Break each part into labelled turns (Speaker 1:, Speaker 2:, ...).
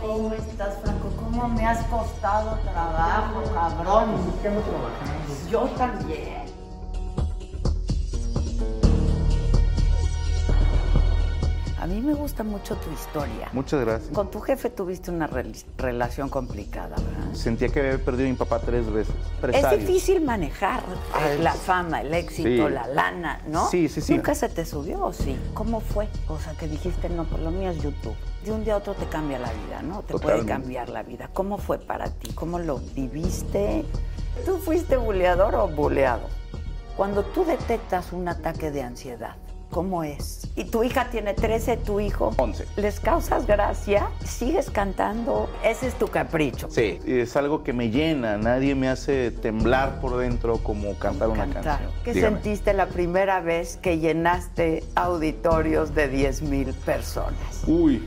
Speaker 1: ¿Cómo estás, Franco? ¿Cómo me has costado trabajo, cabrón? Yo también. A mí me gusta mucho tu historia.
Speaker 2: Muchas gracias.
Speaker 1: Con tu jefe tuviste una rel- relación complicada, ¿verdad?
Speaker 2: Sentía que había perdido a mi papá tres veces. Empresario.
Speaker 1: Es difícil manejar
Speaker 2: Ah,
Speaker 1: eh,
Speaker 2: es-
Speaker 1: la fama, el éxito,
Speaker 2: Sí.
Speaker 1: la lana, ¿no?
Speaker 2: Sí, sí, sí.
Speaker 1: ¿Nunca se te subió o sí? ¿Cómo fue? O sea, que dijiste, no, por lo mío es YouTube. De un día a otro te cambia la vida, ¿no? Te puede
Speaker 2: Totalmente.
Speaker 1: cambiar la vida. ¿Cómo fue para ti? ¿Cómo lo viviste? ¿Tú fuiste buleador o buleado? Cuando tú detectas un ataque de ansiedad, ¿cómo es? Y tu hija tiene 13, tu hijo.
Speaker 2: 11.
Speaker 1: ¿Les causas gracia? ¿Sigues cantando? Ese es tu capricho.
Speaker 2: Sí. Y es algo que me llena. Nadie me hace temblar por dentro como cantar una
Speaker 1: Cantar.
Speaker 2: canción.
Speaker 1: ¿Qué
Speaker 2: Dígame.
Speaker 1: sentiste la primera vez que llenaste auditorios de 10 mil personas?
Speaker 2: Uy,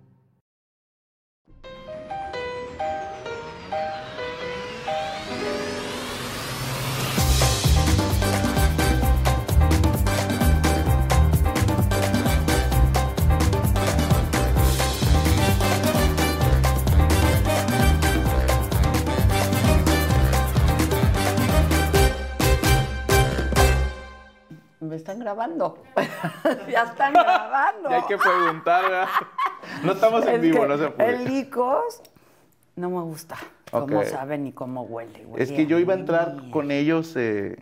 Speaker 1: Me están grabando. ya están grabando.
Speaker 2: Ya hay que preguntar, ¿verdad? No estamos en
Speaker 1: Es
Speaker 2: vivo,
Speaker 1: que
Speaker 2: no se puede.
Speaker 1: El licos no me gusta. Cómo
Speaker 2: Ok.
Speaker 1: sabe ni cómo huele. huele
Speaker 2: Es que yo iba a
Speaker 1: mí.
Speaker 2: entrar con ellos. eh,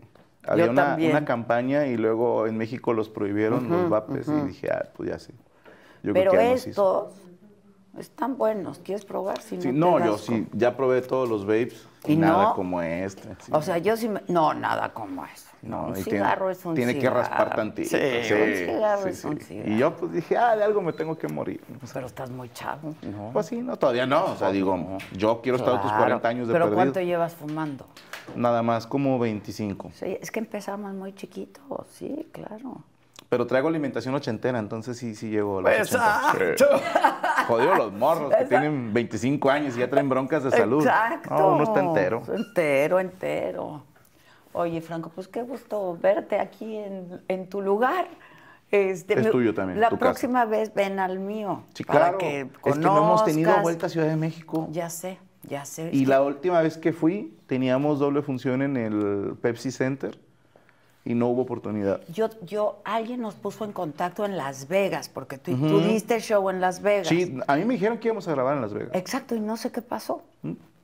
Speaker 2: había
Speaker 1: Yo
Speaker 2: una,
Speaker 1: también.
Speaker 2: una campaña y luego en México los prohibieron los vapes y dije, ah, pues ya sé. Yo creo
Speaker 1: Pero
Speaker 2: que ya nos hizo.
Speaker 1: estos están buenos. ¿Quieres probar? Si
Speaker 2: Sí,
Speaker 1: no,
Speaker 2: no,
Speaker 1: te
Speaker 2: yo
Speaker 1: das
Speaker 2: sí, ya probé todos los vapes
Speaker 1: ¿Y
Speaker 2: y nada
Speaker 1: no?
Speaker 2: como este. sí.
Speaker 1: O sea, yo sí me... No, nada como eso. No, un
Speaker 2: y tiene-
Speaker 1: cigarro es un
Speaker 2: Tiene que
Speaker 1: cigarro.
Speaker 2: raspar tantito.
Speaker 1: Sí, un cigarro
Speaker 2: sí,
Speaker 1: es
Speaker 2: sí.
Speaker 1: un cigarro.
Speaker 2: Y yo pues dije, ah, de algo me tengo que morir. O sea,
Speaker 1: Pero estás muy chavo. No.
Speaker 2: Pues sí, no, todavía no. O sea, digo, yo quiero estar otros 40 años de
Speaker 1: Pero
Speaker 2: perdido.
Speaker 1: ¿cuánto llevas fumando?
Speaker 2: Nada más, como 25.
Speaker 1: Sí, es que empezamos muy chiquitos, sí, claro.
Speaker 2: Pero traigo alimentación ochentera, entonces sí, sí llego a los
Speaker 1: Pues, ah,
Speaker 2: 80. Sí. Jodido los morros que tienen 25 años y ya traen broncas de salud.
Speaker 1: Exacto.
Speaker 2: No, uno está entero.
Speaker 1: Entero, entero. Oye, Franco, pues qué gusto verte aquí en, en tu lugar. Este,
Speaker 2: Es
Speaker 1: me-
Speaker 2: tuyo también,
Speaker 1: La
Speaker 2: tu casa.
Speaker 1: próxima vez ven al mío.
Speaker 2: Sí,
Speaker 1: para
Speaker 2: claro.
Speaker 1: que
Speaker 2: es que no hemos tenido
Speaker 1: conozcas.
Speaker 2: vuelta a Ciudad de México.
Speaker 1: Ya sé, ya sé.
Speaker 2: Y la última vez que fui, teníamos doble función en el Pepsi Center y no hubo oportunidad.
Speaker 1: Yo, yo, alguien nos puso en contacto en Las Vegas, porque tú, tú diste show en Las Vegas.
Speaker 2: Sí, a mí me dijeron que íbamos a grabar en Las Vegas.
Speaker 1: Exacto, y no sé qué pasó.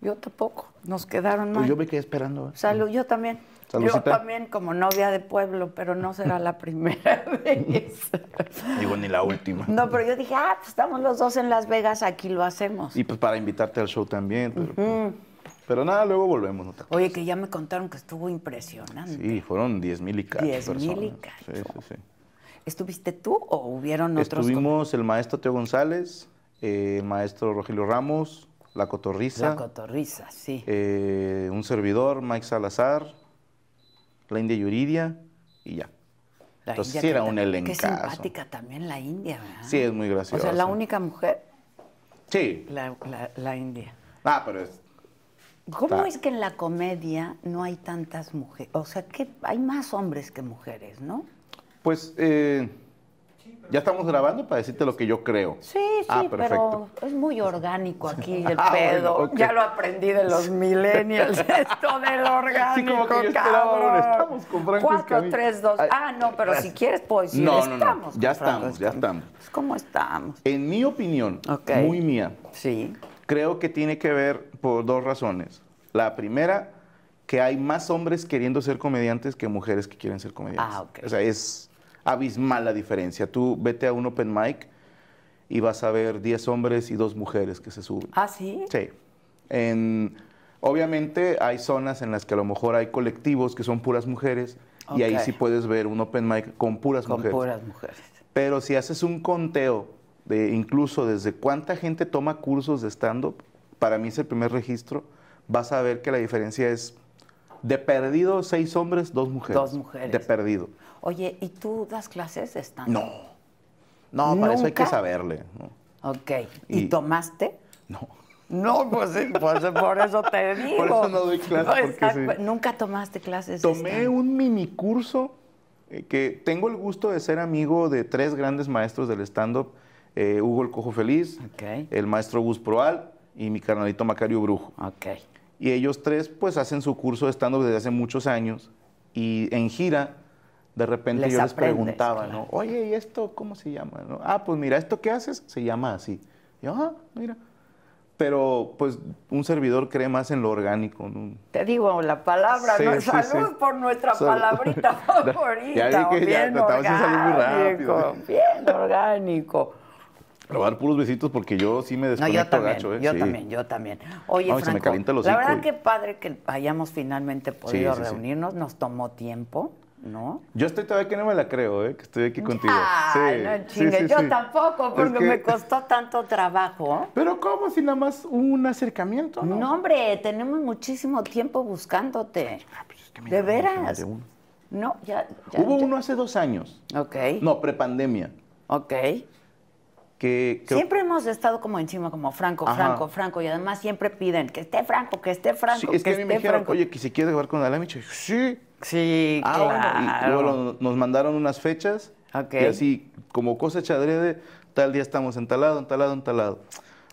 Speaker 1: Yo tampoco. Nos quedaron mal.
Speaker 2: ¿Mm? Pues yo me quedé esperando. ¿eh?
Speaker 1: Salud, yo también.
Speaker 2: Saludcita.
Speaker 1: Yo también como novia de pueblo, pero no será la primera vez.
Speaker 2: Digo, ni la última.
Speaker 1: No, pero yo dije, ah, pues estamos los dos en Las Vegas, aquí lo hacemos.
Speaker 2: Y pues para invitarte al show también. Pero, pues, pero nada, luego volvemos. No te-
Speaker 1: Oye, que ya me contaron que estuvo impresionante.
Speaker 2: Sí, fueron 10 mil y cacho.
Speaker 1: 10,000 y
Speaker 2: personas.
Speaker 1: cacho.
Speaker 2: Sí, sí, sí.
Speaker 1: ¿Estuviste tú o hubieron otros?
Speaker 2: Estuvimos el maestro Teo González, eh, el maestro Rogelio Ramos, La
Speaker 1: con- La
Speaker 2: Cotorriza,
Speaker 1: cotorriza, sí.
Speaker 2: eh, un servidor, Mike Salazar, la India Yuridia y ya.
Speaker 1: La
Speaker 2: entonces
Speaker 1: India
Speaker 2: pues sí era
Speaker 1: que-
Speaker 2: un
Speaker 1: Qué
Speaker 2: elencazo.
Speaker 1: simpática también la India, ¿verdad?
Speaker 2: Sí, es muy
Speaker 1: Ah, O
Speaker 2: gracioso.
Speaker 1: sea, la única mujer,
Speaker 2: Sí.
Speaker 1: la, la- la India.
Speaker 2: Ah, pero es-
Speaker 1: ¿Cómo
Speaker 2: Ta-
Speaker 1: es que en la comedia no hay tantas mujeres? O sea, que hay más hombres que mujeres, ¿no?
Speaker 2: Pues eh, ya estamos grabando para decirte lo que yo creo.
Speaker 1: Sí, sí,
Speaker 2: Ah,
Speaker 1: pero
Speaker 2: perfecto.
Speaker 1: es muy orgánico aquí el
Speaker 2: Ah, bueno,
Speaker 1: pedo.
Speaker 2: ok.
Speaker 1: Ya lo aprendí de los millennials, esto del orgánico,
Speaker 2: Sí, como que yo esperaba,
Speaker 1: cabrón.
Speaker 2: bueno, estamos con Franco
Speaker 1: Cuatro,
Speaker 2: Escamilla.
Speaker 1: tres, dos.
Speaker 2: Ay,
Speaker 1: Ah, no, pero si quieres puedo decir,
Speaker 2: No, no, no,
Speaker 1: estamos con
Speaker 2: ya
Speaker 1: Franco
Speaker 2: estamos, ya
Speaker 1: Escamilla.
Speaker 2: estamos.
Speaker 1: Pues, ¿Cómo estamos?
Speaker 2: En mi opinión,
Speaker 1: Ok.
Speaker 2: muy mía,
Speaker 1: Sí.
Speaker 2: creo que tiene que ver por dos razones. La primera, que hay más hombres queriendo ser comediantes que mujeres que quieren ser comediantes.
Speaker 1: Ah, ok.
Speaker 2: O sea, es abismal la diferencia. Tú vete a un open mic y vas a ver 10 hombres y dos mujeres que se suben.
Speaker 1: ¿Ah, sí?
Speaker 2: Sí. En- obviamente hay zonas en las que a lo mejor hay colectivos que son puras mujeres y ahí
Speaker 1: Ok.
Speaker 2: sí puedes ver un open mic con puras
Speaker 1: Con
Speaker 2: mujeres.
Speaker 1: puras mujeres.
Speaker 2: Pero si haces un conteo de incluso desde cuánta gente toma cursos de stand-up, para mí es el primer registro, vas a ver que la diferencia es de perdido seis hombres, dos mujeres.
Speaker 1: Dos mujeres.
Speaker 2: De perdido.
Speaker 1: Oye, ¿y tú das clases de stand
Speaker 2: No. No, para eso hay que
Speaker 1: ¿Nunca?
Speaker 2: saberle. No.
Speaker 1: Ok. ¿Y,
Speaker 2: Y-
Speaker 1: tomaste?
Speaker 2: No.
Speaker 1: No, pues, sí, pues, por eso te digo.
Speaker 2: eso no doy clases, porque
Speaker 1: exacto.
Speaker 2: sí.
Speaker 1: Nunca tomaste clases este, de
Speaker 2: Tomé
Speaker 1: stand-up?
Speaker 2: un mini curso eh, que tengo el gusto de ser amigo de tres grandes maestros del stand-up, eh, Hugo el Cojo Feliz,
Speaker 1: Ok.
Speaker 2: el maestro Gus Proal y mi carnalito Macario Brujo.
Speaker 1: Ok.
Speaker 2: Y ellos tres, pues, hacen su curso de stand-up desde hace muchos años. Y en gira, de repente
Speaker 1: Les
Speaker 2: yo les
Speaker 1: aprendes,
Speaker 2: preguntaba,
Speaker 1: claro.
Speaker 2: ¿no? Oye, ¿y esto cómo se llama? ¿No? Ah, pues mira, ¿esto qué haces? Se llama así. Y yo, ah, mira. Pero, pues, un servidor cree más en lo orgánico. ¿no?
Speaker 1: Te digo la palabra,
Speaker 2: Sí,
Speaker 1: ¿no?
Speaker 2: sí,
Speaker 1: Salud
Speaker 2: sí.
Speaker 1: por nuestra
Speaker 2: Salud.
Speaker 1: palabrita favorita.
Speaker 2: Ya vi que ya
Speaker 1: bien
Speaker 2: tratamos de salir muy
Speaker 1: orgánico,
Speaker 2: rápido. ¿eh?
Speaker 1: Bien orgánico.
Speaker 2: Pero dar puros besitos porque yo sí me
Speaker 1: No,
Speaker 2: desconecto
Speaker 1: yo también,
Speaker 2: gacho, ¿eh?
Speaker 1: yo
Speaker 2: Sí.
Speaker 1: también, yo también. Oye,
Speaker 2: Ay, se me
Speaker 1: Franco,
Speaker 2: calienta el
Speaker 1: la
Speaker 2: hocico
Speaker 1: verdad
Speaker 2: y-
Speaker 1: que padre que hayamos finalmente podido
Speaker 2: sí, sí.
Speaker 1: reunirnos, nos tomó tiempo, ¿no?
Speaker 2: Yo estoy todavía que no me la creo, ¿eh? Que estoy aquí contigo.
Speaker 1: Ay,
Speaker 2: Sí,
Speaker 1: no
Speaker 2: sí,
Speaker 1: chingue,
Speaker 2: sí,
Speaker 1: yo
Speaker 2: sí.
Speaker 1: tampoco,
Speaker 2: Es
Speaker 1: porque
Speaker 2: que-
Speaker 1: me costó tanto trabajo.
Speaker 2: Pero ¿cómo? Si nada más un acercamiento, ¿no?
Speaker 1: No, hombre, tenemos muchísimo tiempo buscándote.
Speaker 2: mira,
Speaker 1: de
Speaker 2: no se me
Speaker 1: veras.
Speaker 2: dio uno.
Speaker 1: No, ya. ya-
Speaker 2: Hubo
Speaker 1: ya-
Speaker 2: uno hace dos años.
Speaker 1: Ok.
Speaker 2: No, prepandemia.
Speaker 1: Ok.
Speaker 2: Que, que-
Speaker 1: Siempre hemos estado como encima, como Franco,
Speaker 2: Ajá.
Speaker 1: Franco, Franco, y además siempre piden que esté Franco, que esté Franco,
Speaker 2: Sí,
Speaker 1: que,
Speaker 2: es que a mí
Speaker 1: esté
Speaker 2: me dijeron,
Speaker 1: Franco.
Speaker 2: oye, que si quieres grabar con Alamiche. Sí.
Speaker 1: sí,
Speaker 2: Ah, bueno. Y
Speaker 1: claro.
Speaker 2: luego lo- nos mandaron unas fechas.
Speaker 1: Ok.
Speaker 2: Y así, como cosa de tal día estamos en talado, en talado, en talado.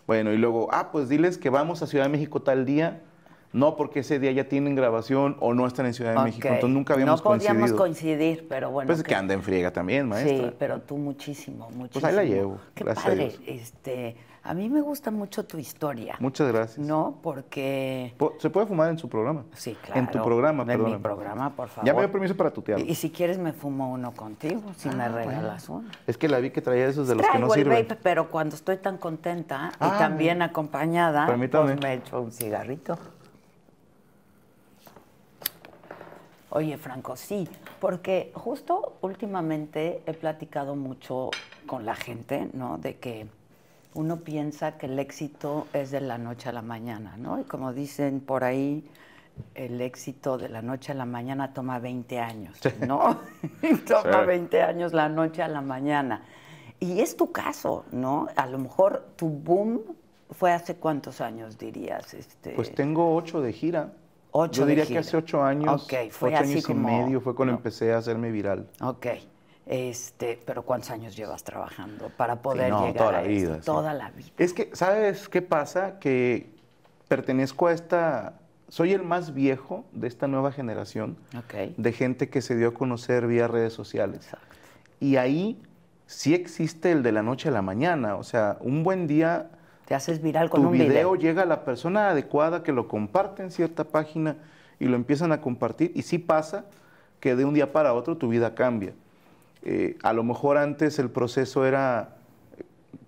Speaker 2: Bueno, y luego, ah, pues diles que vamos a Ciudad de México tal día. No, porque ese día ya tienen grabación o no están en Ciudad de México.
Speaker 1: Ok.
Speaker 2: Entonces nunca habíamos
Speaker 1: No podíamos
Speaker 2: coincidido.
Speaker 1: coincidir, pero bueno.
Speaker 2: Pues es que anda en friega también, maestra. Pues
Speaker 1: Sí, pero tú muchísimo, muchísimo.
Speaker 2: ahí la llevo,
Speaker 1: Qué
Speaker 2: gracias a
Speaker 1: padre.
Speaker 2: Dios.
Speaker 1: Este, a mí me gusta mucho tu historia,
Speaker 2: Muchas gracias.
Speaker 1: ¿no? Porque...
Speaker 2: Po- ¿Se puede fumar en su programa?
Speaker 1: Sí, claro.
Speaker 2: En tu programa,
Speaker 1: En
Speaker 2: perdón.
Speaker 1: mi programa, por favor.
Speaker 2: Ya me dio permiso para tutear.
Speaker 1: Y, y si quieres me fumo uno contigo, si me regalas uno.
Speaker 2: Es que la vi que traía esos de los que
Speaker 1: Traigo
Speaker 2: no
Speaker 1: el
Speaker 2: sirven.
Speaker 1: vape, pero cuando estoy tan contenta y
Speaker 2: Ah,
Speaker 1: también acompañada,
Speaker 2: Permítame.
Speaker 1: pues me echo un cigarrito. Oye, Franco, sí, porque justo últimamente he platicado mucho con la gente, ¿no? De que uno piensa que el éxito es de la noche a la mañana, ¿no? Y como dicen por ahí, el éxito de la noche a la mañana toma 20 años, ¿no? toma
Speaker 2: Sí.
Speaker 1: 20 años la noche a la mañana. Y es tu caso, ¿no? A lo mejor tu boom fue hace cuántos años, dirías. Este...
Speaker 2: Pues tengo ocho de gira.
Speaker 1: Ocho
Speaker 2: Yo
Speaker 1: de
Speaker 2: diría
Speaker 1: gira.
Speaker 2: que hace ocho años,
Speaker 1: Ok, fue
Speaker 2: ocho
Speaker 1: así
Speaker 2: años
Speaker 1: como-
Speaker 2: y medio fue cuando
Speaker 1: no.
Speaker 2: empecé a hacerme viral.
Speaker 1: Ok. Este, pero ¿cuántos años llevas trabajando para poder
Speaker 2: no,
Speaker 1: llegar
Speaker 2: toda
Speaker 1: a
Speaker 2: la
Speaker 1: esto?
Speaker 2: vida, sí.
Speaker 1: Toda la vida.
Speaker 2: Es que, ¿sabes qué pasa? Que pertenezco a esta... Soy el más viejo de esta nueva generación
Speaker 1: Ok.
Speaker 2: de gente que se dio a conocer vía redes sociales.
Speaker 1: Exacto.
Speaker 2: Y ahí sí existe el de la noche a la mañana. O sea, un buen día
Speaker 1: Te Te haces viral con
Speaker 2: tu
Speaker 1: un
Speaker 2: video,
Speaker 1: video.
Speaker 2: llega a la persona adecuada que lo comparte en cierta página y lo empiezan a compartir y sí pasa que de un día para otro tu vida cambia. Eh, a lo mejor antes el proceso era, eh,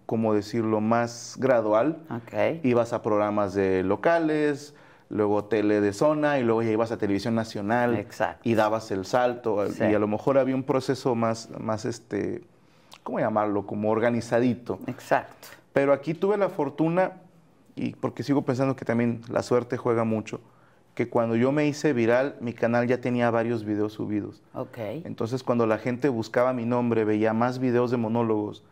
Speaker 2: como decirlo, más gradual.
Speaker 1: Ah. Ok.
Speaker 2: Ibas a programas de locales, luego tele de zona y luego ya ibas a televisión nacional
Speaker 1: Exacto.
Speaker 2: y dabas el salto al-
Speaker 1: Sí.
Speaker 2: y a lo mejor había un proceso más, más este, ¿cómo llamarlo? Como organizadito.
Speaker 1: Exacto.
Speaker 2: Pero aquí tuve la fortuna, y porque sigo pensando que también la suerte juega mucho, que cuando yo me hice viral, mi canal ya tenía varios videos subidos.
Speaker 1: Ok.
Speaker 2: Entonces, cuando la gente buscaba mi nombre, veía más videos de monólogos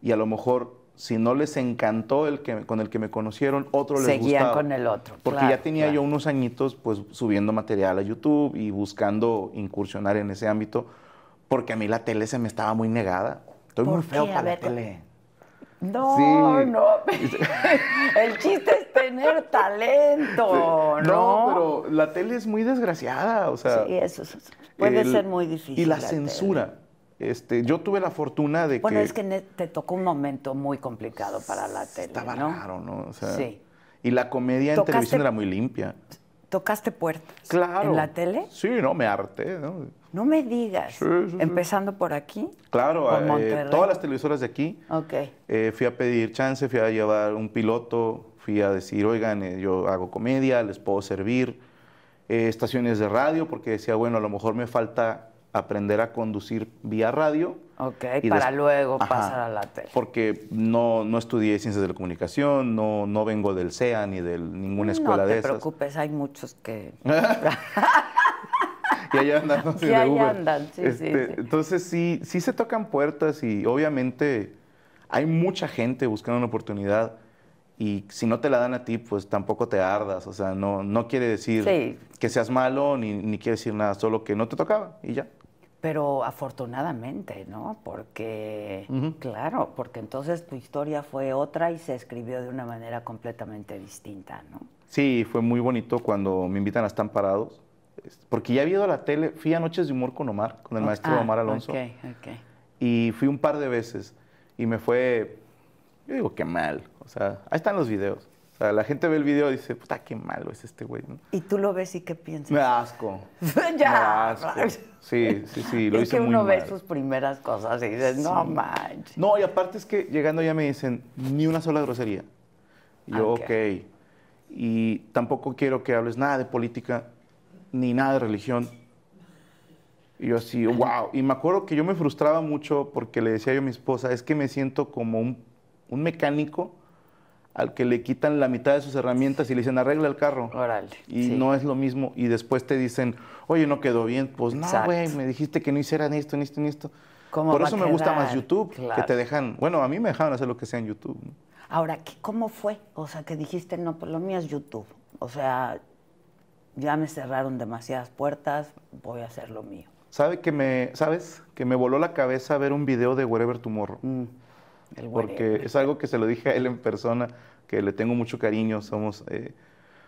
Speaker 2: y a lo mejor si no les encantó el que, con el que me conocieron, otro les
Speaker 1: Seguían
Speaker 2: gustaba.
Speaker 1: con el otro,
Speaker 2: Porque
Speaker 1: claro,
Speaker 2: ya tenía
Speaker 1: claro.
Speaker 2: yo unos añitos pues subiendo material a YouTube y buscando incursionar en ese ámbito, porque a mí la tele se me estaba muy negada. Estoy
Speaker 1: ¿Por
Speaker 2: muy feo
Speaker 1: qué? A
Speaker 2: para la
Speaker 1: ver,
Speaker 2: tele.
Speaker 1: No,
Speaker 2: Sí.
Speaker 1: no. El chiste es tener talento, ¿no?
Speaker 2: No, pero la tele es muy desgraciada, o sea.
Speaker 1: Sí, eso es- puede
Speaker 2: el-
Speaker 1: ser muy difícil.
Speaker 2: Y la,
Speaker 1: tele.
Speaker 2: censura. Este, yo tuve la fortuna de
Speaker 1: Bueno,
Speaker 2: que
Speaker 1: es que ne- te tocó un momento muy complicado para la tele,
Speaker 2: estaba
Speaker 1: ¿no?
Speaker 2: raro, ¿no? O sea,
Speaker 1: Sí.
Speaker 2: Y la comedia en
Speaker 1: ¿Tocaste-
Speaker 2: televisión era muy limpia.
Speaker 1: ¿Tocaste puertas?
Speaker 2: Claro.
Speaker 1: ¿En la tele?
Speaker 2: Sí, no, me harté, ¿no?
Speaker 1: No me digas.
Speaker 2: Sí, sí, sí.
Speaker 1: Empezando por aquí.
Speaker 2: Claro,
Speaker 1: Por
Speaker 2: eh,
Speaker 1: Monterrey.
Speaker 2: todas las televisoras de aquí.
Speaker 1: Ok.
Speaker 2: Eh, fui a pedir chance, fui a llevar un piloto, fui a decir, oigan, eh, yo hago comedia, les puedo servir. Eh, estaciones de radio, porque decía, bueno, a lo mejor me falta aprender a conducir vía radio.
Speaker 1: Ok,
Speaker 2: Y
Speaker 1: para
Speaker 2: des-
Speaker 1: luego
Speaker 2: Ajá,
Speaker 1: pasar a la tele.
Speaker 2: Porque no, no estudié ciencias de la comunicación, no, no vengo del CEA ni de ninguna escuela
Speaker 1: no
Speaker 2: de
Speaker 1: te
Speaker 2: esas.
Speaker 1: preocupes, hay muchos que...
Speaker 2: Y ahí andan, ¿no? Sí,
Speaker 1: Y ahí
Speaker 2: de Uber. Este,
Speaker 1: andan, sí, sí, sí.
Speaker 2: Entonces sí, sí se tocan puertas y obviamente hay mucha gente buscando una oportunidad y si no te la dan a ti, pues tampoco te ardas. O sea, no, no quiere decir
Speaker 1: Sí.
Speaker 2: que seas malo ni, ni quiere decir nada, solo que no te tocaba y ya.
Speaker 1: Pero afortunadamente, ¿no? Porque, claro, porque entonces tu historia fue otra y se escribió de una manera completamente distinta, ¿no?
Speaker 2: Sí, fue muy bonito cuando me invitan a Están Parados. es- Porque ya había ido a la tele, fui a Noches de Humor con Omar, con el maestro
Speaker 1: Ah,
Speaker 2: Omar Alonso.
Speaker 1: Ok, ok.
Speaker 2: Y fui un par de veces y me fue, yo digo, qué mal. O sea, ahí están los videos. O sea, la gente ve el video y dice, puta, qué malo es este güey. ¿no?
Speaker 1: ¿Y tú lo ves y qué piensas?
Speaker 2: Me da asco. Me da
Speaker 1: ya.
Speaker 2: asco. Sí, sí, sí, lo
Speaker 1: es
Speaker 2: hice
Speaker 1: que
Speaker 2: muy
Speaker 1: uno ve
Speaker 2: mal.
Speaker 1: sus primeras cosas y dices, no manches.
Speaker 2: No, y aparte es que llegando ya me dicen, ni una sola grosería. Y
Speaker 1: Ah,
Speaker 2: Yo,
Speaker 1: Ok.
Speaker 2: ok. Y tampoco quiero que hables nada de política, ni nada de religión. Y yo así, wow. Y me acuerdo que yo me frustraba mucho porque le decía yo a mi esposa, es que me siento como un, un mecánico al que le quitan la mitad de sus herramientas y le dicen, arregla el carro.
Speaker 1: Órale,
Speaker 2: Y
Speaker 1: sí.
Speaker 2: no es lo mismo. Y después te dicen, oye, no quedó bien. Pues
Speaker 1: Exacto.
Speaker 2: no, güey, me dijiste que no hicieran esto, ni esto, ni esto.
Speaker 1: ¿Cómo
Speaker 2: Por
Speaker 1: va a
Speaker 2: eso me gusta más
Speaker 1: quedar?
Speaker 2: YouTube, que
Speaker 1: Claro.
Speaker 2: te dejan, bueno, a mí me dejaron hacer lo que sea en YouTube. ¿no?
Speaker 1: Ahora, ¿qué- ¿cómo fue? O sea, que dijiste, no, pues lo mío es YouTube. O sea, ya me cerraron demasiadas puertas, voy a hacer lo mío.
Speaker 2: ¿Sabe que me, ¿Sabes? Que me voló la cabeza ver un video de Wherever Tomorrow.
Speaker 1: El
Speaker 2: porque es algo que se lo dije a él en persona, que le tengo mucho cariño. Somos, eh,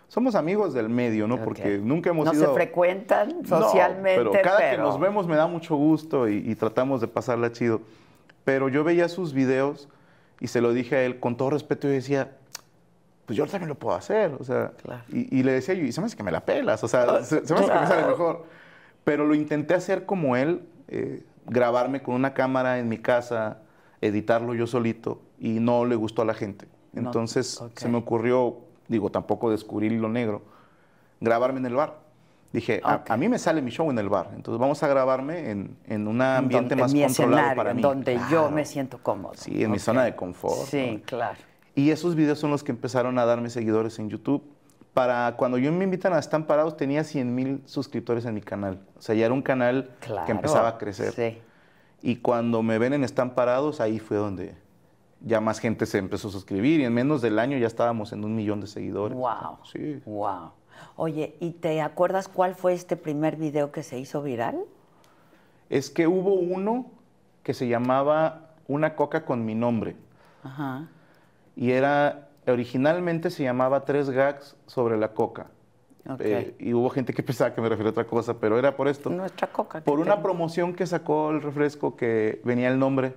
Speaker 2: somos amigos del medio, ¿no?
Speaker 1: Ok.
Speaker 2: Porque nunca hemos
Speaker 1: no
Speaker 2: ido...
Speaker 1: se frecuentan
Speaker 2: No,
Speaker 1: socialmente,
Speaker 2: pero cada que
Speaker 1: pero-
Speaker 2: nos vemos me da mucho gusto y, y tratamos de pasarla chido. Pero yo veía sus videos y se lo dije a él con todo respeto y decía, pues yo también lo puedo hacer, o sea,
Speaker 1: Claro. Ah,
Speaker 2: y, y le decía yo, y se me hace que me la pelas, o sea, se, se me hace que me sale mejor. Pero lo intenté hacer como él, eh, grabarme con una cámara en mi casa, editarlo yo solito y no le gustó a la gente.
Speaker 1: No,
Speaker 2: Entonces
Speaker 1: ok.
Speaker 2: se me ocurrió, digo, tampoco descubrir lo negro, grabarme en el bar. Dije, a-
Speaker 1: Ok.
Speaker 2: a, mí me sale mi show en el bar, entonces vamos a grabarme en, en un ambiente
Speaker 1: donde-
Speaker 2: más
Speaker 1: mi
Speaker 2: controlado
Speaker 1: escenario,
Speaker 2: para mí.
Speaker 1: donde yo
Speaker 2: Claro.
Speaker 1: me siento cómodo.
Speaker 2: Sí, en mi zona de confort.
Speaker 1: Sí,
Speaker 2: ¿no?
Speaker 1: claro.
Speaker 2: Y esos videos son los que empezaron a darme seguidores en YouTube. Para cuando yo me invitan a Están Parados, tenía 100 mil suscriptores en mi canal. O sea, ya era un canal
Speaker 1: Claro.
Speaker 2: que empezaba a crecer.
Speaker 1: Sí.
Speaker 2: Y cuando me ven en Están Parados, ahí fue donde ya más gente se empezó a suscribir. Y en menos del año ya estábamos en un millón de seguidores.
Speaker 1: Wow.
Speaker 2: Sí.
Speaker 1: Wow. Oye, ¿y te acuerdas cuál fue este primer video que se hizo viral?
Speaker 2: Es que hubo uno que se llamaba Una Coca con mi nombre.
Speaker 1: Ajá.
Speaker 2: Y era, originalmente se llamaba Tres Gags sobre la Coca.
Speaker 1: Ok.
Speaker 2: Eh, y hubo gente que pensaba que me refería a otra cosa, pero era por esto.
Speaker 1: Nuestra coca. que
Speaker 2: Por una
Speaker 1: tengo.
Speaker 2: promoción que sacó el refresco que venía el nombre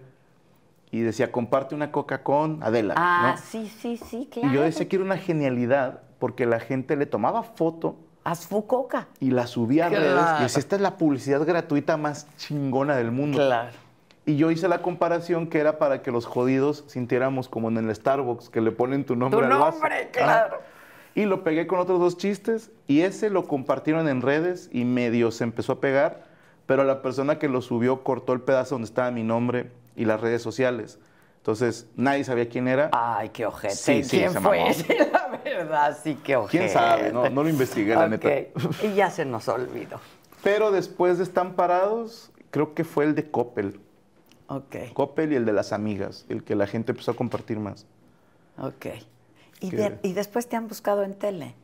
Speaker 2: y decía, comparte una coca con Adela.
Speaker 1: Ah,
Speaker 2: ¿no?
Speaker 1: sí, sí, sí, claro.
Speaker 2: Y yo decía que era una genialidad porque la gente le tomaba foto
Speaker 1: Haz Fucoca.
Speaker 2: y la subía a redes
Speaker 1: Claro.
Speaker 2: y decía, esta es la publicidad gratuita más chingona del mundo. Y yo hice la comparación que era para que los jodidos sintiéramos como en el Starbucks, que le ponen tu nombre
Speaker 1: Tu
Speaker 2: al vaso.
Speaker 1: nombre,
Speaker 2: Ah.
Speaker 1: claro.
Speaker 2: Y lo pegué con otros dos chistes y ese lo compartieron en redes y medio se empezó a pegar, pero la persona que lo subió cortó el pedazo donde estaba mi nombre y las redes sociales. Entonces nadie sabía quién era.
Speaker 1: Ay, qué ojete.
Speaker 2: Sí, sí,
Speaker 1: ¿Quién
Speaker 2: se
Speaker 1: fue?
Speaker 2: mamó.
Speaker 1: Sí, la verdad, sí, qué ojete.
Speaker 2: ¿Quién sabe? No, no lo investigué, la neta.
Speaker 1: Ok, Y ya se nos olvidó.
Speaker 2: Pero después de Están Parados, creo que fue el de Coppel.
Speaker 1: Ok,
Speaker 2: Coppel y el de las amigas, el que la gente empezó a compartir más.
Speaker 1: ok. ¿Y,
Speaker 2: ¿Qué?
Speaker 1: de- y después te han buscado en tele?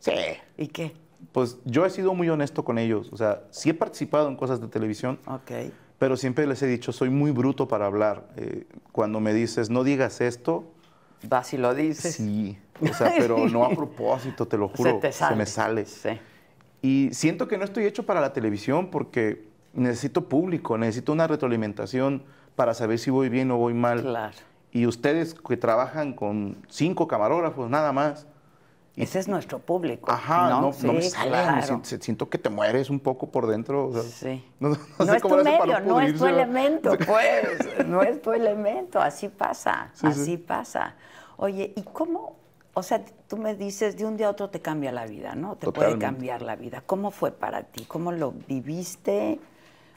Speaker 2: Sí.
Speaker 1: ¿Y qué?
Speaker 2: Pues yo he sido muy honesto con ellos. O sea, sí he participado en cosas de televisión,
Speaker 1: Ok.
Speaker 2: pero siempre les he dicho, soy muy bruto para hablar. Eh, cuando me dices, no digas esto,
Speaker 1: Vas y lo dices.
Speaker 2: sí. O sea, pero no a propósito, te lo juro.
Speaker 1: se te sale.
Speaker 2: me sale.
Speaker 1: Sí.
Speaker 2: Y siento que no estoy hecho para la televisión porque necesito público, necesito una retroalimentación para saber si voy bien o voy mal.
Speaker 1: Claro.
Speaker 2: Y ustedes que trabajan con cinco camarógrafos nada más. Y-
Speaker 1: Ese es nuestro público.
Speaker 2: Ajá, no, no,
Speaker 1: Sí,
Speaker 2: me salen.
Speaker 1: claro.
Speaker 2: si- si- Siento que te mueres un poco por dentro. o sea,
Speaker 1: Sí.
Speaker 2: No, no
Speaker 1: No,
Speaker 2: sé
Speaker 1: es tu
Speaker 2: cómo le hace para
Speaker 1: medio, no es tu
Speaker 2: pudrirse, ¿verdad?
Speaker 1: elemento, pues. No es tu elemento, así pasa,
Speaker 2: Sí, sí.
Speaker 1: así pasa. Oye, ¿y cómo? O sea, tú me dices, de un día a otro te cambia la vida, ¿no? Te puede
Speaker 2: Totalmente.
Speaker 1: cambiar la vida. ¿Cómo fue para ti? ¿Cómo lo viviste?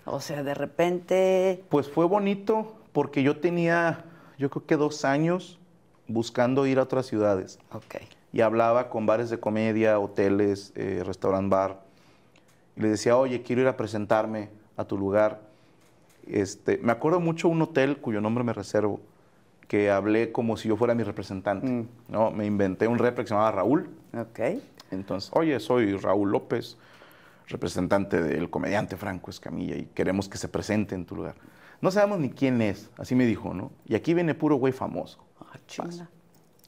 Speaker 1: O sea, de repente,
Speaker 2: Pues fue bonito porque yo tenía, yo creo que dos años buscando ir a otras ciudades.
Speaker 1: ok,
Speaker 2: y hablaba con bares de comedia, hoteles, eh, restaurant bar. Y les decía, oye, quiero ir a presentarme a tu lugar. Este, me acuerdo mucho un hotel cuyo nombre me reservo, que hablé como si yo fuera mi representante.
Speaker 1: Mm.
Speaker 2: ¿no? Me inventé un rep que se llamaba Raúl.
Speaker 1: ok,
Speaker 2: Entonces, oye, soy Raúl López, representante del comediante Franco Escamilla, y queremos que se presente en tu lugar. No sabemos ni quién es, así me dijo, ¿no? Y aquí viene puro güey famoso.
Speaker 1: Ah, chula.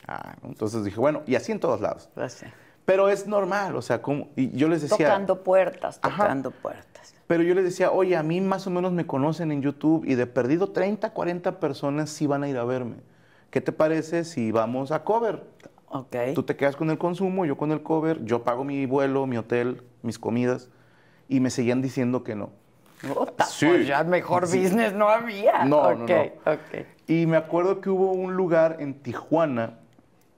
Speaker 2: Ah, ¿no? entonces dije, bueno, y así en todos lados.
Speaker 1: Pues sí.
Speaker 2: Pero es normal, o sea, como y yo les decía,
Speaker 1: Tocando puertas,
Speaker 2: Ajá.
Speaker 1: tocando puertas.
Speaker 2: pero yo les decía, "Oye, a mí más o menos me conocen en YouTube y de perdido 30, 40 personas sí van a ir a verme. ¿Qué te parece si vamos a cover?
Speaker 1: Ok,
Speaker 2: Tú te quedas con el consumo, yo con el cover, yo pago mi vuelo, mi hotel, mis comidas y me seguían diciendo que no.
Speaker 1: Puta,
Speaker 2: Sí.
Speaker 1: pues ya mejor
Speaker 2: Sí.
Speaker 1: business no había.
Speaker 2: No, no,
Speaker 1: ok,
Speaker 2: no.
Speaker 1: ok.
Speaker 2: Y me acuerdo que hubo un lugar en Tijuana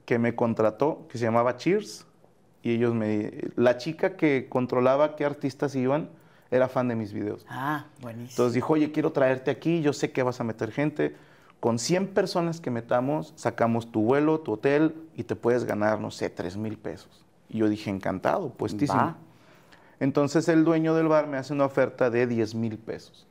Speaker 2: que me contrató, que se llamaba Cheers, y ellos me... La chica que controlaba qué artistas iban era fan de mis videos.
Speaker 1: Ah, buenísimo.
Speaker 2: Entonces dijo, oye, quiero traerte aquí, yo sé que vas a meter gente. Con 100 personas que metamos, sacamos tu vuelo, tu hotel, y te puedes ganar, no sé, 3 mil pesos. Y yo dije, encantado, puestísimo.
Speaker 1: Va.
Speaker 2: Entonces el dueño del bar me hace una oferta de 10 mil pesos.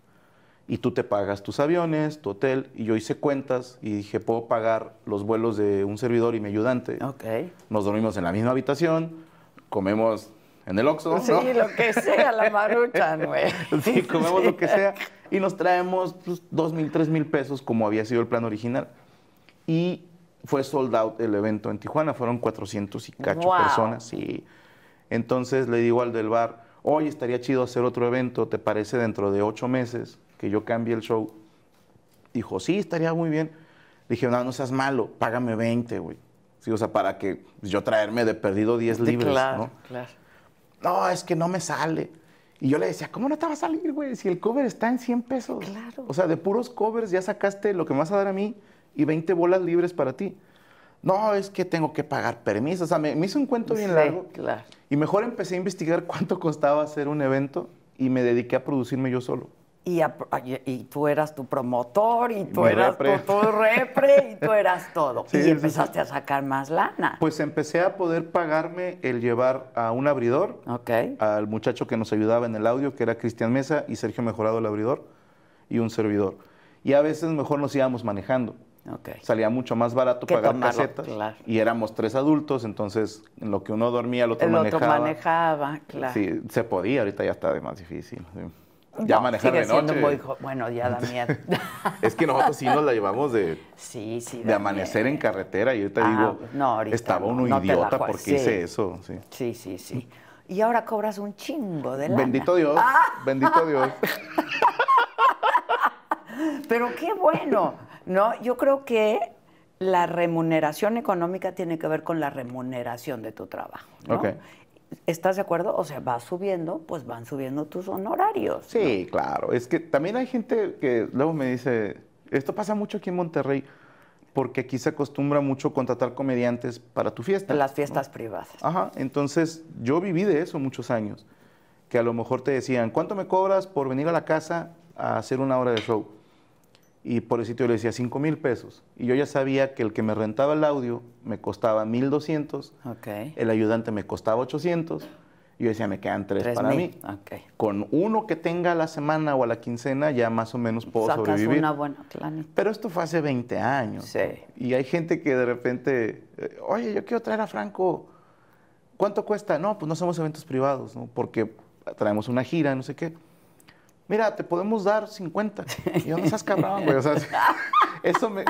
Speaker 2: Y tú te pagas tus aviones, tu hotel, y yo hice cuentas y dije, puedo pagar los vuelos de un servidor y mi ayudante.
Speaker 1: Ok.
Speaker 2: Nos dormimos en la misma habitación, comemos en el Oxxo,
Speaker 1: Sí,
Speaker 2: ¿no?
Speaker 1: lo que sea, la maruchan, güey.
Speaker 2: Sí, comemos lo que sea. Y nos traemos pues, dos mil, tres mil pesos, como había sido el plan original. Y fue sold out el evento en Tijuana. Fueron 400 y cacho
Speaker 1: Wow.
Speaker 2: personas. Sí. Entonces le digo al del bar, oye, estaría chido hacer otro evento, ¿te parece dentro de ocho meses que yo cambie el show? Dijo, sí, estaría muy bien. Le dije, no, no seas malo, págame 20, güey. Sí, o sea, para que yo traerme de perdido 10
Speaker 1: Sí,
Speaker 2: libres,
Speaker 1: claro,
Speaker 2: ¿no?
Speaker 1: claro.
Speaker 2: No, es que no me sale. Y yo le decía, ¿cómo no te va a salir, güey? Si el cover está en 100 pesos.
Speaker 1: Claro.
Speaker 2: O sea, de puros covers ya sacaste lo que me vas a dar a mí y 20 bolas libres para ti. No, es que tengo que pagar permiso. O sea, me, me hizo un cuento bien
Speaker 1: Sí,
Speaker 2: largo.
Speaker 1: claro.
Speaker 2: Y mejor empecé a investigar cuánto costaba hacer un evento y me dediqué a producirme yo solo.
Speaker 1: Y, a- y- y tú eras tu promotor, y tú
Speaker 2: Mi
Speaker 1: eras
Speaker 2: repre.
Speaker 1: tu, tu repre, y tú eras todo.
Speaker 2: Sí,
Speaker 1: y
Speaker 2: sí.
Speaker 1: empezaste a sacar más lana.
Speaker 2: Pues empecé a poder pagarme el llevar a un abridor,
Speaker 1: ok.
Speaker 2: al muchacho que nos ayudaba en el audio, que era Cristian Mesa, y Sergio Mejorado el abridor, y un servidor. Y a veces mejor nos íbamos manejando.
Speaker 1: ok.
Speaker 2: Salía mucho más barato
Speaker 1: Que
Speaker 2: pagar
Speaker 1: tomarlo,
Speaker 2: casetas.
Speaker 1: claro.
Speaker 2: Y éramos tres adultos, entonces en lo que uno dormía, el otro
Speaker 1: El
Speaker 2: manejaba.
Speaker 1: otro manejaba, claro.
Speaker 2: Sí, se podía, ahorita ya está de más difícil. sí.
Speaker 1: No,
Speaker 2: Ya manejar
Speaker 1: sigue
Speaker 2: de
Speaker 1: siendo
Speaker 2: noche.
Speaker 1: muy jo- bueno, ya da miedo.
Speaker 2: Es que nosotros sí nos la llevamos de,
Speaker 1: sí, sí.
Speaker 2: de
Speaker 1: da
Speaker 2: amanecer
Speaker 1: miedo.
Speaker 2: en carretera. Y ahorita
Speaker 1: Ah,
Speaker 2: digo,
Speaker 1: no, ahorita
Speaker 2: estaba
Speaker 1: no,
Speaker 2: uno
Speaker 1: no te la
Speaker 2: idiota
Speaker 1: juegas,
Speaker 2: porque
Speaker 1: sí.
Speaker 2: hice eso. sí.
Speaker 1: Sí, sí, sí. Y ahora cobras un chingo de lana.
Speaker 2: Bendito Dios,
Speaker 1: Ah.
Speaker 2: bendito Dios.
Speaker 1: Pero qué bueno. No, yo creo que la remuneración económica tiene que ver con la remuneración de tu trabajo. ¿no?
Speaker 2: Ok.
Speaker 1: ¿Estás de acuerdo? O sea, vas subiendo, pues van subiendo tus honorarios.
Speaker 2: Sí, claro. Es que también hay gente que luego me dice, esto pasa mucho aquí en Monterrey, porque aquí se acostumbra mucho contratar comediantes para tu fiesta.
Speaker 1: En las fiestas privadas.
Speaker 2: Ajá, entonces yo viví de eso muchos años, que a lo mejor te decían, ¿cuánto me cobras por venir a la casa a hacer una hora de show? Y por el sitio le decía, 5 mil pesos. Y yo ya sabía que el que me rentaba el audio me costaba 1,200,
Speaker 1: Ok.
Speaker 2: el ayudante me costaba 800, y yo decía, me quedan 3
Speaker 1: Tres
Speaker 2: para
Speaker 1: mil,
Speaker 2: mí.
Speaker 1: ok.
Speaker 2: Con uno que tenga a la semana o a la quincena, ya más o menos puedo
Speaker 1: Sacas
Speaker 2: sobrevivir.
Speaker 1: una buena planita.
Speaker 2: Pero esto fue hace 20 años.
Speaker 1: Sí.
Speaker 2: ¿no? Y hay gente que de repente, eh, oye, yo quiero traer a Franco. ¿Cuánto cuesta? No, pues no hacemos eventos privados, ¿no? Porque traemos una gira, no sé qué. Mira, te podemos dar 50. Y yo, no seas cabrón, güey. O sea, eso me,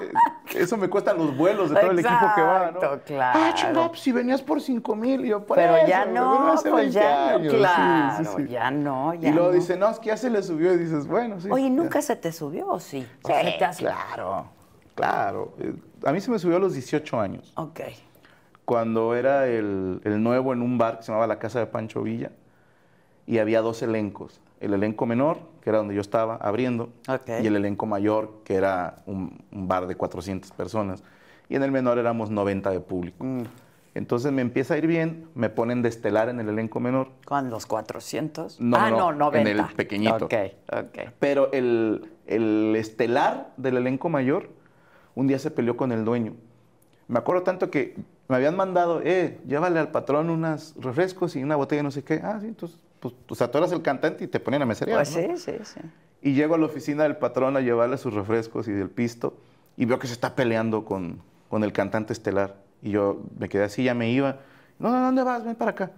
Speaker 2: eso me cuestan los vuelos de todo el equipo que va, ¿no?
Speaker 1: Exacto, claro.
Speaker 2: Ah, chingado, pues si venías por 5 mil. Yo, por
Speaker 1: Pero ya
Speaker 2: eso, güey,
Speaker 1: no,
Speaker 2: hace
Speaker 1: pues
Speaker 2: 20
Speaker 1: ya no,
Speaker 2: años. Sí, sí,
Speaker 1: claro,
Speaker 2: sí.
Speaker 1: ya no, ya
Speaker 2: y luego
Speaker 1: no.
Speaker 2: dice, no, es que ya se le subió. Y dices, bueno, sí.
Speaker 1: Oye,
Speaker 2: ya.
Speaker 1: ¿nunca se te subió o sí? O sea,
Speaker 2: Sí,
Speaker 1: te has-
Speaker 2: claro, claro. Eh, A mí se me subió a los 18 años,
Speaker 1: Ok.
Speaker 2: cuando era el, el nuevo en un bar que se llamaba La Casa de Pancho Villa, y había dos elencos. El elenco menor, que era donde yo estaba abriendo,
Speaker 1: Ok.
Speaker 2: y el elenco mayor, que era un, un bar de 400 personas. Y en el menor éramos 90 de público. Entonces me empieza a ir bien, me ponen de estelar en el elenco menor,
Speaker 1: ¿Con los 400?
Speaker 2: No,
Speaker 1: ah,
Speaker 2: no,
Speaker 1: no,
Speaker 2: no,
Speaker 1: 90.
Speaker 2: en el pequeñito.
Speaker 1: Ok, ok.
Speaker 2: Pero el, el estelar del elenco mayor un día se peleó con el dueño. Me acuerdo tanto que me habían mandado, eh, llévale al patrón unos refrescos y una botella de no sé qué. Ah, sí, entonces, pues, o sea, tú eras el cantante y te ponían a meserear,
Speaker 1: Pues
Speaker 2: ¿no?
Speaker 1: sí, sí, sí.
Speaker 2: Y llego a la oficina del patrón a llevarle sus refrescos y del pisto y veo que se está peleando con, con el cantante estelar. Y yo me quedé así, ya me iba. No, no, ¿dónde vas? Ven para acá.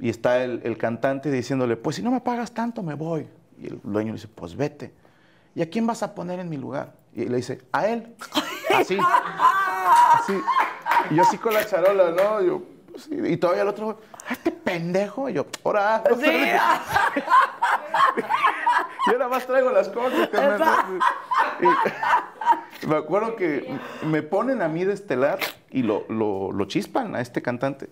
Speaker 2: Y está el, el cantante diciéndole, pues si no me pagas tanto, me voy. Y el dueño le dice, pues vete. ¿Y a quién vas a poner en mi lugar? Y le dice, a él. Así. así. Y yo así con la charola, ¿no? Yo, pues, sí. Y todavía el otro, "Ah, este pendejo. Y yo, ahora.
Speaker 1: Pues Sí. ah,
Speaker 2: Yo nada más traigo las cosas. carnal. Y me acuerdo que me ponen a mí de estelar y lo, lo- lo chispan a este cantante.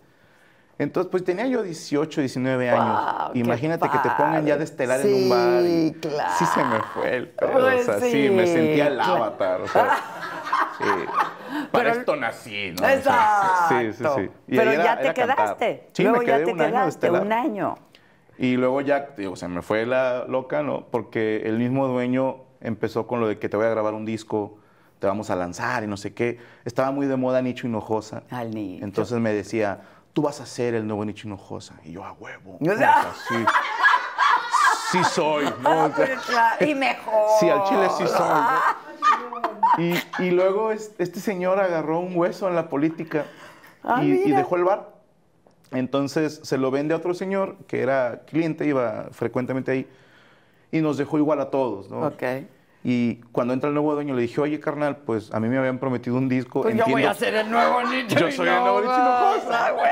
Speaker 2: Entonces, pues tenía yo 18, 19 años.
Speaker 1: Guau, qué
Speaker 2: Imagínate que te pongan ya
Speaker 1: padre.
Speaker 2: de estelar en
Speaker 1: Sí,
Speaker 2: un bar. y-
Speaker 1: claro.
Speaker 2: Sí se me fue el pedo,
Speaker 1: Pues
Speaker 2: o sea, sí,
Speaker 1: sí,
Speaker 2: me sentía el
Speaker 1: claro.
Speaker 2: avatar. O sea, sí. Para esto nací, ¿no? O sea, sí, sí,
Speaker 1: Exacto.
Speaker 2: sí. Y
Speaker 1: Pero
Speaker 2: ahí era-
Speaker 1: ya te
Speaker 2: era cantar.
Speaker 1: quedaste.
Speaker 2: Sí,
Speaker 1: Luego
Speaker 2: me
Speaker 1: ya
Speaker 2: quedé
Speaker 1: te
Speaker 2: un año de
Speaker 1: quedaste,
Speaker 2: estelar.
Speaker 1: un año.
Speaker 2: Y luego ya, digo, se me fue la loca, ¿no? Porque el mismo dueño empezó con lo de que te voy a grabar un disco, te vamos a lanzar y no sé qué. Estaba muy de moda Nicho Hinojosa.
Speaker 1: Al Nicho.
Speaker 2: Entonces me decía, tú vas a ser el nuevo Nicho Hinojosa. Y yo, a huevo.
Speaker 1: O sea.
Speaker 2: O sea, sí. Sí soy, ¿no? O sea,
Speaker 1: Pues claro, y mejor.
Speaker 2: sí, al chile sí soy.
Speaker 1: Oh.
Speaker 2: ¿no? Y, y luego es- este señor agarró un hueso en la política
Speaker 1: Ah,
Speaker 2: y, y
Speaker 1: mira.
Speaker 2: dejó el bar. Entonces se lo vende a otro señor que era cliente, iba frecuentemente ahí, y nos dejó igual a todos, ¿no?
Speaker 1: Ok.
Speaker 2: Y cuando entra el nuevo dueño le dije, oye, carnal, pues a mí me habían prometido un disco.
Speaker 1: Pues yo voy
Speaker 2: entiendo-
Speaker 1: a ser el nuevo nicho.
Speaker 2: yo soy el nuevo
Speaker 1: Hinojosa, ah, güey.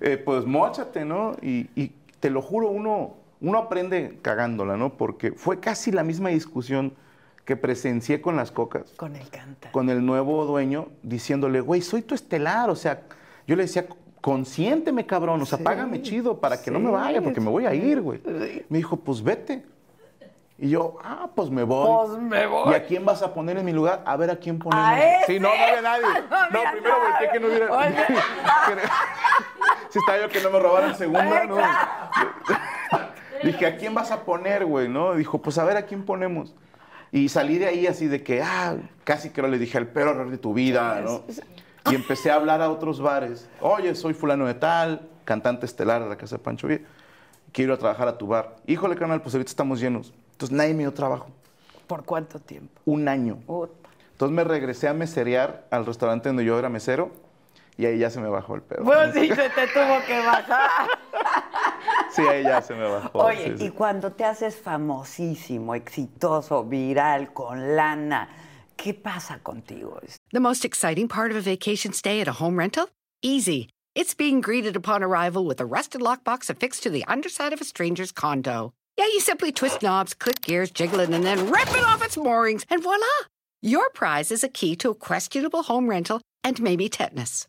Speaker 2: eh, pues mochate, ¿no? Y, y te lo juro, uno, uno aprende cagándola, ¿no? Porque fue casi la misma discusión que presencié con las cocas,
Speaker 1: Con el canta.
Speaker 2: con el nuevo dueño, diciéndole, güey, soy tu estelar, o sea, yo le decía, consiénteme, cabrón, o sea, págame chido para que no me vaya, porque me voy a ir, güey. Me dijo, pues vete. Y yo, ah, pues me voy.
Speaker 1: Pues me voy.
Speaker 2: ¿Y a quién vas a poner en mi lugar? A ver a quién ponemos.
Speaker 1: ¿A ese?
Speaker 2: Sí, no, no había nadie.
Speaker 1: No había
Speaker 2: No, primero
Speaker 1: nadie.
Speaker 2: volteé que no hubiera.
Speaker 1: Oye.
Speaker 2: Si estaba yo que no me robaran segunda, ¿no?
Speaker 1: Exacto.
Speaker 2: Dije, ¿a quién vas a poner, güey? ¿No? Dijo, pues a ver a quién ponemos. Y salí de ahí así de que, ah, casi que no le dije el peor error de tu vida, ¿no? Y empecé a hablar a otros bares. Oye, soy fulano de tal, cantante estelar de la casa de Pancho Villa. Quiero ir a trabajar a tu bar. Híjole, carnal, pues ahorita estamos llenos. Entonces nadie me dio trabajo.
Speaker 1: ¿Por cuánto tiempo?
Speaker 2: Un año.
Speaker 1: Puta.
Speaker 2: Entonces me regresé a meserear al restaurante donde yo era mesero y ahí ya se me bajó el pedo.
Speaker 1: Bueno, sí, se te tuvo que bajar.
Speaker 2: Sí, ahí ya se me bajó.
Speaker 1: Oye,
Speaker 2: sí, sí.
Speaker 1: y cuando te haces famosísimo, exitoso, viral, con lana, ¿qué pasa contigo?
Speaker 3: The most exciting part of a vacation stay at a home rental? Easy. It's being greeted upon arrival with a rusted lockbox affixed to the underside of a stranger's condo. Yeah, you simply twist knobs, click gears, jiggle it, and then rip it off its moorings, and voila! Your prize is a key to a questionable home rental and maybe tetanus.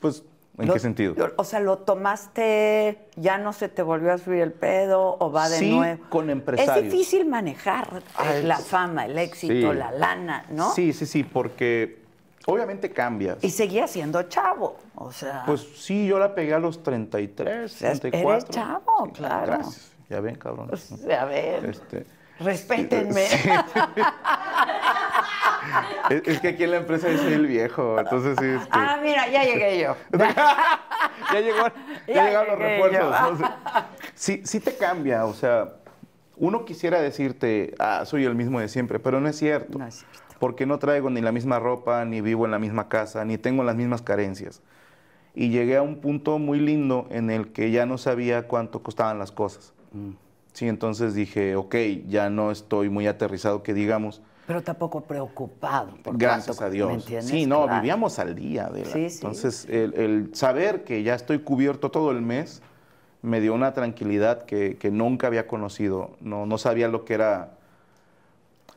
Speaker 2: Pues, ¿en
Speaker 1: Lo-
Speaker 2: qué sentido?
Speaker 1: lo- O sea, lo tomaste, ya no se te volvió a subir el pedo o va de
Speaker 2: Sí,
Speaker 1: nuevo.
Speaker 2: con empresarios.
Speaker 1: Es difícil manejar
Speaker 2: Ah,
Speaker 1: eh, la
Speaker 2: es-
Speaker 1: fama, el éxito,
Speaker 2: Sí.
Speaker 1: la lana, ¿no?
Speaker 2: Sí, sí, sí, porque obviamente cambias.
Speaker 1: Y seguía siendo chavo, o sea.
Speaker 2: Pues sí, yo la pegué a los 33,
Speaker 1: sea, eres
Speaker 2: 34.
Speaker 1: chavo, claro. Pues
Speaker 2: Gracias. Ya ven, cabrón.
Speaker 1: o sea, a ver,
Speaker 2: Este,
Speaker 1: respétenme.
Speaker 2: es, es que aquí en la empresa yo soy el viejo, entonces sí. este,
Speaker 1: Ah, mira, ya llegué yo.
Speaker 2: ya llegó, ya
Speaker 1: Ya
Speaker 2: llegaron los
Speaker 1: llegué
Speaker 2: refuerzos.
Speaker 1: yo.
Speaker 2: ¿no? O sea, sí, sí te cambia, o sea, uno quisiera decirte, ah, soy el mismo de siempre, pero no es cierto.
Speaker 1: No es cierto.
Speaker 2: Porque no traigo ni la misma ropa, ni vivo en la misma casa, ni tengo las mismas carencias. Y llegué a un punto muy lindo en el que ya no sabía cuánto costaban las cosas.
Speaker 1: Mm.
Speaker 2: Sí, entonces dije, ok, ya no estoy muy aterrizado que digamos,
Speaker 1: Pero tampoco preocupado. Por
Speaker 2: Gracias
Speaker 1: cuánto-
Speaker 2: a
Speaker 1: ¿me
Speaker 2: Dios.
Speaker 1: entiendes?
Speaker 2: Sí, no,
Speaker 1: Claro.
Speaker 2: vivíamos al día. de
Speaker 1: Sí, sí.
Speaker 2: Entonces, el, el saber que ya estoy cubierto todo el mes me dio una tranquilidad que, que nunca había conocido. No, no sabía lo que era.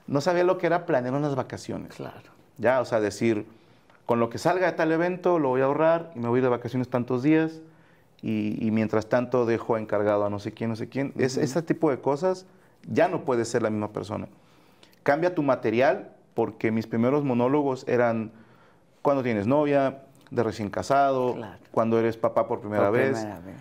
Speaker 2: No sabía lo que era planear unas vacaciones.
Speaker 1: Claro.
Speaker 2: Ya, o sea, decir, con lo que salga de tal evento lo voy a ahorrar y me voy de vacaciones tantos días y, y mientras tanto dejo encargado a no sé quién, no sé quién. Es- ese tipo de cosas ya no puedes ser la misma persona. Cambia tu material porque mis primeros monólogos eran cuando tienes novia, de recién casado,
Speaker 1: Claro.
Speaker 2: cuando eres papá por primera
Speaker 1: Por
Speaker 2: vez
Speaker 1: primera vez.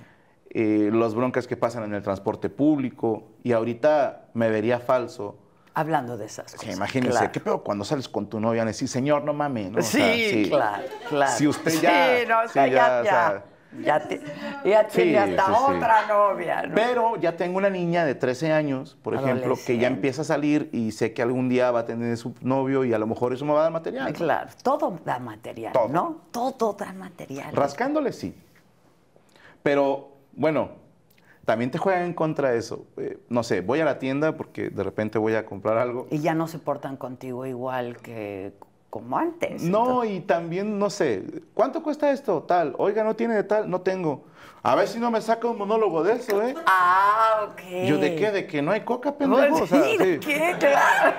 Speaker 2: eh, las broncas que pasan en el transporte público. Y ahorita me vería falso.
Speaker 1: Hablando de esas
Speaker 2: O
Speaker 1: cosas.
Speaker 2: sea, imagínense,
Speaker 1: claro.
Speaker 2: qué peor cuando sales con tu novia y decís, señor, no mames. ¿no? O
Speaker 1: sí,
Speaker 2: sea,
Speaker 1: claro, claro.
Speaker 2: Si usted ya.
Speaker 1: Sí, no, o
Speaker 2: sí,
Speaker 1: sea, ya,
Speaker 2: o
Speaker 1: ya.
Speaker 2: sea,
Speaker 1: ya ti- ya
Speaker 2: Sí,
Speaker 1: tiene hasta
Speaker 2: sí, sí.
Speaker 1: otra novia, ¿no?
Speaker 2: pero ya tengo una niña de 13 años, por ejemplo, que
Speaker 1: Adolescente.
Speaker 2: ya empieza a salir y sé que algún día va a tener su novio y a lo mejor eso me va a dar material.
Speaker 1: Claro, todo da material,
Speaker 2: Todo.
Speaker 1: ¿no? Todo da material.
Speaker 2: Rascándole sí. Pero bueno, también te juegan en contra eso. Eh, no sé, voy a la tienda porque de repente voy a comprar algo.
Speaker 1: y ya no se portan contigo igual que como antes.
Speaker 2: No, y también, no sé, ¿cuánto cuesta esto? Tal, oiga, no tiene de tal, no tengo. A ver si no me saca un monólogo de eso, ¿eh?
Speaker 1: Ah, ok.
Speaker 2: Yo, ¿de qué? ¿De que no hay coca,
Speaker 1: Pues,
Speaker 2: pendejo? O sea,
Speaker 1: sí, ¿de
Speaker 2: sí.
Speaker 1: qué? Claro.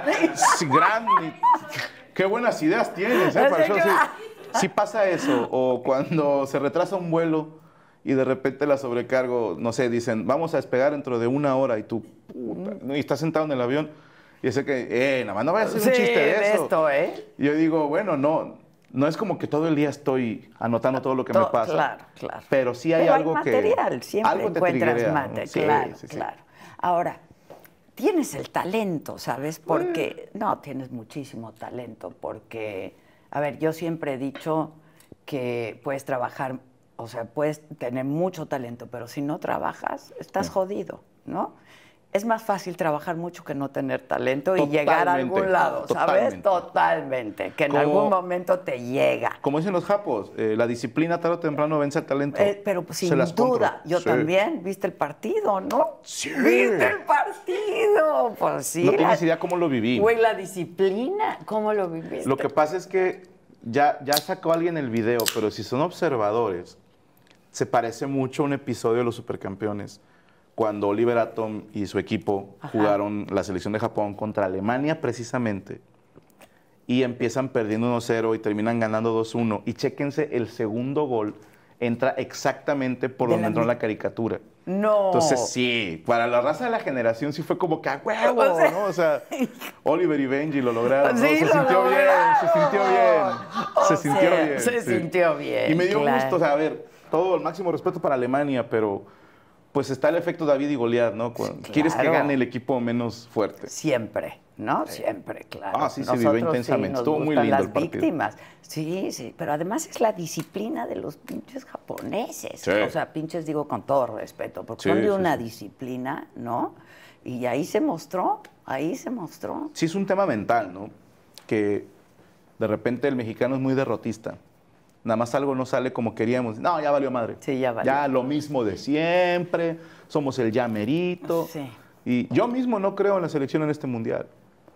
Speaker 2: Sí, grande. Qué buenas ideas tienes, ¿eh? Para el show, sí. Sí pasa eso. O cuando se retrasa un vuelo y de repente la sobrecargo, no sé, dicen, vamos a despegar dentro de una hora y tú, puta,
Speaker 1: Mm.
Speaker 2: ¿no? y estás sentado en el avión y dice que, eh, nada más no vayas a hacer
Speaker 1: Sí,
Speaker 2: un chiste de eso.
Speaker 1: esto, ¿eh?
Speaker 2: Y Yo digo, bueno, no, no es como que todo el día estoy anotando todo lo que me
Speaker 1: To-
Speaker 2: pasa.
Speaker 1: Claro, claro.
Speaker 2: Pero sí hay
Speaker 1: Pero
Speaker 2: algo que.
Speaker 1: material, siempre
Speaker 2: algo te
Speaker 1: encuentras
Speaker 2: triguea, ¿no?
Speaker 1: material.
Speaker 2: Sí,
Speaker 1: claro,
Speaker 2: sí, sí.
Speaker 1: claro. Ahora, tienes el talento, ¿sabes? Porque, no, tienes muchísimo talento, porque, a ver, yo siempre he dicho que puedes trabajar, o sea, puedes tener mucho talento, pero si no trabajas, estás jodido, ¿no? Es más fácil trabajar mucho que no tener talento y llegar a
Speaker 2: Totalmente,
Speaker 1: algún lado, ¿sabes?
Speaker 2: totalmente.
Speaker 1: Totalmente, que en
Speaker 2: Como-
Speaker 1: algún momento te llega.
Speaker 2: Como dicen los japos, eh, la disciplina tarde o temprano vence al talento.
Speaker 1: Eh, pero pues,
Speaker 2: Se
Speaker 1: sin
Speaker 2: las compro.
Speaker 1: duda, yo
Speaker 2: Sí.
Speaker 1: también, viste el partido, ¿no?
Speaker 2: Sí.
Speaker 1: Viste el partido, pues sí.
Speaker 2: No
Speaker 1: la-
Speaker 2: tienes idea cómo lo viví.
Speaker 1: Güey, este la disciplina, ¿cómo lo viviste?
Speaker 2: Lo que pasa es que ya, ya sacó alguien el video, pero si son observadores, se parece mucho a un episodio de Los Supercampeones, cuando Oliver Atom y su equipo
Speaker 1: Ajá.
Speaker 2: jugaron la selección de Japón contra Alemania precisamente, y empiezan perdiendo 1-0 y terminan ganando 2-1. Y chéquense, el segundo gol entra exactamente por
Speaker 1: De
Speaker 2: donde
Speaker 1: la
Speaker 2: entró
Speaker 1: mi-
Speaker 2: la caricatura.
Speaker 1: No.
Speaker 2: Entonces, sí, para la raza de la generación sí fue como que a huevo,
Speaker 1: O sea-
Speaker 2: ¿no? O sea, Oliver y Benji lo lograron. ¿no?
Speaker 1: Sí,
Speaker 2: Se
Speaker 1: lo
Speaker 2: sintió bien, se sintió
Speaker 1: lograron.
Speaker 2: bien.
Speaker 1: O
Speaker 2: se sintió
Speaker 1: sea,
Speaker 2: bien.
Speaker 1: se
Speaker 2: sí.
Speaker 1: sintió bien,
Speaker 2: Y me dio
Speaker 1: claro.
Speaker 2: gusto, o sea, a ver, todo el máximo respeto para Alemania, pero pues está el efecto David y Goliat, ¿no? Cuando
Speaker 1: Sí,
Speaker 2: Quieres que
Speaker 1: claro.
Speaker 2: gane el equipo menos fuerte.
Speaker 1: Siempre, No, siempre, claro.
Speaker 2: Ah, sí, se vivió
Speaker 1: Nosotros
Speaker 2: intensamente.
Speaker 1: nos
Speaker 2: Estuvo muy
Speaker 1: gustan
Speaker 2: lindo
Speaker 1: las
Speaker 2: el partido.
Speaker 1: víctimas. Sí, sí, pero además es la disciplina de los pinches japoneses.
Speaker 2: Sí.
Speaker 1: O sea, pinches digo con todo respeto, porque
Speaker 2: Sí,
Speaker 1: son
Speaker 2: sí,
Speaker 1: de una
Speaker 2: sí.
Speaker 1: disciplina, ¿no? Y ahí se mostró, ahí se mostró.
Speaker 2: sí es un tema mental, ¿no? Que de repente el mexicano es muy derrotista. Nada más algo no sale como queríamos. No, ya valió madre.
Speaker 1: Sí, ya valió.
Speaker 2: Ya lo mismo de siempre. Somos el llamerito.
Speaker 1: Sí.
Speaker 2: Y yo mismo no creo en la selección en este mundial.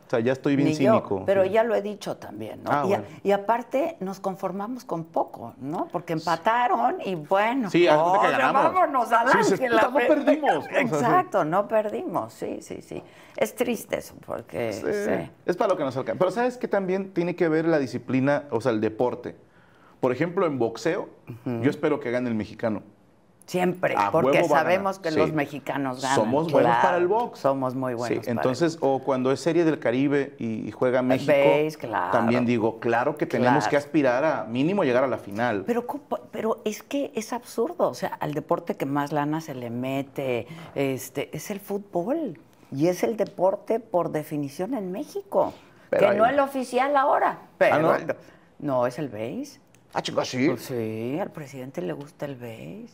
Speaker 2: O sea, ya estoy bien
Speaker 1: Ni yo,
Speaker 2: cínico.
Speaker 1: pero ya lo he dicho también, ¿no?
Speaker 2: Ah,
Speaker 1: y, a-
Speaker 2: bueno.
Speaker 1: y aparte nos conformamos con poco, ¿no? Porque empataron y bueno,
Speaker 2: Sí, haz de cuenta que
Speaker 1: ahora
Speaker 2: ganamos.
Speaker 1: vámonos al
Speaker 2: Sí, dices,
Speaker 1: ángel,
Speaker 2: puta,
Speaker 1: la
Speaker 2: no
Speaker 1: pendeja.
Speaker 2: perdimos, ¿no? O sea, sí.
Speaker 1: Exacto, no perdimos, sí, sí, sí. Es triste eso, porque...
Speaker 2: Sí,
Speaker 1: sí.
Speaker 2: Es para lo que nos alcanza. Pero sabes que también tiene que ver la disciplina, o sea, el deporte. Por ejemplo, en boxeo, yo espero que gane el mexicano.
Speaker 1: Siempre,
Speaker 2: A
Speaker 1: porque
Speaker 2: Ah, huevo va a
Speaker 1: sabemos que
Speaker 2: ganar,
Speaker 1: los
Speaker 2: sí.
Speaker 1: mexicanos ganan.
Speaker 2: Somos buenos
Speaker 1: claro,
Speaker 2: para el box.
Speaker 1: Somos muy buenos.
Speaker 2: Sí,
Speaker 1: para el
Speaker 2: entonces, o cuando es Serie del Caribe y, y juega México,
Speaker 1: Veis, claro.
Speaker 2: también digo, claro que tenemos
Speaker 1: Claro.
Speaker 2: que aspirar a mínimo llegar a la final.
Speaker 1: Pero, ¿cómo? pero es que es absurdo. O sea, al deporte que más lana se le mete este, es el fútbol. Y es el deporte por definición en México.
Speaker 2: Pero
Speaker 1: que
Speaker 2: ahí-
Speaker 1: no es el oficial ahora. Pero
Speaker 2: Ah, ¿no?
Speaker 1: el- no, es el BASE.
Speaker 2: ah, chicos, sí.
Speaker 1: Pues sí, al presidente le gusta el BASE.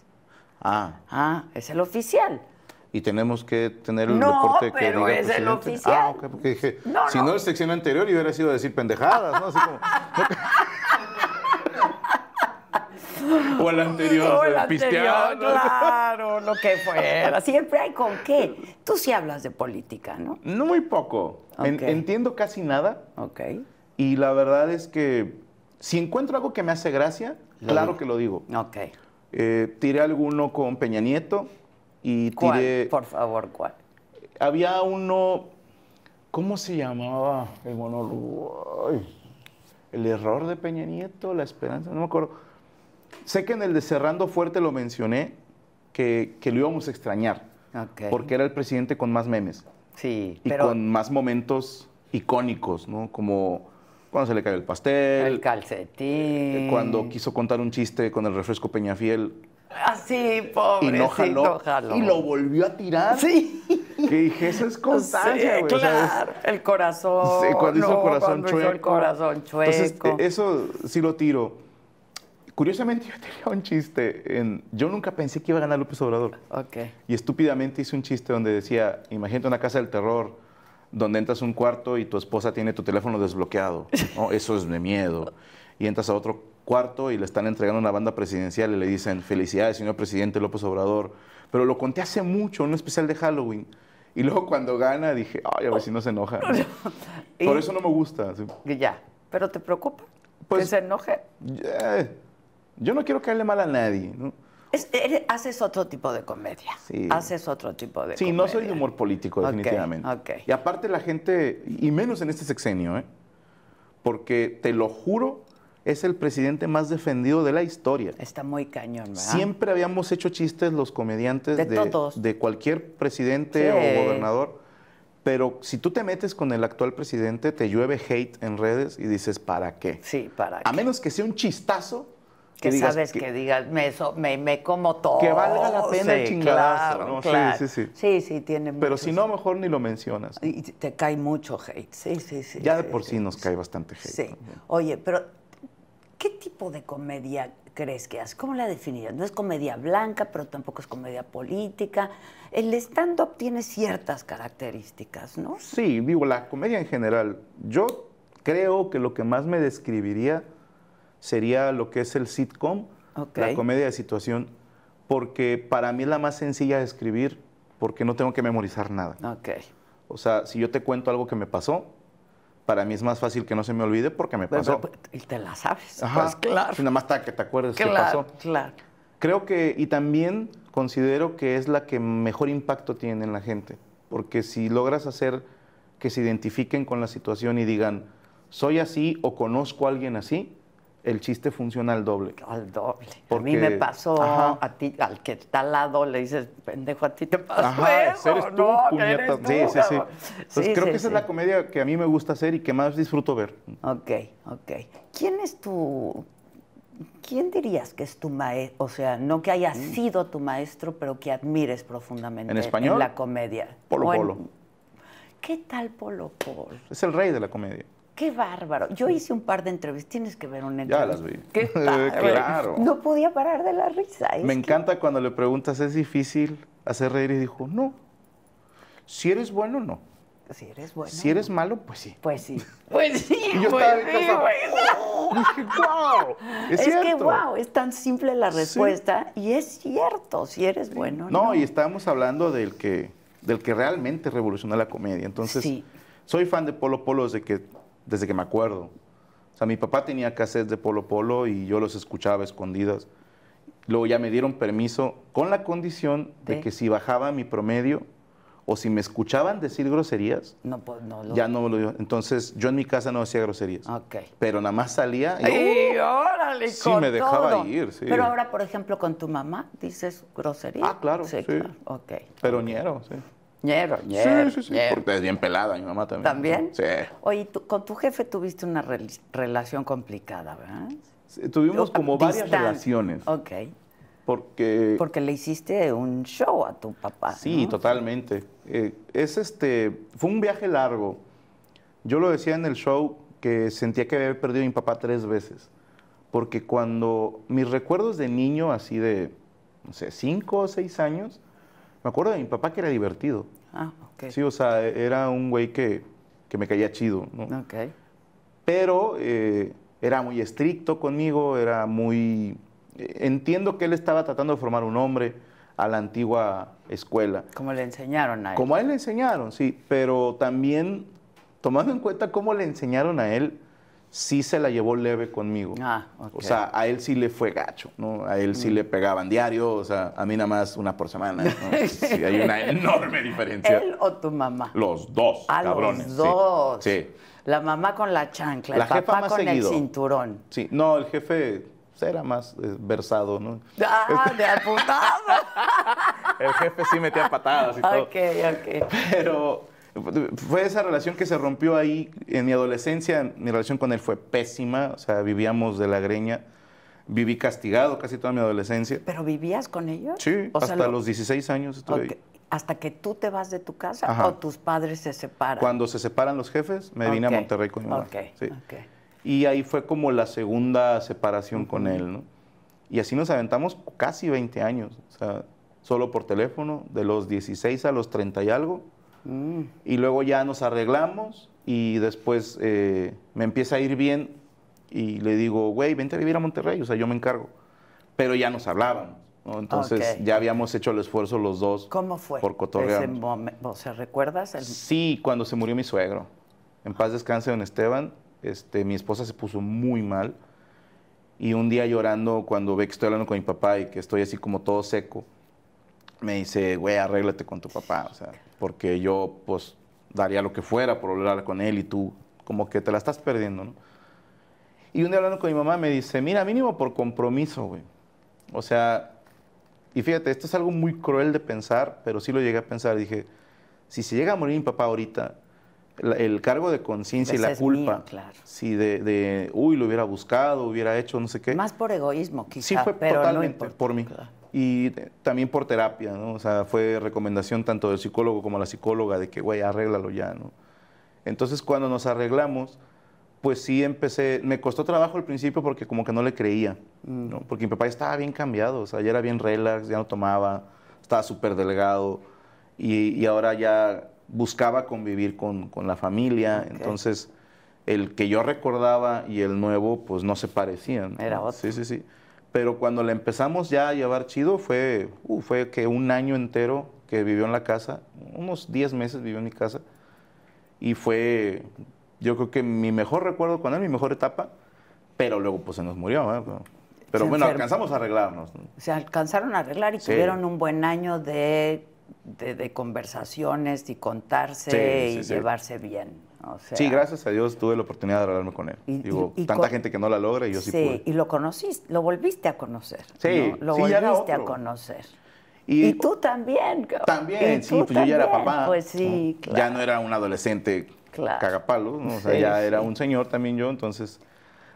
Speaker 2: Ah,
Speaker 1: Ah, es el oficial.
Speaker 2: y tenemos que tener el
Speaker 1: No,
Speaker 2: deporte que
Speaker 1: pero
Speaker 2: diga
Speaker 1: es el
Speaker 2: presidente.
Speaker 1: oficial.
Speaker 2: Ah, ok, porque dije,
Speaker 1: No,
Speaker 2: si
Speaker 1: no.
Speaker 2: no, el sección anterior yo hubiera sido a decir pendejadas, ¿no? Así como... o el anterior,
Speaker 1: No, el
Speaker 2: el
Speaker 1: anterior,
Speaker 2: pisteado.
Speaker 1: claro, lo que fuera. Siempre hay con qué. Tú sí hablas de política, ¿no?
Speaker 2: No muy poco. En-
Speaker 1: Ok.
Speaker 2: entiendo casi nada.
Speaker 1: Ok.
Speaker 2: Y la verdad es que si encuentro algo que me hace gracia, claro que lo digo.
Speaker 1: Ok.
Speaker 2: Eh, tiré alguno con Peña Nieto y
Speaker 1: ¿Cuál?
Speaker 2: tiré.
Speaker 1: Por favor, ¿cuál?
Speaker 2: Había uno. ¿Cómo se llamaba el monólogo? Ay, el error de Peña Nieto, la esperanza, no me acuerdo. Sé que en el de Cerrando Fuerte lo mencioné, que, que lo íbamos a extrañar,
Speaker 1: Ok.
Speaker 2: porque era el presidente con más memes.
Speaker 1: Sí,
Speaker 2: y
Speaker 1: pero
Speaker 2: con más momentos icónicos, ¿no? Como cuando se le cayó el pastel,
Speaker 1: el calcetín.
Speaker 2: eh,
Speaker 1: Em.
Speaker 2: cuando quiso contar un chiste con el refresco Peñafiel
Speaker 1: Así, pobre.
Speaker 2: y no jaló, y lo volvió a tirar.
Speaker 1: Sí.
Speaker 2: Que dije, eso es constancia,
Speaker 1: Sí,
Speaker 2: güey. o sea, es-
Speaker 1: claro. El corazón.
Speaker 2: Sí, cuando hizo
Speaker 1: no,
Speaker 2: corazón
Speaker 1: cuando hizo
Speaker 2: chueco.
Speaker 1: el corazón chueco.
Speaker 2: Entonces, eh, eso sí lo tiro. Curiosamente, yo tenía un chiste. En, yo nunca pensé que iba a ganar López Obrador.
Speaker 1: ok.
Speaker 2: Y estúpidamente hice un chiste donde decía, imagínate una casa del terror donde entras a un cuarto y tu esposa tiene tu teléfono desbloqueado. ¿no? Eso es de miedo. Y entras a otro cuarto y le están entregando una banda presidencial y le dicen, felicidades, señor presidente López Obrador. Pero lo conté hace mucho, en un especial de Halloween. Y luego cuando gana dije, ay, a ver si no se enoja.
Speaker 1: Y-
Speaker 2: Por eso no me gusta. sí.
Speaker 1: Y Ya. ¿Pero te preocupa? que
Speaker 2: Pues-
Speaker 1: se enoje.
Speaker 2: Eh, Yo no quiero caerle mal a nadie. ¿no?
Speaker 1: Es- eres- haces otro tipo de comedia.
Speaker 2: Sí.
Speaker 1: Haces otro tipo de
Speaker 2: Sí,
Speaker 1: comedia.
Speaker 2: no soy de humor político,
Speaker 1: Ok,
Speaker 2: definitivamente.
Speaker 1: ok.
Speaker 2: Y aparte la gente, y menos en este sexenio, ¿eh? porque te lo juro, es el presidente más defendido de la historia.
Speaker 1: Está muy cañón, ¿verdad?
Speaker 2: Siempre habíamos hecho chistes los comediantes
Speaker 1: De todos.
Speaker 2: de cualquier presidente
Speaker 1: Sí.
Speaker 2: o gobernador, pero si tú te metes con el actual presidente, te llueve hate en redes y dices, ¿para qué?
Speaker 1: Sí, para
Speaker 2: A
Speaker 1: que,
Speaker 2: menos que sea un chistazo.
Speaker 1: que
Speaker 2: digas
Speaker 1: sabes que, digas, me, so- me, me como todo.
Speaker 2: Que valga la pena el chingadazo,
Speaker 1: Claro,
Speaker 2: ¿no? Sí,
Speaker 1: claro.
Speaker 2: sí, sí.
Speaker 1: Sí, sí, tiene
Speaker 2: Pero
Speaker 1: mucho
Speaker 2: si no, mejor ni lo mencionas.
Speaker 1: Y te- te cae mucho hate. Sí, sí, sí.
Speaker 2: Ya de por sí nos cae bastante hate.
Speaker 1: Sí.
Speaker 2: ¿no?
Speaker 1: Oye, pero ¿qué tipo de comedia crees que haces? ¿Cómo la definirías? No es comedia blanca, pero tampoco es comedia política. El stand-up tiene ciertas características, ¿no?
Speaker 2: Sí, digo, la comedia en general. Yo creo que lo que más me describiría sería lo que es el sitcom,
Speaker 1: Ok.
Speaker 2: la comedia de situación, porque para mí es la más sencilla de escribir, porque no tengo que memorizar nada.
Speaker 1: Ok.
Speaker 2: O sea, si yo te cuento algo que me pasó, para mí es más fácil que no se me olvide porque me
Speaker 1: Pero-
Speaker 2: pasó.
Speaker 1: pero- pues, y te la sabes.
Speaker 2: Ajá.
Speaker 1: Pues claro.
Speaker 2: Sí, Nada más para que te acuerdes qué
Speaker 1: Claro,
Speaker 2: pasó.
Speaker 1: claro.
Speaker 2: Creo que, y también considero que es la que mejor impacto tiene en la gente, porque si logras hacer que se identifiquen con la situación y digan, soy así o conozco a alguien así, el chiste funciona al doble.
Speaker 1: Al doble. A mí
Speaker 2: Porque-
Speaker 1: me pasó,
Speaker 2: Ajá.
Speaker 1: a ti, al que está al lado le dices, pendejo, a ti te pasó
Speaker 2: Ajá,
Speaker 1: eso,
Speaker 2: eres tú,
Speaker 1: ¿no?
Speaker 2: puñeta.
Speaker 1: Eres tú,
Speaker 2: Sí, sí, sí.
Speaker 1: cabrón.
Speaker 2: Entonces creo
Speaker 1: sí,
Speaker 2: que esa es
Speaker 1: sí.
Speaker 2: la comedia que a mí me gusta hacer y que más disfruto ver.
Speaker 1: Ok, ok. ¿Quién es tu... ¿Quién dirías que es tu maestro? O sea, no que haya
Speaker 2: Mm.
Speaker 1: sido tu maestro, pero que admires profundamente
Speaker 2: ¿En español?
Speaker 1: la comedia.
Speaker 2: Polo
Speaker 1: O en-
Speaker 2: Polo.
Speaker 1: ¿Qué tal Polo Polo?
Speaker 2: Es el rey de la comedia.
Speaker 1: Qué bárbaro. Yo hice un par de entrevistas. Tienes que ver una
Speaker 2: Ya
Speaker 1: entrevista.
Speaker 2: las vi.
Speaker 1: ¿Qué tal?
Speaker 2: Claro.
Speaker 1: No podía parar de la risa. es
Speaker 2: Me
Speaker 1: que-
Speaker 2: encanta cuando le preguntas, ¿es difícil hacer reír? Y dijo, no. Si eres bueno, no.
Speaker 1: Si eres bueno.
Speaker 2: Si eres malo, pues sí.
Speaker 1: Pues sí. Pues sí.
Speaker 2: Y yo
Speaker 1: pues
Speaker 2: estaba en
Speaker 1: sí,
Speaker 2: casa,
Speaker 1: güey.
Speaker 2: Dije, wow. Es,
Speaker 1: Es, que,
Speaker 2: cierto".
Speaker 1: wow, es tan simple la respuesta. Y es cierto, si eres bueno.
Speaker 2: No, y estábamos hablando del que, del que realmente revolucionó la comedia. Entonces,
Speaker 1: Sí.
Speaker 2: soy fan de Polo Polo desde que, desde que me acuerdo. O sea, mi papá tenía cassettes de Polo Polo y yo los escuchaba a escondidas. Luego ya me dieron permiso con la condición de
Speaker 1: Sí.
Speaker 2: que si bajaba mi promedio o si me escuchaban decir groserías,
Speaker 1: No, pues no lo.
Speaker 2: ya no lo Entonces, yo en mi casa no hacía groserías.
Speaker 1: Ok.
Speaker 2: Pero nada más salía y uh,
Speaker 1: Y órale,
Speaker 2: Sí,
Speaker 1: con
Speaker 2: me dejaba
Speaker 1: todo.
Speaker 2: ir, sí.
Speaker 1: Pero ahora, por ejemplo, con tu mamá, dices grosería.
Speaker 2: Ah, claro,
Speaker 1: Sí,
Speaker 2: sí.
Speaker 1: claro. Ok.
Speaker 2: peroñero. Sí.
Speaker 1: Ñero, ñero.
Speaker 2: Sí, sí, sí.
Speaker 1: ñero.
Speaker 2: Porque es bien pelada mi mamá también.
Speaker 1: ¿También?
Speaker 2: Sí.
Speaker 1: Oye, y tú- con tu jefe tuviste una rel- relación complicada, ¿verdad?
Speaker 2: Sí, Tuvimos como varias
Speaker 1: Distan-
Speaker 2: relaciones.
Speaker 1: Ok.
Speaker 2: Porque.
Speaker 1: Porque le hiciste un show a tu papá.
Speaker 2: sí,
Speaker 1: ¿no?
Speaker 2: totalmente. Eh, es este. Fue un viaje largo. Yo lo decía en el show que sentía que había perdido a mi papá tres veces. Porque cuando mis recuerdos de niño, así de, no sé, cinco o seis años, me acuerdo de mi papá que era divertido.
Speaker 1: Ah, ok.
Speaker 2: Sí, o sea, era un güey que, que me caía chido, ¿no?
Speaker 1: Ok.
Speaker 2: pero eh, era muy estricto conmigo, era muy... eh, Entiendo que él estaba tratando de formar un hombre a la antigua escuela.
Speaker 1: Como le enseñaron a él.
Speaker 2: Como a él le enseñaron, sí, pero también tomando en cuenta cómo le enseñaron a él, sí se la llevó leve conmigo.
Speaker 1: Ah, ok. Mm.
Speaker 2: O sea, a él sí le fue gacho, ¿no? A él sí le pegaban diario, o sea, a mí nada más una por semana. ¿no? Sí, hay una enorme diferencia.
Speaker 1: ¿Él o tu mamá?
Speaker 2: Los dos,
Speaker 1: a
Speaker 2: cabrones.
Speaker 1: los
Speaker 2: sí.
Speaker 1: dos.
Speaker 2: sí.
Speaker 1: La mamá con la chancla,
Speaker 2: La
Speaker 1: el
Speaker 2: jefa
Speaker 1: papá
Speaker 2: más
Speaker 1: con
Speaker 2: seguido.
Speaker 1: el cinturón.
Speaker 2: Sí, no, el jefe era más eh, versado, ¿no?
Speaker 1: ¡Ah, de apuntado!
Speaker 2: El jefe sí metía patadas y todo.
Speaker 1: ok, ok.
Speaker 2: Pero fue esa relación que se rompió ahí en mi adolescencia. Mi relación con él fue pésima, o sea, vivíamos de la greña. Viví castigado casi toda mi adolescencia.
Speaker 1: ¿Pero vivías con ellos?
Speaker 2: Sí,
Speaker 1: O sea,
Speaker 2: hasta
Speaker 1: lo-
Speaker 2: los 16 años estuve
Speaker 1: ok,
Speaker 2: ahí.
Speaker 1: ¿Hasta que tú te vas de tu casa
Speaker 2: Ajá.
Speaker 1: o tus padres se separan?
Speaker 2: Cuando se separan los jefes, me vine
Speaker 1: Ok,
Speaker 2: a Monterrey con mi mamá.
Speaker 1: ok,
Speaker 2: sí.
Speaker 1: ok.
Speaker 2: Y ahí fue como la segunda separación con él, ¿no? Y así nos aventamos casi 20 años, o sea, solo por teléfono, de los 16 a los 30 y algo.
Speaker 1: Mm.
Speaker 2: Y luego ya nos arreglamos y después eh, me empieza a ir bien y le digo, güey, vente a vivir a Monterrey, o sea, yo me encargo. Pero ya nos hablábamos, ¿no? Entonces
Speaker 1: Ok.
Speaker 2: ya habíamos hecho el esfuerzo los dos.
Speaker 1: ¿Cómo fue?
Speaker 2: Por
Speaker 1: ese
Speaker 2: cotorrearnos.
Speaker 1: momen- O sea, ¿recuerdas? El...
Speaker 2: Sí, cuando se murió mi suegro. En paz descanse, don Esteban. Este, mi esposa se puso muy mal. Y un día llorando, cuando ve que estoy hablando con mi papá y que estoy así como todo seco, me dice, güey, arréglate con tu papá. O sea, porque yo, pues, daría lo que fuera por volver a hablar con él y tú, como que te la estás perdiendo, ¿no? Y un día hablando con mi mamá me dice, mira, mínimo por compromiso, güey. O sea, y fíjate, esto es algo muy cruel de pensar, pero sí lo llegué a pensar. Dije, si se llega a morir mi papá ahorita, la- el cargo de conciencia y
Speaker 1: Pues
Speaker 2: la
Speaker 1: es mío,
Speaker 2: culpa,
Speaker 1: claro.
Speaker 2: si de, de, uy, lo hubiera buscado, hubiera hecho, no sé qué.
Speaker 1: Más por egoísmo, quizá.
Speaker 2: sí fue
Speaker 1: pero no
Speaker 2: totalmente
Speaker 1: importa,
Speaker 2: por mí.
Speaker 1: claro.
Speaker 2: Y eh, también por terapia, ¿no? O sea, fue recomendación tanto del psicólogo como la psicóloga de que, güey, arréglalo ya, ¿no? Entonces, cuando nos arreglamos, pues sí empecé, me costó trabajo al principio porque como que no le creía,
Speaker 1: Mm.
Speaker 2: ¿no? Porque mi papá ya estaba bien cambiado, o sea, ya era bien relax, ya no tomaba, estaba súper delgado y, y ahora ya buscaba convivir con, con la familia,
Speaker 1: Ok.
Speaker 2: entonces el que yo recordaba y el nuevo pues no se parecían. ¿no?
Speaker 1: Era otro.
Speaker 2: Sí, sí, sí. Pero cuando la empezamos ya a llevar chido fue, uh, fue que un año entero que vivió en la casa, unos 10 meses vivió en mi casa y fue, yo creo que mi mejor recuerdo con él, mi mejor etapa, pero luego pues se nos murió, ¿verdad? Pero, pero
Speaker 1: Se
Speaker 2: bueno,
Speaker 1: enfermó.
Speaker 2: alcanzamos a arreglarnos. ¿no?
Speaker 1: Se alcanzaron a arreglar y
Speaker 2: Sí.
Speaker 1: tuvieron un buen año de, de- de conversaciones y contarse
Speaker 2: Sí, sí,
Speaker 1: y
Speaker 2: sí.
Speaker 1: llevarse bien. O sea,
Speaker 2: Sí, gracias a Dios tuve la oportunidad de arreglarme con él.
Speaker 1: Y-
Speaker 2: Digo,
Speaker 1: y- y
Speaker 2: tanta
Speaker 1: con-
Speaker 2: gente que no la logra y yo sí, pude.
Speaker 1: y lo conociste, lo volviste a conocer.
Speaker 2: Sí,
Speaker 1: ¿no? Lo
Speaker 2: sí, ya era
Speaker 1: volviste a
Speaker 2: otro.
Speaker 1: conocer.
Speaker 2: Y-
Speaker 1: Y, tú también. cabrón.
Speaker 2: También,
Speaker 1: Y
Speaker 2: sí,
Speaker 1: tú
Speaker 2: pues yo ya era
Speaker 1: también.
Speaker 2: papá.
Speaker 1: Pues sí,
Speaker 2: ¿no?
Speaker 1: claro.
Speaker 2: Ya no era un adolescente
Speaker 1: Claro.
Speaker 2: cagapalo, ¿no? o sea,
Speaker 1: Sí,
Speaker 2: ya era
Speaker 1: sí.
Speaker 2: un señor también yo, entonces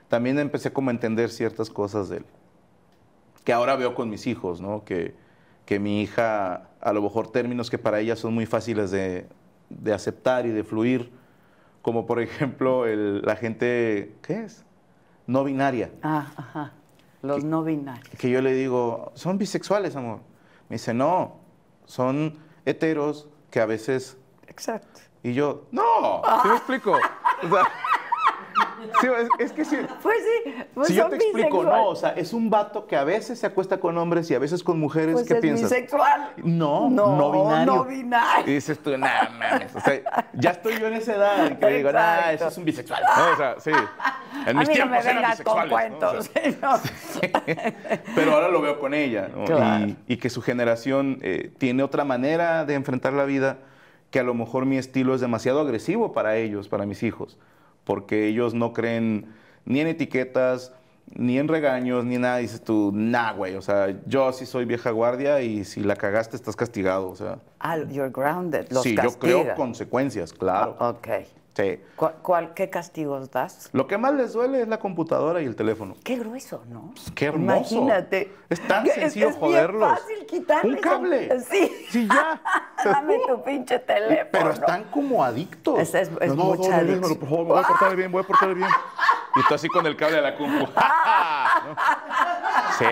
Speaker 2: también empecé como a entender ciertas cosas de él. Que ahora veo con mis hijos, ¿no? Que, que mi hija, a lo mejor términos que para ella son muy fáciles de, de aceptar y de fluir, como por ejemplo el- la gente, ¿qué es? No binaria.
Speaker 1: Ah, ajá. Los no binarios.
Speaker 2: Que yo le digo, son bisexuales, amor. Me dice, no, son heteros que a veces...
Speaker 1: Exacto.
Speaker 2: Y yo, no, ¿sí me explico? O sea, sí, es, es que sí,
Speaker 1: Pues sí, pues
Speaker 2: si yo
Speaker 1: son
Speaker 2: te explico,
Speaker 1: bisexual.
Speaker 2: no, o sea, es un vato que a veces se acuesta con hombres y a veces con mujeres,
Speaker 1: pues
Speaker 2: ¿qué
Speaker 1: es
Speaker 2: piensas?
Speaker 1: bisexual.
Speaker 2: No, no, binario.
Speaker 1: No binario.
Speaker 2: Y dices tú, nada mames. O sea, ya estoy yo en esa edad en que digo, nada,
Speaker 1: Exacto.
Speaker 2: eso es un bisexual. ¿no? O sea, sí. En
Speaker 1: a
Speaker 2: mis
Speaker 1: mí no me
Speaker 2: tiempos eran
Speaker 1: vengas con
Speaker 2: bisexuales, ¿no? O
Speaker 1: cuentos. ¿eh?
Speaker 2: sea,
Speaker 1: no.
Speaker 2: pero ahora lo veo con ella. ¿no?
Speaker 1: Claro.
Speaker 2: Y, y que su generación eh, tiene otra manera de enfrentar la vida que a lo mejor mi estilo es demasiado agresivo para ellos, para mis hijos, porque ellos no creen ni en etiquetas, ni en regaños, ni nada. Dices tú, nah, güey, o sea, yo sí soy vieja guardia y si la cagaste estás castigado, o sea.
Speaker 1: Ah, you're grounded. Los
Speaker 2: sí, yo
Speaker 1: castiga.
Speaker 2: creo consecuencias, claro.
Speaker 1: Ah, ok.
Speaker 2: Sí.
Speaker 1: ¿Cuál, cuál- qué castigos das?
Speaker 2: Lo que más les duele es la computadora y el teléfono.
Speaker 1: Qué grueso, ¿no?
Speaker 2: Pues, Qué hermoso.
Speaker 1: Imagínate.
Speaker 2: Es tan
Speaker 1: Que
Speaker 2: sencillo
Speaker 1: es bien
Speaker 2: joderlos.
Speaker 1: fácil quitarles.
Speaker 2: Un cable.
Speaker 1: Sí.
Speaker 2: Sí, ya.
Speaker 1: Dame tu pinche teléfono.
Speaker 2: Pero están como adictos.
Speaker 1: Eh, Es- es- es
Speaker 2: no, no,
Speaker 1: mucha
Speaker 2: no, déjamelo,
Speaker 1: adicción.
Speaker 2: por favor, me voy a portar bien, voy a portar bien. Y tú así con el cable a la compu. ¿No? Sí,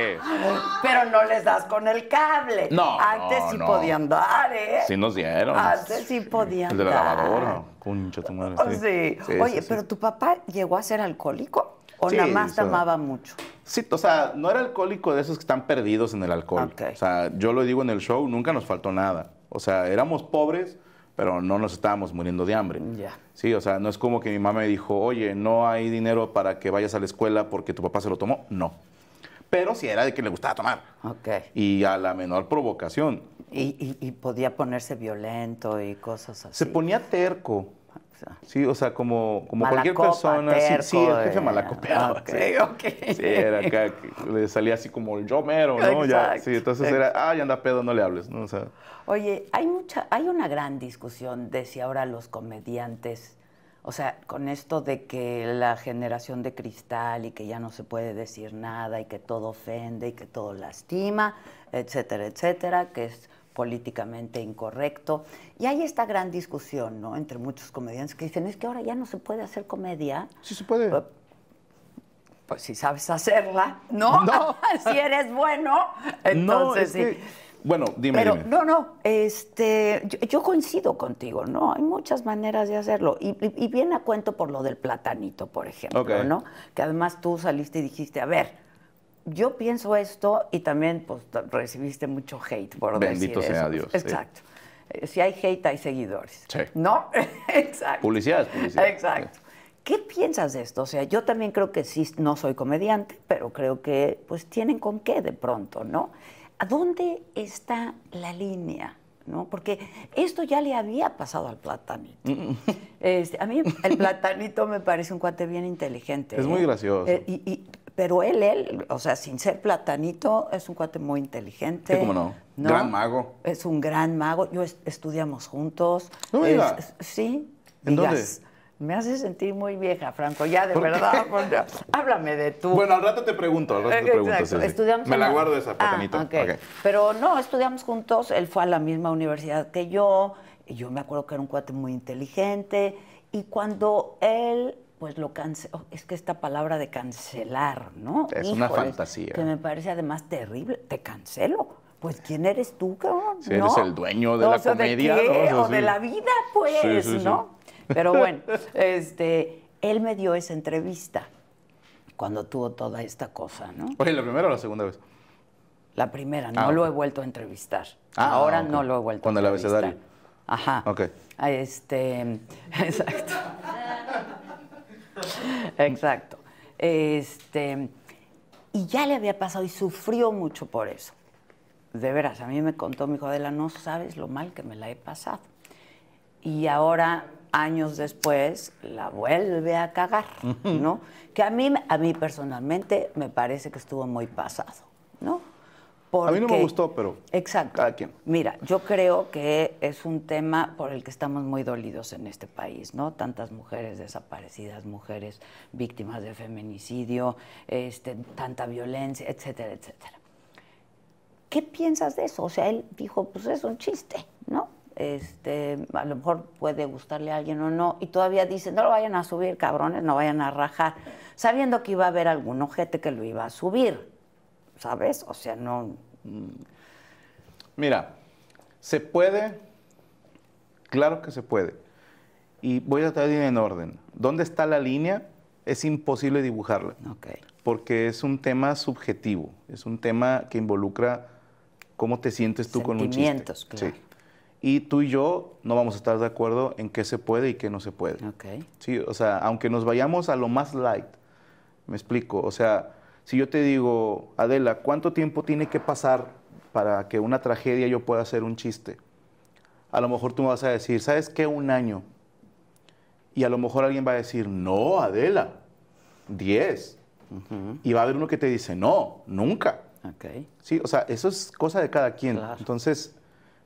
Speaker 1: Pero no les das con el cable.
Speaker 2: No,
Speaker 1: Antes
Speaker 2: no,
Speaker 1: sí
Speaker 2: no.
Speaker 1: podían dar, ¿eh?
Speaker 2: sí nos dieron.
Speaker 1: Antes sí podían
Speaker 2: El de la
Speaker 1: dar.
Speaker 2: lavadora. Concha tu madre.
Speaker 1: Oh, sí. Oye,
Speaker 2: sí.
Speaker 1: pero tu papá llegó a ser alcohólico o
Speaker 2: Sí,
Speaker 1: nada más te
Speaker 2: o sea,
Speaker 1: amaba mucho.
Speaker 2: Sí, o sea, no era alcohólico de esos que están perdidos en el alcohol.
Speaker 1: Ok.
Speaker 2: O sea, yo lo digo en el show, nunca nos faltó nada. O sea, éramos pobres, pero no nos estábamos muriendo de hambre.
Speaker 1: Ya.
Speaker 2: Sí, o sea, no es como que mi mamá me dijo, oye, no hay dinero para que vayas a la escuela porque tu papá se lo tomó. No. Pero sí era de que le gustaba tomar.
Speaker 1: Ok.
Speaker 2: Y a la menor provocación.
Speaker 1: Y, y- y podía ponerse violento y cosas así.
Speaker 2: Se ponía terco.
Speaker 1: O sea,
Speaker 2: Sí, o sea, como, como
Speaker 1: Malacopa,
Speaker 2: cualquier persona. sí, sí,
Speaker 1: terco,
Speaker 2: el jefe
Speaker 1: eh.
Speaker 2: malacopeaba.
Speaker 1: Ok,
Speaker 2: sí.
Speaker 1: ok.
Speaker 2: Sí, era acá, que le salía así como el yo mero, ¿no? Ya,
Speaker 1: Exacto,
Speaker 2: sí, entonces era, ay, anda pedo, no le hables, ¿no? O sea,
Speaker 1: Oye, hay mucha, hay una gran discusión de si ahora los comediantes, o sea, con esto de que la generación de cristal y que ya no se puede decir nada y que todo ofende y que todo lastima, etcétera, etcétera, que es políticamente incorrecto. Y hay esta gran discusión, ¿no? Entre muchos comediantes que dicen, es que ahora ya no se puede hacer comedia.
Speaker 2: sí se puede.
Speaker 1: Pues, Pues si sabes hacerla, ¿no?
Speaker 2: No.
Speaker 1: si eres bueno, entonces
Speaker 2: no, es
Speaker 1: sí.
Speaker 2: que- bueno, dime,
Speaker 1: Pero
Speaker 2: dime.
Speaker 1: no, no, este, yo, yo coincido contigo, ¿no? Hay muchas maneras de hacerlo. Y, y- y viene a cuento por lo del platanito, por ejemplo,
Speaker 2: Ok.
Speaker 1: ¿no? Que además tú saliste y dijiste, a ver, yo pienso esto y también pues, t- recibiste mucho hate por
Speaker 2: Bendito
Speaker 1: decir
Speaker 2: sea
Speaker 1: eso.
Speaker 2: Dios, sí.
Speaker 1: Exacto. Eh, Si hay hate, hay seguidores.
Speaker 2: Sí.
Speaker 1: ¿No? Exacto.
Speaker 2: Publicidad es publicidad.
Speaker 1: Exacto. ¿Qué piensas de esto? O sea, yo también creo que sí, no soy comediante, pero creo que pues tienen con qué de pronto, ¿no? ¿A dónde está la línea? ¿No? Porque esto ya le había pasado al
Speaker 2: Mm,
Speaker 1: platanito. Este, a mí el platanito me parece un cuate bien inteligente. ¿eh?
Speaker 2: Es muy gracioso.
Speaker 1: y- y- pero él, él, o sea, sin ser platanito, es un cuate muy inteligente.
Speaker 2: Sí, cómo no. Gran mago.
Speaker 1: Es un gran mago. Yo es- estudiamos juntos.
Speaker 2: No me
Speaker 1: Es-
Speaker 2: digas.
Speaker 1: sí.
Speaker 2: ¿En dónde?
Speaker 1: digas. Me hace sentir muy vieja, Franco, ya de
Speaker 2: ¿Por qué?
Speaker 1: verdad. pues, ya. Háblame de tú.
Speaker 2: Bueno, al rato te pregunto, al rato te pregunto.
Speaker 1: Eh, Exacto,
Speaker 2: sí, sí.
Speaker 1: estudiamos
Speaker 2: Me
Speaker 1: en
Speaker 2: la guardo esa, platanito.
Speaker 1: Ah, ok.
Speaker 2: Ok.
Speaker 1: Pero no, estudiamos juntos, él fue a la misma universidad que yo, y yo me acuerdo que era un cuate muy inteligente, y cuando él, pues lo canceló, es que esta palabra de cancelar, ¿no?
Speaker 2: Es una fantasía.
Speaker 1: Que me parece además terrible, te cancelo. Pues, ¿quién eres tú, cabrón?
Speaker 2: Si eres el dueño de
Speaker 1: O
Speaker 2: la
Speaker 1: sea,
Speaker 2: comedia,
Speaker 1: qué?
Speaker 2: ¿no? O sea,
Speaker 1: O de
Speaker 2: sí.
Speaker 1: la vida, pues,
Speaker 2: Sí, sí, sí.
Speaker 1: ¿no? Pero bueno, este, él me dio esa entrevista cuando tuvo toda esta cosa, ¿no?
Speaker 2: Oye, ¿la primera o la segunda vez?
Speaker 1: La primera, no
Speaker 2: Ah,
Speaker 1: lo
Speaker 2: ok.
Speaker 1: he vuelto a entrevistar.
Speaker 2: Ah,
Speaker 1: Ahora
Speaker 2: ah, ok.
Speaker 1: no lo he vuelto
Speaker 2: Con
Speaker 1: a
Speaker 2: el
Speaker 1: entrevistar.
Speaker 2: abecedario.
Speaker 1: Ajá.
Speaker 2: Ok.
Speaker 1: Ah, Este, exacto. exacto. Este, y ya le había pasado y sufrió mucho por eso. De veras, a mí me contó mi hijo Adela, no sabes lo mal que me la he pasado. Y ahora, años después, la vuelve a cagar, ¿no? Que a mí, a mí personalmente me parece que estuvo muy pasado, ¿no?
Speaker 2: A mí no me
Speaker 1: Porque-
Speaker 2: gustó, pero
Speaker 1: Exacto.
Speaker 2: cada quien.
Speaker 1: Mira, yo creo que es un tema por el que estamos muy dolidos en este país, ¿no? Tantas mujeres desaparecidas, mujeres víctimas de feminicidio, este, tanta violencia, etcétera, etcétera. ¿Qué piensas de eso? O sea, él dijo, pues es un chiste, ¿no? este, a lo mejor puede gustarle a alguien o no, y todavía dicen, no lo vayan a subir, cabrones, no vayan a rajar, sabiendo que iba a haber algún ojete que lo iba a subir, ¿sabes? O sea, no...
Speaker 2: Mira, se puede, claro que se puede. Y voy a tratar de ir en orden. ¿Dónde está la línea? Es imposible dibujarla,
Speaker 1: Ok.
Speaker 2: porque es un tema subjetivo, es un tema que involucra cómo te sientes tú con un chiste.
Speaker 1: Sentimientos, claro.
Speaker 2: Sí. Y tú y yo no vamos a estar de acuerdo en qué se puede y qué no se puede.
Speaker 1: Ok.
Speaker 2: Sí, o sea, aunque nos vayamos a lo más light, me explico. O sea, si yo te digo, Adela, ¿cuánto tiempo tiene que pasar para que una tragedia yo pueda hacer un chiste? A lo mejor tú me vas a decir, ¿sabes qué? Un año. Y a lo mejor alguien va a decir, no, Adela, 10. Y va a haber uno que te dice, no, nunca.
Speaker 1: Ok.
Speaker 2: Sí, o sea, eso es cosa de cada quien.
Speaker 1: Claro.
Speaker 2: Entonces,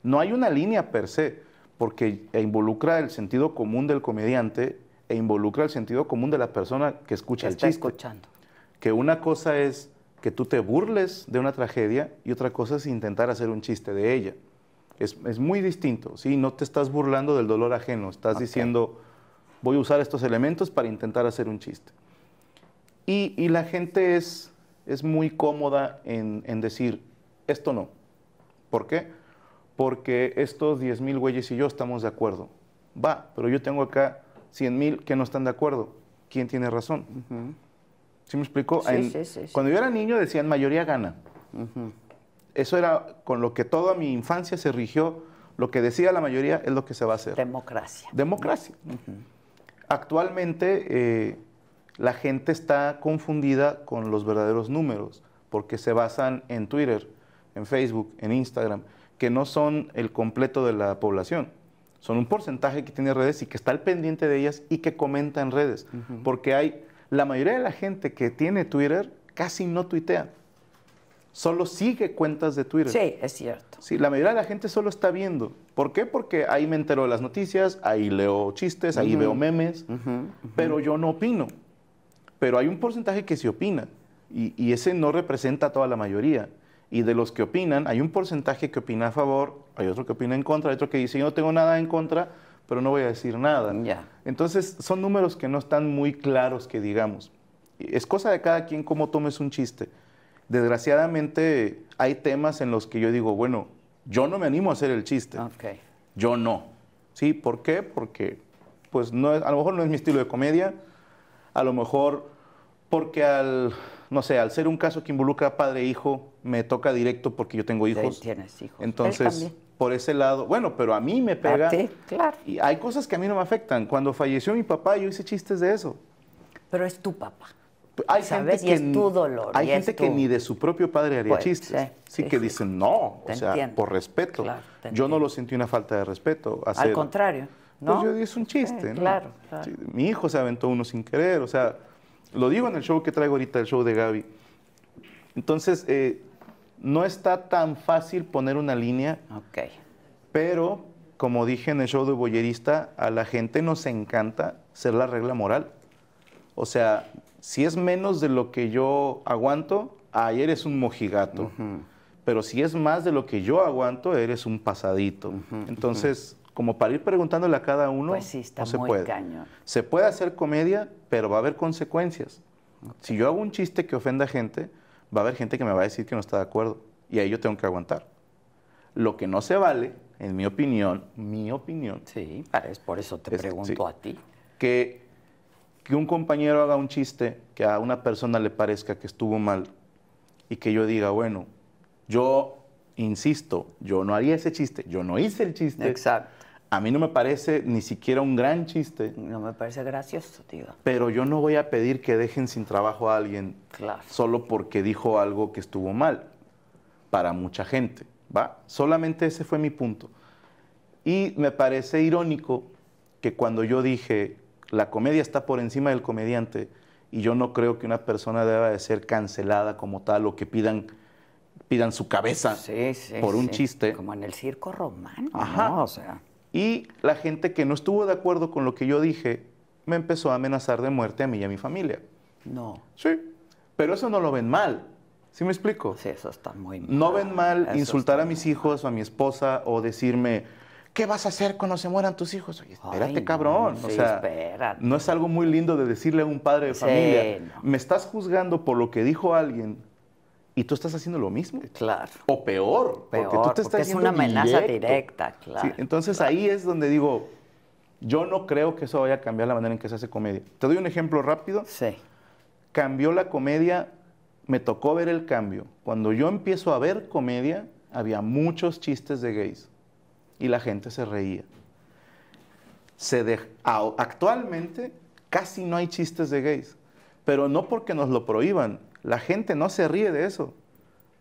Speaker 2: no hay una línea per se, porque e involucra el sentido común del comediante e involucra el sentido común de la persona que escucha
Speaker 1: Que
Speaker 2: el
Speaker 1: está
Speaker 2: chiste.
Speaker 1: escuchando.
Speaker 2: Que una cosa es que tú te burles de una tragedia y otra cosa es intentar hacer un chiste de ella. Es, es muy distinto, ¿sí? No te estás burlando del dolor ajeno, estás diciendo, voy a usar estos elementos para intentar hacer un chiste. Y, y la gente es, es muy cómoda en, en decir, esto no. ¿Por qué? Porque estos 10.000 güeyes y yo estamos de acuerdo. Va, pero yo tengo acá 100.000 que no están de acuerdo. ¿Quién tiene razón? ¿Sí me explico?
Speaker 1: Sí, sí, sí, sí.
Speaker 2: Cuando yo era niño decían mayoría gana. Eso era con lo que toda mi infancia se rigió. Lo que decía la mayoría es lo que se va a hacer.
Speaker 1: Democracia.
Speaker 2: Democracia. Actualmente eh, la gente está confundida con los verdaderos números, porque se basan en Twitter, en Facebook, en Instagram, que no son el completo de la población. Son un porcentaje que tiene redes y que está al pendiente de ellas y que comenta en redes. Porque hay la mayoría de la gente que tiene Twitter casi no tuitea. Solo sigue cuentas de Twitter.
Speaker 1: Sí, es cierto.
Speaker 2: Sí, la mayoría de la gente solo está viendo. ¿Por qué? Porque ahí me entero de las noticias, ahí leo chistes, ahí veo memes, pero yo no opino. Pero hay un porcentaje que sí opina y, y ese no representa a toda la mayoría. Y de los que opinan, hay un porcentaje que opina a favor, hay otro que opina en contra, hay otro que dice yo no tengo nada en contra, pero no voy a decir nada.
Speaker 1: Ya.
Speaker 2: Entonces son números que no están muy claros que digamos. Y Es cosa de cada quien cómo tomes un chiste. Desgraciadamente hay temas en los que yo digo, bueno, yo no me animo a hacer el chiste.
Speaker 1: Ok.
Speaker 2: Yo no. ¿Sí? ¿Por qué? Porque pues no es- a lo mejor no es mi estilo de comedia, a lo mejor porque al, no sé, al ser un caso que involucra a padre e hijo, me toca directo porque yo tengo hijos.
Speaker 1: tienes hijos. Él
Speaker 2: Entonces,
Speaker 1: también.
Speaker 2: por ese lado, bueno, pero a mí me pega.
Speaker 1: ti, claro.
Speaker 2: Y hay cosas que a mí no me afectan. Cuando falleció mi papá, yo hice chistes de eso.
Speaker 1: Pero es tu papá.
Speaker 2: Hay
Speaker 1: ¿Sabes? Y es
Speaker 2: n-
Speaker 1: tu dolor,
Speaker 2: Hay
Speaker 1: y es
Speaker 2: gente que
Speaker 1: tu-
Speaker 2: ni de su propio padre haría
Speaker 1: Pues,
Speaker 2: chistes.
Speaker 1: sí,
Speaker 2: Sí,
Speaker 1: sí,
Speaker 2: que
Speaker 1: sí.
Speaker 2: dicen, no, o
Speaker 1: Te
Speaker 2: sea,
Speaker 1: entiendo.
Speaker 2: por respeto.
Speaker 1: Claro, te
Speaker 2: yo
Speaker 1: entiendo.
Speaker 2: no lo sentí una falta de respeto.
Speaker 1: Al
Speaker 2: hacer-
Speaker 1: contrario,
Speaker 2: Pues
Speaker 1: ¿no?
Speaker 2: yo es un chiste, ¿no?
Speaker 1: claro, claro.
Speaker 2: Sí, mi hijo se aventó uno sin querer, o sea, lo digo en el show que traigo ahorita, el show de Gaby. Entonces, eh, no está tan fácil poner una línea
Speaker 1: Ok.
Speaker 2: pero, como dije en el show de Boyerista, a la gente nos encanta ser la regla moral. O sea, si es menos de lo que yo aguanto, ah, eres un mojigato. Pero si es más de lo que yo aguanto, eres un pasadito. Entonces, como para ir preguntándole a cada uno,
Speaker 1: Pues sí, está
Speaker 2: no se
Speaker 1: muy
Speaker 2: puede.
Speaker 1: cañón.
Speaker 2: Se puede hacer comedia, pero va a haber consecuencias. Si yo hago un chiste que ofenda a gente, va a haber gente que me va a decir que no está de acuerdo. Y ahí yo tengo que aguantar. Lo que no se vale, en mi opinión, mi opinión,
Speaker 1: Sí, para- es por eso te
Speaker 2: Es-
Speaker 1: pregunto
Speaker 2: sí.
Speaker 1: a ti.
Speaker 2: que, que un compañero haga un chiste que a una persona le parezca que estuvo mal y que yo diga, bueno, yo insisto, yo no haría ese chiste, yo no hice el chiste.
Speaker 1: Exacto.
Speaker 2: A mí no me parece ni siquiera un gran chiste,
Speaker 1: No me parece gracioso, digo.
Speaker 2: pero yo no voy a pedir que dejen sin trabajo a alguien
Speaker 1: Claro.
Speaker 2: solo porque dijo algo que estuvo mal para mucha gente, ¿va? Solamente ese fue mi punto. Y me parece irónico que cuando yo dije, la comedia está por encima del comediante, y yo no creo que una persona deba de ser cancelada como tal o que pidan, pidan su cabeza
Speaker 1: Sí, sí.
Speaker 2: Ah, por un
Speaker 1: sí.
Speaker 2: chiste.
Speaker 1: Como en el circo romano.
Speaker 2: Ajá.
Speaker 1: ¿no? O sea,
Speaker 2: Y la gente que no estuvo de acuerdo con lo que yo dije, me empezó a amenazar de muerte a mí y a mi familia.
Speaker 1: no.
Speaker 2: Sí, pero eso no lo ven mal. ¿Sí me explico?
Speaker 1: Sí, eso está muy mal.
Speaker 2: No ven mal
Speaker 1: Eso
Speaker 2: insultar
Speaker 1: está
Speaker 2: a
Speaker 1: muy
Speaker 2: mis hijos o a mi esposa o decirme ¿Qué vas a hacer cuando se mueran tus hijos? Oye, espérate,
Speaker 1: Ay, no,
Speaker 2: cabrón. o
Speaker 1: sí,
Speaker 2: sea,
Speaker 1: espérate.
Speaker 2: no es algo muy lindo de decirle a un padre de
Speaker 1: Sí,
Speaker 2: familia,
Speaker 1: no.
Speaker 2: me estás juzgando por lo que dijo alguien y tú estás haciendo lo mismo.
Speaker 1: Claro.
Speaker 2: O peor,
Speaker 1: Peor,
Speaker 2: porque tú
Speaker 1: porque
Speaker 2: te estás
Speaker 1: es
Speaker 2: yendo
Speaker 1: una amenaza
Speaker 2: directo.
Speaker 1: directa,
Speaker 2: Sí,
Speaker 1: claro,
Speaker 2: entonces ahí es donde digo, yo no creo que eso vaya a cambiar la manera en que se hace comedia. Te doy un ejemplo rápido.
Speaker 1: Sí.
Speaker 2: Cambió la comedia, me tocó ver el cambio. Cuando yo empiezo a ver comedia, había muchos chistes de gays y la gente se reía. Se dej- a- actualmente casi no hay chistes de gays, pero no porque nos lo prohíban. La gente no se ríe de eso.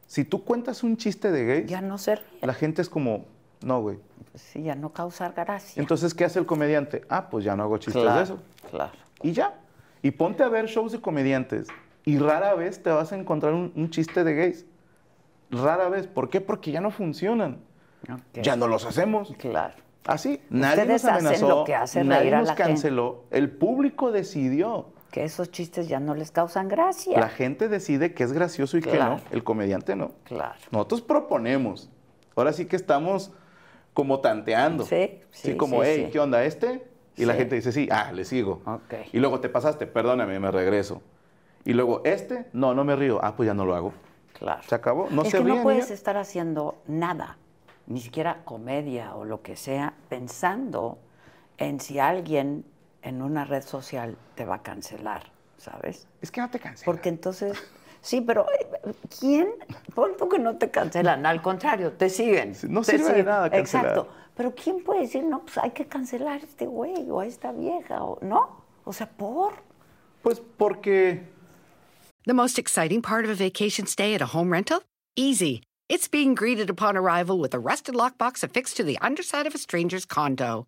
Speaker 2: Si tú cuentas un chiste de gays,
Speaker 1: Ya no se ríe.
Speaker 2: la gente es como, no, güey.
Speaker 1: Sí, ya no causar gracia.
Speaker 2: Entonces, ¿qué hace el comediante? Ah, pues ya no hago chistes
Speaker 1: claro,
Speaker 2: de eso.
Speaker 1: Claro.
Speaker 2: Y ya. Y ponte a ver shows de comediantes. Y rara vez te vas a encontrar un, un chiste de gays. Rara vez. ¿Por qué? Porque ya no funcionan.
Speaker 1: Ok.
Speaker 2: Ya no los hacemos.
Speaker 1: Claro.
Speaker 2: Así. Nadie
Speaker 1: Ustedes
Speaker 2: nos amenazó.
Speaker 1: hacen lo que hace
Speaker 2: nadie
Speaker 1: reír a
Speaker 2: nos
Speaker 1: la gente.
Speaker 2: canceló. El público decidió.
Speaker 1: Que esos chistes ya no les causan gracia.
Speaker 2: La gente decide qué es gracioso y
Speaker 1: Claro.
Speaker 2: qué no. El comediante no.
Speaker 1: Claro.
Speaker 2: Nosotros proponemos. Ahora sí que estamos como tanteando.
Speaker 1: Sí, sí,
Speaker 2: como,
Speaker 1: sí,
Speaker 2: hey,
Speaker 1: sí.
Speaker 2: ¿qué onda este? Y la
Speaker 1: Sí.
Speaker 2: gente dice, sí, ah, le sigo.
Speaker 1: Ok.
Speaker 2: Y luego te pasaste, perdóname, me regreso. Y luego, este, no, no me río. Ah, pues ya no lo hago.
Speaker 1: Claro.
Speaker 2: Se acabó. No
Speaker 1: es
Speaker 2: se
Speaker 1: que
Speaker 2: ríen
Speaker 1: no
Speaker 2: y
Speaker 1: puedes
Speaker 2: ya.
Speaker 1: estar haciendo nada, ni siquiera comedia o lo que sea, pensando en si alguien en una red social te va a cancelar, ¿sabes?
Speaker 2: Es que no te canses.
Speaker 1: Porque entonces, sí, pero eh, ¿quién? Por tú que no te cancelan, al contrario, te siguen.
Speaker 2: Sí, no
Speaker 1: te
Speaker 2: sirve de
Speaker 1: siguen.
Speaker 2: nada cancelar.
Speaker 1: Exacto. Pero ¿quién puede decir, no, pues hay que cancelar a este güey o a esta vieja, o no? O sea, por.
Speaker 2: Pues porque
Speaker 3: The most exciting part of a vacation stay at a home rental? Easy. It's being greeted upon arrival with a rusted lockbox affixed to the underside of a stranger's condo.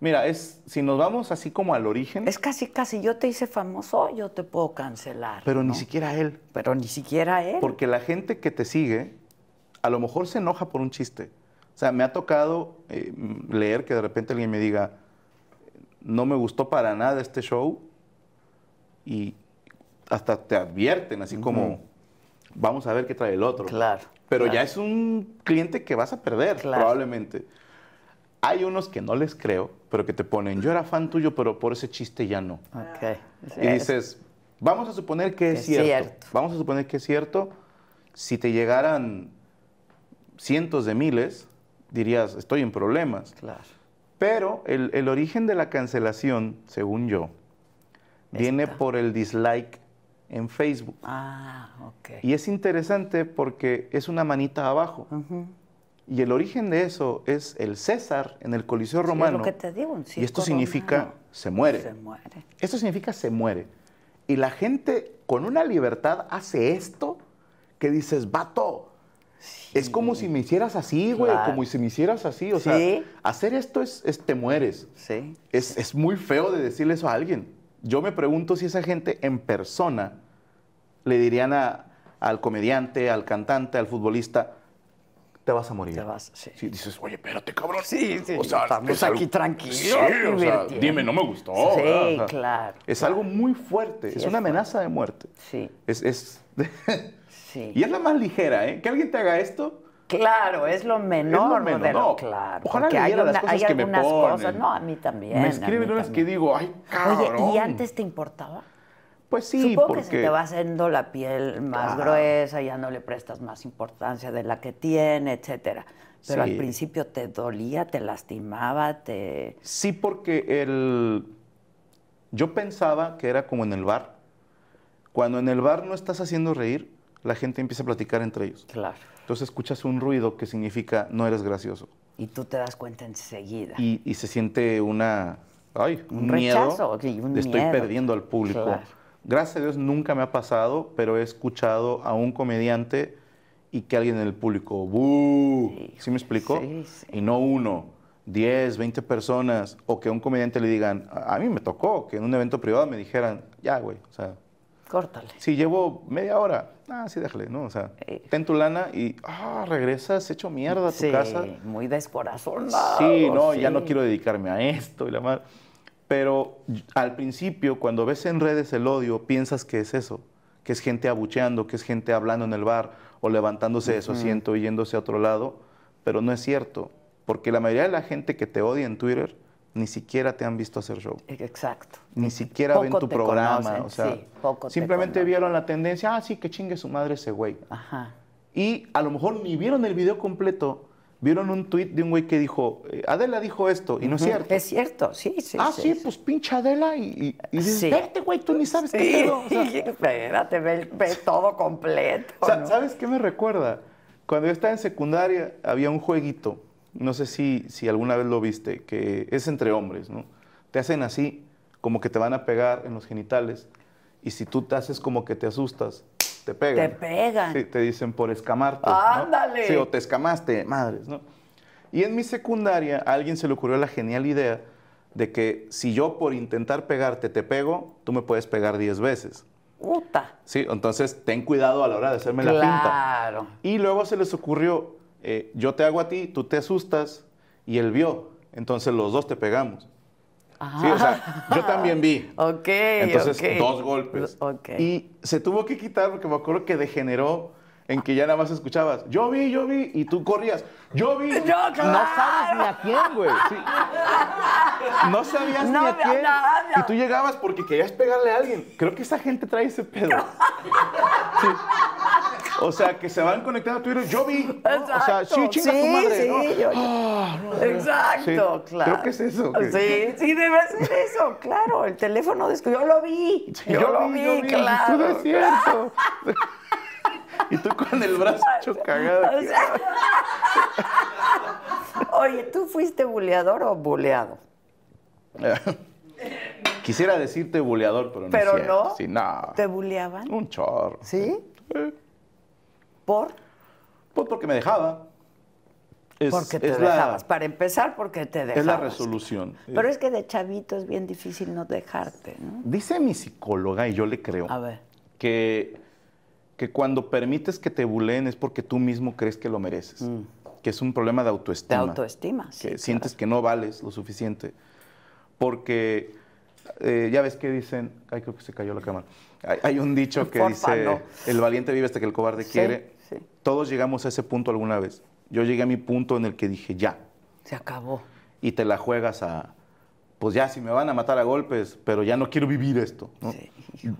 Speaker 2: Mira, es si nos vamos así como al origen,
Speaker 1: Es casi, casi, yo te hice famoso, yo te puedo cancelar.
Speaker 2: pero
Speaker 1: ¿no?
Speaker 2: ni siquiera él.
Speaker 1: Pero ni siquiera él.
Speaker 2: Porque la gente que te sigue, a lo mejor se enoja por un chiste. O sea, me ha tocado eh, m- leer que de repente alguien me diga, no me gustó para nada este show, y hasta te advierten, así como, vamos a ver qué trae el otro.
Speaker 1: Claro,
Speaker 2: Pero
Speaker 1: claro.
Speaker 2: ya es un cliente que vas a perder,
Speaker 1: Claro.
Speaker 2: probablemente. Hay unos que no les creo, pero que te ponen, yo era fan tuyo, pero por ese chiste ya no.
Speaker 1: Ok. Sí,
Speaker 2: Y dices, vamos a suponer que es
Speaker 1: es
Speaker 2: cierto.
Speaker 1: cierto.
Speaker 2: Vamos a suponer que es cierto. Si te llegaran cientos de miles, dirías, estoy en problemas.
Speaker 1: Claro.
Speaker 2: Pero el, el origen de la cancelación, según yo, viene
Speaker 1: Está.
Speaker 2: por el dislike en Facebook.
Speaker 1: Ah, ok.
Speaker 2: Y es interesante porque es una manita abajo. Y el origen de eso es el César en el Coliseo
Speaker 1: Sí, es
Speaker 2: Romano.
Speaker 1: lo que te digo, un
Speaker 2: y esto
Speaker 1: circo
Speaker 2: significa
Speaker 1: romano.
Speaker 2: se muere.
Speaker 1: Se muere.
Speaker 2: Esto significa se muere. Y la gente con una libertad hace esto que dices, vato, es como si me hicieras así, güey,
Speaker 1: Claro.
Speaker 2: como si me hicieras así. O
Speaker 1: Sí.
Speaker 2: sea, hacer esto es, es te mueres.
Speaker 1: Sí.
Speaker 2: Es, es muy feo de decirle eso a alguien. Yo me pregunto si esa gente en persona le dirían a- al comediante, al cantante, al futbolista, te vas a morir.
Speaker 1: Te vas, sí.
Speaker 2: Sí, dices, oye, espérate, cabrón.
Speaker 1: Sí, sí,
Speaker 2: O sea,
Speaker 1: estamos
Speaker 2: es algo-
Speaker 1: aquí tranquilos,
Speaker 2: Sí, o sea,
Speaker 1: divirtiendo.
Speaker 2: dime, no me gustó.
Speaker 1: Sí,
Speaker 2: ¿verdad? O sea,
Speaker 1: claro,
Speaker 2: Es algo muy fuerte, es
Speaker 1: es
Speaker 2: una amenaza de muerte.
Speaker 1: Sí,
Speaker 2: Es, es-
Speaker 1: sí.
Speaker 2: y es la más ligera, ¿eh? Que alguien te haga esto.
Speaker 1: Claro, es lo menor
Speaker 2: menos,
Speaker 1: de lo
Speaker 2: no.
Speaker 1: claro.
Speaker 2: Ojalá
Speaker 1: porque hay,
Speaker 2: leyera las
Speaker 1: una-
Speaker 2: cosas
Speaker 1: hay
Speaker 2: que me
Speaker 1: algunas cosas,
Speaker 2: ponen.
Speaker 1: no, a mí también.
Speaker 2: me
Speaker 1: a
Speaker 2: escriben
Speaker 1: mí
Speaker 2: unas que
Speaker 1: también.
Speaker 2: digo, ay, cabrón.
Speaker 1: Oye, ¿y antes te importaba?
Speaker 2: Pues sí,
Speaker 1: Supongo
Speaker 2: porque...
Speaker 1: que se te va haciendo la piel más
Speaker 2: Claro.
Speaker 1: gruesa, ya no le prestas más importancia de la que tiene, etcétera. Pero
Speaker 2: Sí.
Speaker 1: al principio te dolía, te lastimaba, te
Speaker 2: Sí, porque el, Yo pensaba que era como en el bar. Cuando en el bar no estás haciendo reír, la gente empieza a platicar entre ellos.
Speaker 1: Claro.
Speaker 2: Entonces escuchas un ruido que significa no eres gracioso.
Speaker 1: Y tú te das cuenta enseguida.
Speaker 2: Y, y se siente una. Ay,
Speaker 1: Un
Speaker 2: un, miedo.
Speaker 1: rechazo, sí, un
Speaker 2: de estoy
Speaker 1: miedo.
Speaker 2: perdiendo al público.
Speaker 1: Claro.
Speaker 2: Gracias a Dios nunca me ha pasado, pero he escuchado a un comediante y que alguien en el público. "Bú". ¿Sí, me explicó?
Speaker 1: sí, sí.
Speaker 2: Y no uno, 10, 20 personas. O que a un comediante le digan. A a mí me tocó que en un evento privado me dijeran. Ya, güey. O sea,
Speaker 1: Córtale.
Speaker 2: si llevo media hora, ah, sí, déjale, ¿no? O sea,
Speaker 1: Eh.
Speaker 2: ten tu lana y ah, regresas hecho mierda a tu
Speaker 1: Sí,
Speaker 2: casa.
Speaker 1: muy descorazonado.
Speaker 2: sí, no, ya
Speaker 1: sí.
Speaker 2: no quiero dedicarme a esto y la madre. Pero y- al principio, cuando ves en redes el odio, piensas que es eso, que es gente abucheando, que es gente hablando en el bar o levantándose de su asiento y yéndose a otro lado, pero no es cierto, porque la mayoría de la gente que te odia en Twitter ni siquiera te han visto hacer show
Speaker 1: Exacto.
Speaker 2: ni siquiera
Speaker 1: Poco
Speaker 2: ven tu
Speaker 1: te
Speaker 2: programa.
Speaker 1: conocen,
Speaker 2: o sea,
Speaker 1: sí, poco te
Speaker 2: simplemente
Speaker 1: conocen.
Speaker 2: vieron la tendencia, ah, sí, que chingue su madre ese güey.
Speaker 1: Ajá.
Speaker 2: Y a lo mejor ni vieron el video completo, vieron un tweet de un güey que dijo, eh, Adela dijo esto, y no es cierto.
Speaker 1: Es cierto, sí, sí.
Speaker 2: ah, sí, pues pinche Adela, y, y, y dices,
Speaker 1: Sí.
Speaker 2: "Espérate, güey, tú ni sabes qué
Speaker 1: Sí,
Speaker 2: pedo", o sea,
Speaker 1: espérate, ve, el- ve todo completo.
Speaker 2: O sea,
Speaker 1: ¿no?
Speaker 2: ¿Sabes qué me recuerda? Cuando yo estaba en secundaria había un jueguito, no sé si, si alguna vez lo viste, que es entre hombres, ¿no? Te hacen así, como que te van a pegar en los genitales, y si tú te haces como que te asustas, te pegan.
Speaker 1: Te pegan.
Speaker 2: Sí, te dicen por escamarte. ¿no?
Speaker 1: ¡Ándale!
Speaker 2: Sí, o te escamaste, madres, ¿no? Y en mi secundaria a alguien se le ocurrió la genial idea de que si yo por intentar pegarte te pego, tú me puedes pegar 10 veces.
Speaker 1: Puta.
Speaker 2: Sí, entonces ten cuidado a la hora de hacerme la pinta.
Speaker 1: Claro.
Speaker 2: Y luego se les ocurrió, eh, yo te hago a ti, tú te asustas, y él vio. Entonces los dos te pegamos. Sí, o sea, yo también vi.
Speaker 1: Ok,
Speaker 2: Entonces,
Speaker 1: ok.
Speaker 2: dos golpes.
Speaker 1: Ok.
Speaker 2: Y se tuvo que quitar porque me acuerdo que degeneró en que ya nada más escuchabas, yo vi, yo vi, y tú corrías, yo vi.
Speaker 1: Yo,
Speaker 2: No
Speaker 1: claro.
Speaker 2: sabes ni a quién, güey. Sí. No sabías
Speaker 1: No,
Speaker 2: ni a
Speaker 1: no,
Speaker 2: quién.
Speaker 1: no, no.
Speaker 2: Y tú llegabas porque querías pegarle a alguien. Creo que esa gente trae ese pedo. Sí. O sea, que se van conectando a Twitter. Yo vi. ¿no? O sea,
Speaker 1: Exacto.
Speaker 2: sí, chinga tu
Speaker 1: Sí,
Speaker 2: madre.
Speaker 1: sí,
Speaker 2: ¿no?
Speaker 1: yo-
Speaker 2: Ah, no, no, no. Sí.
Speaker 1: Exacto, claro.
Speaker 2: Creo que es eso. que-
Speaker 1: Sí, sí, debe ser eso, claro. El teléfono de yo lo vi.
Speaker 2: Sí,
Speaker 1: yo, lo vi,
Speaker 2: yo
Speaker 1: claro.
Speaker 2: Todo es cierto. y tú con el brazo hecho cagado.
Speaker 1: O sea- Oye, ¿tú fuiste buleador o buleado?
Speaker 2: Quisiera decirte buleador, pero no.
Speaker 1: Pero
Speaker 2: es cierto.
Speaker 1: no.
Speaker 2: Sí, no.
Speaker 1: ¿Te buleaban?
Speaker 2: Ah. Un chorro.
Speaker 1: ¿Sí?
Speaker 2: Eh,
Speaker 1: ¿Por?
Speaker 2: Pues porque me dejaba. Es,
Speaker 1: porque te
Speaker 2: es la-
Speaker 1: dejabas. Para empezar, porque te dejabas.
Speaker 2: es la resolución.
Speaker 1: Pero es que de chavito es bien difícil no dejarte, ¿no?
Speaker 2: Dice mi psicóloga, y yo le creo,
Speaker 1: A ver.
Speaker 2: que, que cuando permites que te buleen es porque tú mismo crees que lo mereces. Que es un problema de
Speaker 1: Mm. De
Speaker 2: autoestima.
Speaker 1: autoestima, Ah, sí.
Speaker 2: que sientes que no vales lo suficiente. Porque eh, ya ves que dicen, ay, creo que se cayó la cámara. Hay, hay un dicho que
Speaker 1: Porfa,
Speaker 2: dice,
Speaker 1: no.
Speaker 2: el valiente vive hasta que el cobarde
Speaker 1: Sí,
Speaker 2: quiere.
Speaker 1: sí.
Speaker 2: Todos llegamos a ese punto alguna vez. Yo llegué a mi punto en el que dije, ya,
Speaker 1: Se acabó.
Speaker 2: y te la juegas a, pues ya, si me van a matar a golpes, pero ya no quiero vivir esto. ¿no?
Speaker 1: Sí,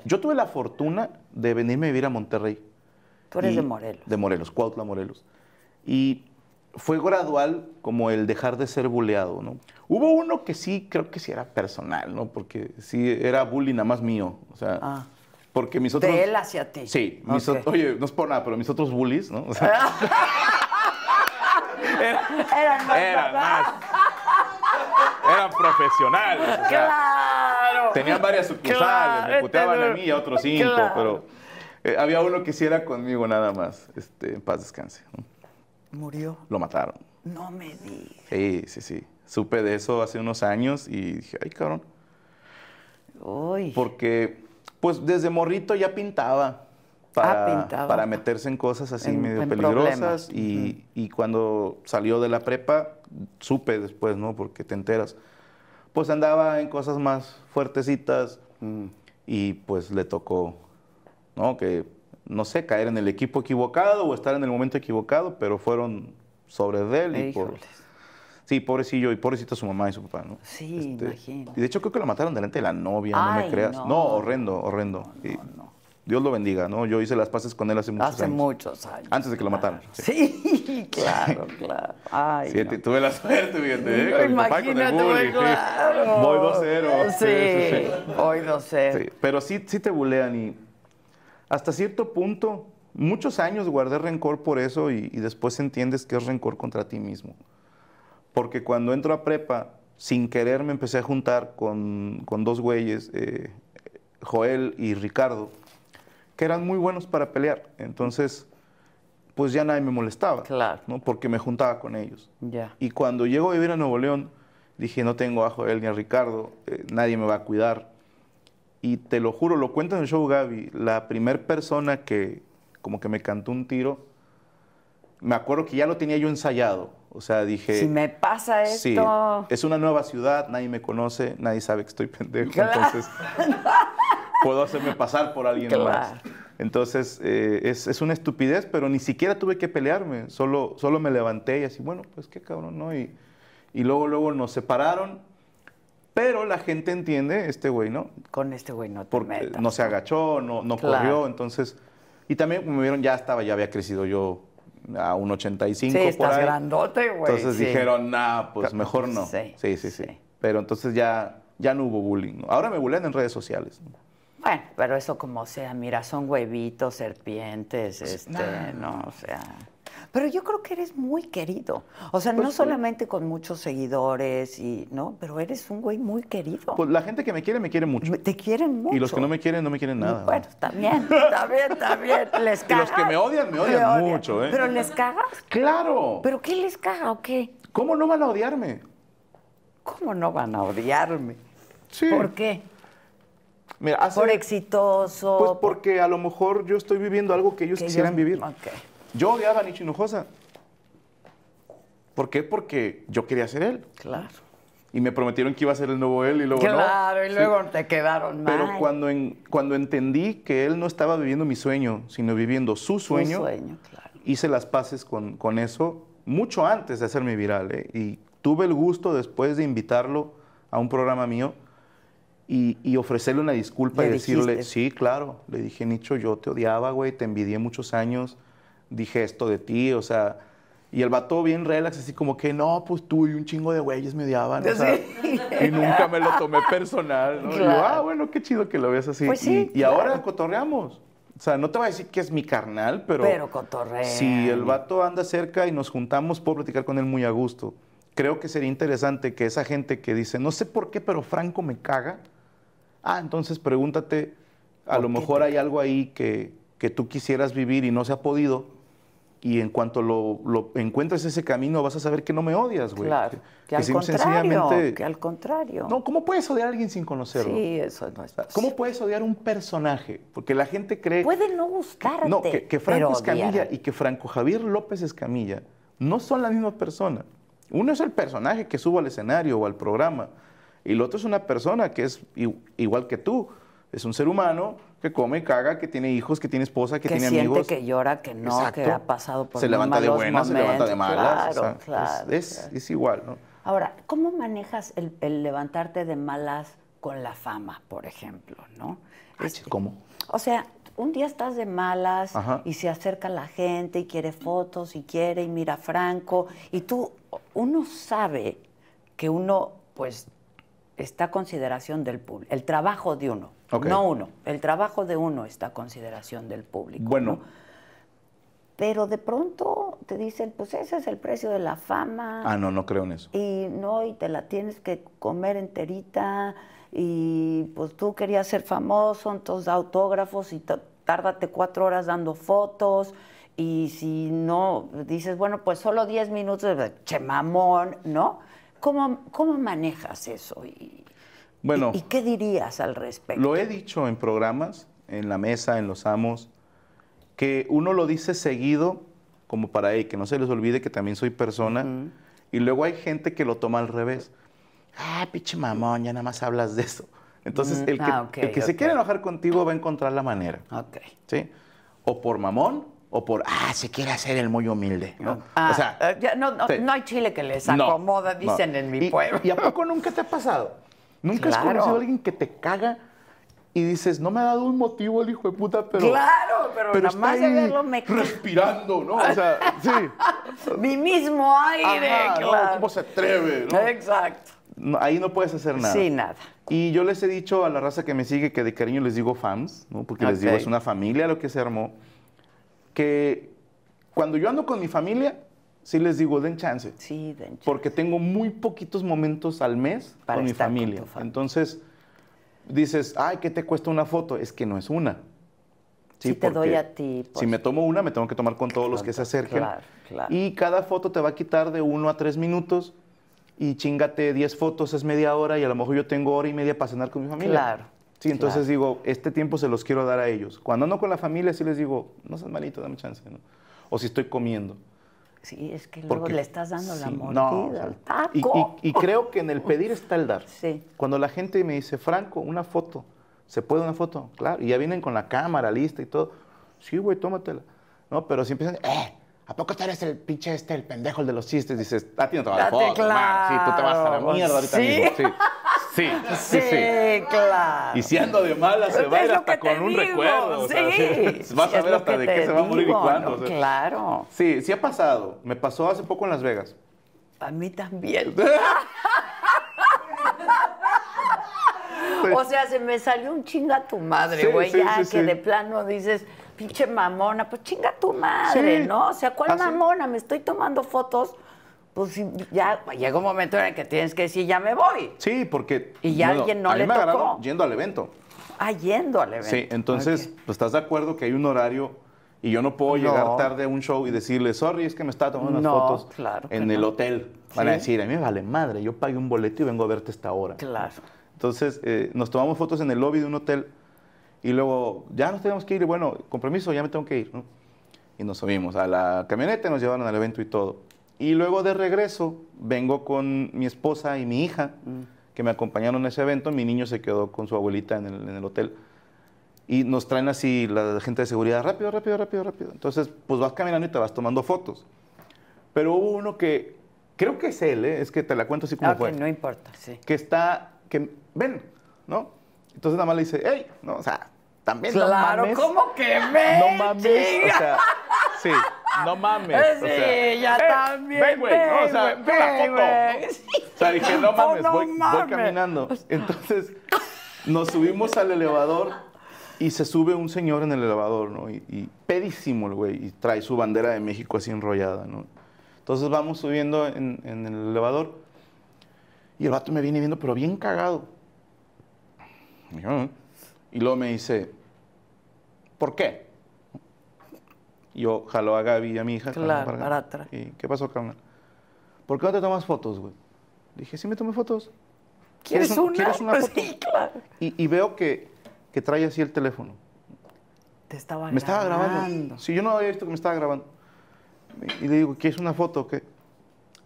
Speaker 2: Yo tuve la fortuna de venirme a vivir a Monterrey.
Speaker 1: Tú eres
Speaker 2: Y-
Speaker 1: de Morelos.
Speaker 2: De Morelos, Cuautla, Morelos. Y fue gradual como el dejar de ser buleado, ¿no? Hubo uno que sí, creo que sí era personal, ¿no? Porque sí era bullying nada más mío, o sea...
Speaker 1: Ah.
Speaker 2: Porque mis otros...
Speaker 1: De él hacia ti.
Speaker 2: Sí. mis
Speaker 1: Ok.
Speaker 2: ot- Oye, no es por nada, pero mis otros bullies, ¿no? O sea,
Speaker 1: Eran más
Speaker 2: eran
Speaker 1: babás.
Speaker 2: más... Eran profesionales, o sea,
Speaker 1: Claro.
Speaker 2: Tenían varias sucursales, me
Speaker 1: Claro,
Speaker 2: puteaban a
Speaker 1: este-
Speaker 2: mí y a otros cinco,
Speaker 1: claro.
Speaker 2: pero... eh, había uno que sí era conmigo nada más, este, en paz descanse, ¿no?
Speaker 1: Murió.
Speaker 2: Lo mataron.
Speaker 1: No me digas.
Speaker 2: Sí, sí, sí. Supe de eso hace unos años y dije, ay, cabrón.
Speaker 1: Uy.
Speaker 2: Porque, pues, desde morrito ya pintaba para,
Speaker 1: Ah, pintaba.
Speaker 2: para meterse en cosas así
Speaker 1: En-
Speaker 2: medio
Speaker 1: en
Speaker 2: peligrosas.
Speaker 1: problemas.
Speaker 2: Y, y cuando salió de la prepa, supe después, ¿no? Porque te enteras. Pues andaba en cosas más fuertecitas
Speaker 1: Mm.
Speaker 2: y pues le tocó, ¿no? Que, no sé, caer en el equipo equivocado o estar en el momento equivocado, pero fueron sobre de él y por,
Speaker 1: Híjoles.
Speaker 2: Sí, pobrecillo y pobrecita su mamá y su papá, ¿no? Este,
Speaker 1: Sí, imagino.
Speaker 2: Y de hecho creo que la mataron delante de la novia, no
Speaker 1: Ay,
Speaker 2: me creas.
Speaker 1: no.
Speaker 2: No, horrendo, horrendo. Y- No, Dios lo bendiga, ¿no? Yo hice las paces con él hace muchos
Speaker 1: Hace
Speaker 2: años.
Speaker 1: muchos años.
Speaker 2: Antes de que lo mataran. Sí,
Speaker 1: Sí, claro, claro. Ay,
Speaker 2: Sí,
Speaker 1: no.
Speaker 2: te- tuve la suerte, fíjate, ¿eh?
Speaker 1: No,
Speaker 2: Con mi papá y con el
Speaker 1: imagínate,
Speaker 2: bullying,
Speaker 1: güey,
Speaker 2: sí.
Speaker 1: claro.
Speaker 2: Voy 2-0.
Speaker 1: Sí,
Speaker 2: Sí, sí, sí.
Speaker 1: voy 2-0.
Speaker 2: Sí, pero sí, sí te bulean y hasta cierto punto, muchos años guardé rencor por eso y, y después entiendes que es rencor contra ti mismo. Porque cuando entro a prepa, sin querer me empecé a juntar con, con dos güeyes, eh, Joel y Ricardo, que eran muy buenos para pelear. Entonces, pues ya nadie me molestaba,
Speaker 1: Claro.
Speaker 2: ¿no? porque me juntaba con ellos.
Speaker 1: Ya.
Speaker 2: Y cuando llego a vivir a Nuevo León, dije, no tengo a Joel ni a Ricardo, eh, nadie me va a cuidar. Y te lo juro, lo cuento en el show Gaby, la primer persona que como que me cantó un tiro, me acuerdo que ya lo tenía yo ensayado. O sea, dije...
Speaker 1: Si me pasa
Speaker 2: Sí,
Speaker 1: esto.
Speaker 2: es una nueva ciudad, nadie me conoce, nadie sabe que estoy pendejo,
Speaker 1: Claro.
Speaker 2: entonces puedo hacerme pasar por alguien
Speaker 1: Claro.
Speaker 2: más. Entonces, eh, es, es una estupidez, pero ni siquiera tuve que pelearme, solo, solo me levanté y así, bueno, pues qué cabrón, ¿no? Y, y luego, luego nos separaron, pero la gente entiende, este güey, ¿no?
Speaker 1: Con este güey no te
Speaker 2: Porque
Speaker 1: metas.
Speaker 2: no se agachó, no, no
Speaker 1: Claro.
Speaker 2: corrió, entonces... Y también, como vieron, ya estaba, ya había crecido yo a un 85
Speaker 1: Sí,
Speaker 2: por
Speaker 1: estás
Speaker 2: ahí.
Speaker 1: grandote, güey.
Speaker 2: Entonces
Speaker 1: sí.
Speaker 2: dijeron, nah, pues mejor no.
Speaker 1: Sí,
Speaker 2: Sí, sí, sí.
Speaker 1: sí.
Speaker 2: Pero entonces ya, ya no hubo bullying. ¿no? Ahora me bullean en redes sociales. ¿no?
Speaker 1: Bueno, pero eso como sea, mira, son huevitos, serpientes,
Speaker 2: Pues,
Speaker 1: este, no, o sea. Pero yo creo que eres muy querido. O
Speaker 2: Pues
Speaker 1: sea, no solamente con muchos seguidores y, ¿no? Pero eres un güey muy querido.
Speaker 2: Pues la gente que me quiere, me quiere mucho.
Speaker 1: Te quieren mucho.
Speaker 2: Y los que no me quieren, no me quieren nada. ¿no?
Speaker 1: Bueno, también, también, también. Les
Speaker 2: Y
Speaker 1: cagas.
Speaker 2: los que me odian, me odian mucho, ¿eh?
Speaker 1: Pero les cagas.
Speaker 2: ¡Claro!
Speaker 1: ¿Pero qué les caga o qué?
Speaker 2: ¿Cómo no van a odiarme?
Speaker 1: ¿Cómo no van a odiarme?
Speaker 2: Sí.
Speaker 1: ¿Por qué?
Speaker 2: Mira, hace-
Speaker 1: Por exitoso.
Speaker 2: Pues porque a lo mejor yo estoy viviendo algo que ellos
Speaker 1: que
Speaker 2: quisieran
Speaker 1: ellos-
Speaker 2: vivir.
Speaker 1: Ok.
Speaker 2: Yo odiaba a Nicho Hinojosa. ¿Por qué? Porque yo quería ser él.
Speaker 1: Claro.
Speaker 2: Y me prometieron que iba a ser el nuevo él y luego no.
Speaker 1: claro, y
Speaker 2: Sí.
Speaker 1: luego te quedaron mal.
Speaker 2: Pero cuando, en- cuando entendí que él no estaba viviendo mi sueño, sino viviendo su
Speaker 1: Tu
Speaker 2: sueño,
Speaker 1: sueño, claro.
Speaker 2: hice las paces con, con eso mucho antes de hacerme viral. ¿eh? Y tuve el gusto después de invitarlo a un programa mío y, y ofrecerle una disculpa
Speaker 1: Le
Speaker 2: y decirle,
Speaker 1: dijiste.
Speaker 2: sí, claro, le dije, Nicho, yo te odiaba, güey, te envidié muchos años, dije esto de ti, o sea... Y el vato bien relax, así como que, no, pues tú y un chingo de güeyes me odiaban, o sea, y nunca me lo tomé personal, ¿no? Y yo,
Speaker 1: Claro.
Speaker 2: ah, bueno, qué chido que lo veas así.
Speaker 1: Pues sí,
Speaker 2: y, y
Speaker 1: claro.
Speaker 2: ahora cotorreamos. O sea, no te voy a decir que es mi carnal, pero...
Speaker 1: Pero cotorrean.
Speaker 2: Si el vato anda cerca y nos juntamos, puedo platicar con él muy a gusto. Creo que sería interesante que esa gente que dice, no sé por qué, pero Franco me caga. Ah, entonces pregúntate, a lo mejor hay algo ahí que, que tú quisieras vivir y no se ha podido. Y en cuanto lo, lo encuentres ese camino, vas a saber que no me odias, güey.
Speaker 1: Claro.
Speaker 2: Que,
Speaker 1: Que, al
Speaker 2: simple y
Speaker 1: contrario.
Speaker 2: sencillamente-
Speaker 1: Que al contrario.
Speaker 2: No, ¿cómo puedes odiar a alguien sin conocerlo?
Speaker 1: sí, eso no es posible.
Speaker 2: ¿Cómo puedes odiar un personaje? Porque la gente cree...
Speaker 1: Puede no gustarte.
Speaker 2: No, que,
Speaker 1: pero
Speaker 2: que Franco Escamilla
Speaker 1: odiar.
Speaker 2: y que Franco Javier López Escamilla no son la misma persona. Uno es el personaje que subo al escenario o al programa, y el otro es una persona que es i- igual que tú. Es un ser humano que come, caga, que tiene hijos, que tiene esposa, que,
Speaker 1: que
Speaker 2: tiene
Speaker 1: siente
Speaker 2: amigos.
Speaker 1: que llora, que no,
Speaker 2: Exacto.
Speaker 1: que ha pasado por
Speaker 2: Se
Speaker 1: muy
Speaker 2: levanta de
Speaker 1: malos
Speaker 2: buenas, se levanta de
Speaker 1: momentos.
Speaker 2: malas.
Speaker 1: Claro,
Speaker 2: o sea, es-
Speaker 1: claro,
Speaker 2: es,
Speaker 1: claro.
Speaker 2: es igual, ¿no?
Speaker 1: Ahora, ¿cómo manejas el, el levantarte de malas con la fama, por ejemplo, no? Este,
Speaker 2: ¿Cómo?
Speaker 1: O sea, un día estás de malas
Speaker 2: Ajá.
Speaker 1: y se acerca la gente y quiere fotos y quiere y mira a Franco y tú, uno sabe que uno, pues, está a consideración del público, el trabajo de uno,
Speaker 2: Ok.
Speaker 1: no uno, el trabajo de uno está a consideración del público.
Speaker 2: Bueno,
Speaker 1: ¿no? Pero de pronto te dicen, pues ese es el precio de la fama
Speaker 2: ah, no, no creo en eso.
Speaker 1: y no, y te la tienes que comer enterita, y pues tú querías ser famoso, entonces da autógrafos y ta- tárdate cuatro horas dando fotos, y si no, dices, bueno, pues solo diez minutos, che mamón, ¿no? ¿Cómo, cómo manejas eso? Y,
Speaker 2: Bueno.
Speaker 1: y, y qué dirías al respecto?
Speaker 2: Lo he dicho en programas, en la mesa, en los amos, que uno lo dice seguido como para "Ey, que no se les olvide que también soy persona. Y luego hay gente que lo toma al revés. Ah, pinche mamón, ya nada más hablas de eso. Entonces,
Speaker 1: Mm,
Speaker 2: el que,
Speaker 1: ah, ok,
Speaker 2: el que se
Speaker 1: ok.
Speaker 2: quiere enojar contigo va a encontrar la manera.
Speaker 1: Ok.
Speaker 2: ¿sí? O por mamón, o por, ah, se quiere hacer el muy humilde. ¿no?
Speaker 1: Ah,
Speaker 2: o sea,
Speaker 1: eh, ya no, no,
Speaker 2: sí.
Speaker 1: no hay chile que les
Speaker 2: No,
Speaker 1: acomoda,
Speaker 2: no.
Speaker 1: dicen en mi
Speaker 2: Y-
Speaker 1: pueblo.
Speaker 2: ¿Y a poco nunca te ha pasado? ¿Nunca has
Speaker 1: Claro.
Speaker 2: conocido a alguien que te caga y dices, no me ha dado un motivo el hijo de puta, pero.
Speaker 1: claro, pero, nada
Speaker 2: está
Speaker 1: más de
Speaker 2: ahí
Speaker 1: verlo me cae.
Speaker 2: respirando, ¿no? O sea, sí.
Speaker 1: Mi mismo aire,
Speaker 2: Ajá, ¿no?
Speaker 1: claro.
Speaker 2: ¿Cómo se atreve? ¿no?
Speaker 1: Exacto.
Speaker 2: No, ahí no puedes hacer nada.
Speaker 1: Sí, nada.
Speaker 2: Y yo les he dicho a la raza que me sigue que de cariño les digo fans, ¿no? Porque les digo,
Speaker 1: Ok.
Speaker 2: es una familia lo que se armó. Que cuando yo ando con mi familia, sí les digo, den chance.
Speaker 1: Sí, den chance.
Speaker 2: Porque tengo muy poquitos momentos al mes
Speaker 1: Para
Speaker 2: con mi
Speaker 1: estar con
Speaker 2: familia.
Speaker 1: tu familia.
Speaker 2: Entonces, dices, ay, ¿qué te cuesta una foto? Es que no es una.
Speaker 1: Si te doy
Speaker 2: porque
Speaker 1: a ti,
Speaker 2: si
Speaker 1: pues,
Speaker 2: me tomo una, me tengo que tomar con todos los que se acerquen.
Speaker 1: Claro, claro.
Speaker 2: Y cada foto te va a quitar de uno a tres minutos. Y chingate 10 fotos, es media hora. Y a lo mejor yo tengo hora y media para cenar con mi familia.
Speaker 1: Claro,
Speaker 2: Sí, entonces
Speaker 1: claro.
Speaker 2: digo, este tiempo se los quiero dar a ellos. Cuando ando con la familia, sí les digo, no seas malito, dame chance. ¿no? O si estoy comiendo.
Speaker 1: Sí, es que luego
Speaker 2: Porque
Speaker 1: le estás dando la
Speaker 2: sí,
Speaker 1: mordida
Speaker 2: no, o sea,
Speaker 1: al
Speaker 2: y-
Speaker 1: taco.
Speaker 2: Y, y creo que en el pedir está el dar.
Speaker 1: Sí.
Speaker 2: Cuando la gente me dice, Franco, una foto, ¿se puede una foto? Claro, y ya vienen con la cámara lista y todo. Sí, güey, tómatela. No, pero si empiezan, eh, ¿a poco tú eres el pinche este, el pendejo, el de los chistes? Dices, a ti no te va a dar
Speaker 1: Date
Speaker 2: foto, hermano. Sí, tú te vas a la
Speaker 1: claro.
Speaker 2: mierda ahorita
Speaker 1: Sí.
Speaker 2: mismo. Sí. Sí, sí,
Speaker 1: Sí,
Speaker 2: sí.
Speaker 1: claro.
Speaker 2: Y si ando de mala, se
Speaker 1: Es
Speaker 2: va a ir
Speaker 1: lo
Speaker 2: hasta
Speaker 1: que te
Speaker 2: con un
Speaker 1: digo,
Speaker 2: recuerdo. o sea,
Speaker 1: Sí.
Speaker 2: sí. Vas
Speaker 1: Sí,
Speaker 2: a
Speaker 1: es
Speaker 2: ver
Speaker 1: lo
Speaker 2: hasta
Speaker 1: que
Speaker 2: de qué
Speaker 1: te
Speaker 2: se va a morir y
Speaker 1: digo,
Speaker 2: cuándo.
Speaker 1: no,
Speaker 2: o sea.
Speaker 1: Claro.
Speaker 2: Sí, sí ha pasado. Me pasó hace poco en Las Vegas.
Speaker 1: A mí también.
Speaker 2: Pues,
Speaker 1: O sea, se me salió un chinga tu madre,
Speaker 2: Sí,
Speaker 1: güey.
Speaker 2: sí,
Speaker 1: ya
Speaker 2: sí,
Speaker 1: que
Speaker 2: sí.
Speaker 1: de plano dices, pinche mamona, pues chinga tu madre,
Speaker 2: Sí.
Speaker 1: ¿no? O sea, ¿cuál
Speaker 2: Ah, sí.
Speaker 1: mamona? Me estoy tomando fotos. Pues sí, ya llega un momento en el que tienes que decir, ya me voy.
Speaker 2: Sí, porque.
Speaker 1: Y ya alguien no
Speaker 2: a mí
Speaker 1: le
Speaker 2: me agarraron
Speaker 1: tocó.
Speaker 2: yendo al evento.
Speaker 1: Ah, yendo al evento.
Speaker 2: Sí, entonces,
Speaker 1: Ok.
Speaker 2: pues, estás de acuerdo que hay un horario y yo no puedo llegar
Speaker 1: No.
Speaker 2: tarde a un show y decirle, sorry, es que me estaba tomando unas
Speaker 1: No,
Speaker 2: fotos
Speaker 1: claro que
Speaker 2: en
Speaker 1: no.
Speaker 2: el hotel. Van a
Speaker 1: Sí.
Speaker 2: decir, a mí me vale madre, yo pagué un boleto y vengo a verte esta hora.
Speaker 1: Claro.
Speaker 2: Entonces, eh, nos tomamos fotos en el lobby de un hotel y luego, ya nos teníamos que ir, y bueno, compromiso, ya me tengo que ir, ¿no? Y nos subimos a la camioneta, nos llevaron al evento y todo. Y luego de regreso, vengo con mi esposa y mi hija,
Speaker 1: Mm.
Speaker 2: que me acompañaron a ese evento. Mi niño se quedó con su abuelita en el, en el hotel. Y nos traen así la gente de seguridad, rápido, rápido, rápido, rápido. Entonces, pues vas caminando y te vas tomando fotos. Pero hubo uno que, creo que es él, ¿eh? es que te la cuento así como
Speaker 1: Ah, que
Speaker 2: fue
Speaker 1: no importa, sí.
Speaker 2: que está, que ven, ¿no? Entonces nada más le dice, hey, no, o sea, también no
Speaker 1: Claro,
Speaker 2: mames.
Speaker 1: ¿cómo que me?
Speaker 2: No mames, o
Speaker 1: chinga?
Speaker 2: sea, sí, no mames.
Speaker 1: Eh,
Speaker 2: o
Speaker 1: sí,
Speaker 2: sea,
Speaker 1: ya
Speaker 2: "Eh,
Speaker 1: también.
Speaker 2: Ven, güey, ¿no? o sea,
Speaker 1: ven,
Speaker 2: ve
Speaker 1: ven,
Speaker 2: la foto.
Speaker 1: güey.
Speaker 2: O sea, dije, no
Speaker 1: No,
Speaker 2: mames,
Speaker 1: no
Speaker 2: voy, voy
Speaker 1: mames.
Speaker 2: caminando. Entonces, nos subimos al elevador y se sube un señor en el elevador, ¿no? Y, y pedísimo el güey, y trae su bandera de México así enrollada, ¿no? Entonces vamos subiendo en, en el elevador y el vato me viene viendo, pero bien cagado. Y yo, "Ah". Y luego me dice, ¿por qué? Y Yo jalo a Gaby y a mi hija. jalo
Speaker 1: Claro,
Speaker 2: acá.
Speaker 1: para atrás.
Speaker 2: ¿Y qué pasó, carnal? ¿Por qué no te tomas fotos, güey? Dije, sí me tomé fotos.
Speaker 1: ¿Quieres
Speaker 2: un-
Speaker 1: una?
Speaker 2: ¿Quieres una
Speaker 1: Pues
Speaker 2: foto?
Speaker 1: Sí, claro.
Speaker 2: Y, y veo que, que trae así el teléfono.
Speaker 1: Te estaba
Speaker 2: Me estaba grabando.
Speaker 1: grabando.
Speaker 2: Sí, yo no había visto que me estaba grabando. Y le digo, ¿quieres una foto o qué?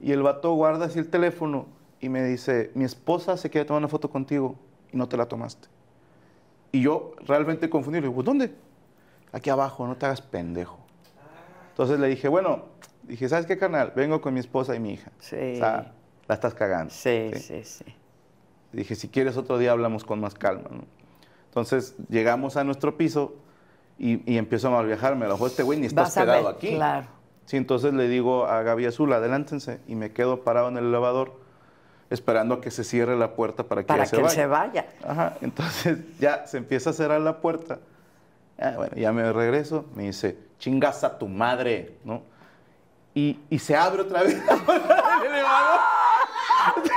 Speaker 2: Y el vato guarda así el teléfono y me dice, mi esposa se quiere tomar una foto contigo y no te la tomaste. Y yo realmente confundido, le digo, "¿Pues ¿dónde? Aquí abajo, no te hagas pendejo. Entonces le dije, bueno, dije, ¿sabes qué, carnal? Vengo con mi esposa y mi hija.
Speaker 1: Sí.
Speaker 2: O sea, la estás cagando.
Speaker 1: Sí, sí, sí.
Speaker 2: Dije, si quieres otro día hablamos con más calma. ¿no? Entonces llegamos a nuestro piso y, y empiezo a mal viajarme. A lo mejor este güey ni está
Speaker 1: Vas a ver,
Speaker 2: hospedado aquí.
Speaker 1: claro.
Speaker 2: Sí, entonces le digo a Gaby Azul, adelántense. Y me quedo parado en el elevador esperando a que se cierre la puerta para que
Speaker 1: Para
Speaker 2: ella
Speaker 1: que él se vaya.
Speaker 2: Ajá, entonces ya se empieza a cerrar la puerta. Ah, bueno, ya me regreso, me dice, chingas a tu madre, ¿no? Y, y se abre otra vez la puerta del elevador.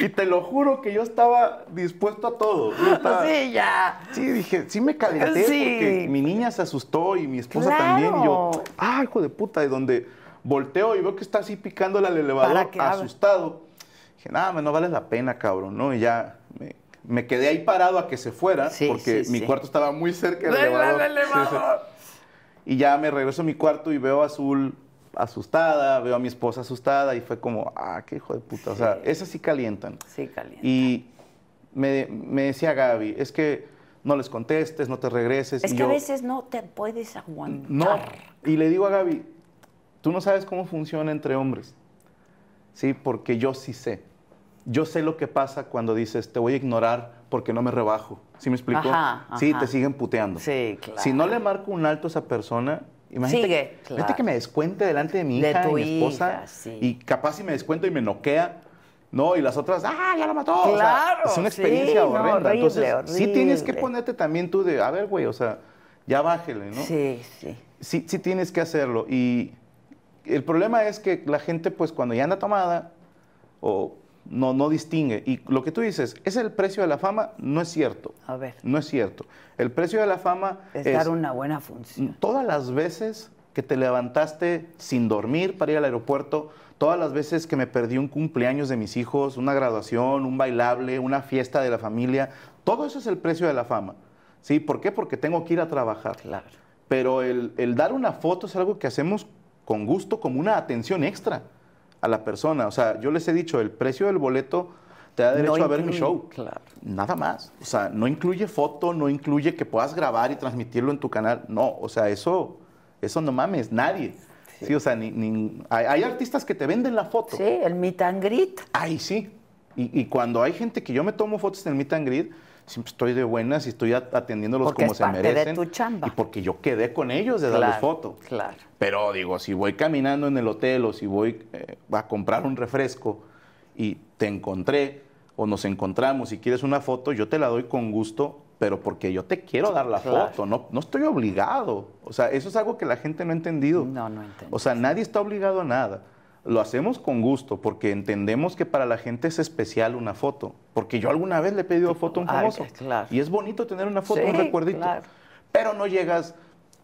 Speaker 2: Y te lo juro que yo estaba dispuesto a todo. Yo estaba-
Speaker 1: Pues Sí, ya.
Speaker 2: Sí, dije, sí me calenté
Speaker 1: Sí.
Speaker 2: porque mi niña se asustó y mi esposa
Speaker 1: Claro.
Speaker 2: también. Y yo, ah, hijo de puta, de donde volteo y veo que está así picándole al elevador,
Speaker 1: Para que abra.
Speaker 2: asustado. Dije, nada, no vale la pena, cabrón, ¿no? Y ya me, me quedé ahí parado a que se fuera
Speaker 1: Sí,
Speaker 2: porque
Speaker 1: sí,
Speaker 2: mi
Speaker 1: sí.
Speaker 2: cuarto estaba muy cerca del
Speaker 1: Del
Speaker 2: elevador.
Speaker 1: elevador.
Speaker 2: Y ya me regreso a mi cuarto y veo a Azul asustada, veo a mi esposa asustada y fue como, ah, qué hijo de puta. O sea, esas sí calientan.
Speaker 1: Sí, caliente.
Speaker 2: Y me, me decía Gaby, es que no les contestes, no te regreses.
Speaker 1: es
Speaker 2: y
Speaker 1: que
Speaker 2: yo,
Speaker 1: a veces no te puedes aguantar.
Speaker 2: No. Y le digo a Gaby, tú no sabes cómo funciona entre hombres. Sí, porque yo sí sé. Yo sé lo que pasa cuando dices, te voy a ignorar porque no me rebajo. ¿Sí me explicó?
Speaker 1: Ajá,
Speaker 2: Sí,
Speaker 1: ajá.
Speaker 2: te siguen puteando.
Speaker 1: Sí, claro.
Speaker 2: Si no le marco un alto a esa persona, imagínate,
Speaker 1: Sigue,
Speaker 2: que-
Speaker 1: claro.
Speaker 2: imagínate que me descuente delante de mi
Speaker 1: De
Speaker 2: hija,
Speaker 1: tu
Speaker 2: y mi esposa,
Speaker 1: hija, sí.
Speaker 2: y capaz si me descuento y me noquea. No, y las otras, ¡ah, ya la mató! O sea,
Speaker 1: Claro,
Speaker 2: es una
Speaker 1: sí,
Speaker 2: experiencia
Speaker 1: no,
Speaker 2: horrenda.
Speaker 1: horrible,
Speaker 2: Entonces, sí tienes que
Speaker 1: horrible.
Speaker 2: ponerte también tú de, a ver, güey, o sea, ya bájele, ¿no?
Speaker 1: Sí, sí.
Speaker 2: sí, sí tienes que hacerlo. Y el problema es que la gente, pues cuando ya anda tomada, o no, no distingue. Y lo que tú dices, ¿es el precio de la fama? No es cierto.
Speaker 1: A ver.
Speaker 2: No es cierto. El precio de la fama
Speaker 1: Es,
Speaker 2: es
Speaker 1: dar una buena función.
Speaker 2: todas las veces que te levantaste sin dormir para ir al aeropuerto, todas las veces que me perdí un cumpleaños de mis hijos, una graduación, un bailable, una fiesta de la familia, todo eso es el precio de la fama. ¿Sí? ¿Por qué? Porque tengo que ir a trabajar.
Speaker 1: Claro.
Speaker 2: Pero el, el dar una foto es algo que hacemos con gusto, como una atención extra a la persona. O sea, yo les he dicho, el precio del boleto te da derecho
Speaker 1: No
Speaker 2: a ver mi
Speaker 1: incluye,
Speaker 2: show.
Speaker 1: claro.
Speaker 2: Nada más. O sea, no incluye foto, no incluye que puedas grabar y transmitirlo en tu canal. No, o sea, eso, eso no mames, nadie. Sí, o sea, ni- ni- hay, hay artistas que te venden la foto.
Speaker 1: Sí, el meet and greet.
Speaker 2: Ay, sí. Y, y cuando hay gente que yo me tomo fotos en el meet and greet, siempre estoy de buenas y estoy at- atendiéndolos
Speaker 1: Porque
Speaker 2: como
Speaker 1: es
Speaker 2: se
Speaker 1: parte de
Speaker 2: merecen.
Speaker 1: tu chamba.
Speaker 2: Y porque yo quedé con ellos de darles
Speaker 1: Claro,
Speaker 2: foto.
Speaker 1: claro.
Speaker 2: Pero digo, si voy caminando en el hotel o si voy eh, a comprar un refresco y te encontré o nos encontramos y quieres una foto, yo te la doy con gusto, pero porque yo te quiero dar la
Speaker 1: Claro.
Speaker 2: foto, no, no estoy obligado. O sea, eso es algo que la gente no ha entendido.
Speaker 1: No, no entiendo.
Speaker 2: O sea, nadie está obligado a nada. Lo hacemos con gusto porque entendemos que para la gente es especial una foto. Porque yo alguna vez le he pedido foto a un
Speaker 1: Ah,
Speaker 2: famoso.
Speaker 1: claro.
Speaker 2: Y es bonito tener una foto, un
Speaker 1: Sí,
Speaker 2: recuerdito.
Speaker 1: claro.
Speaker 2: Pero no llegas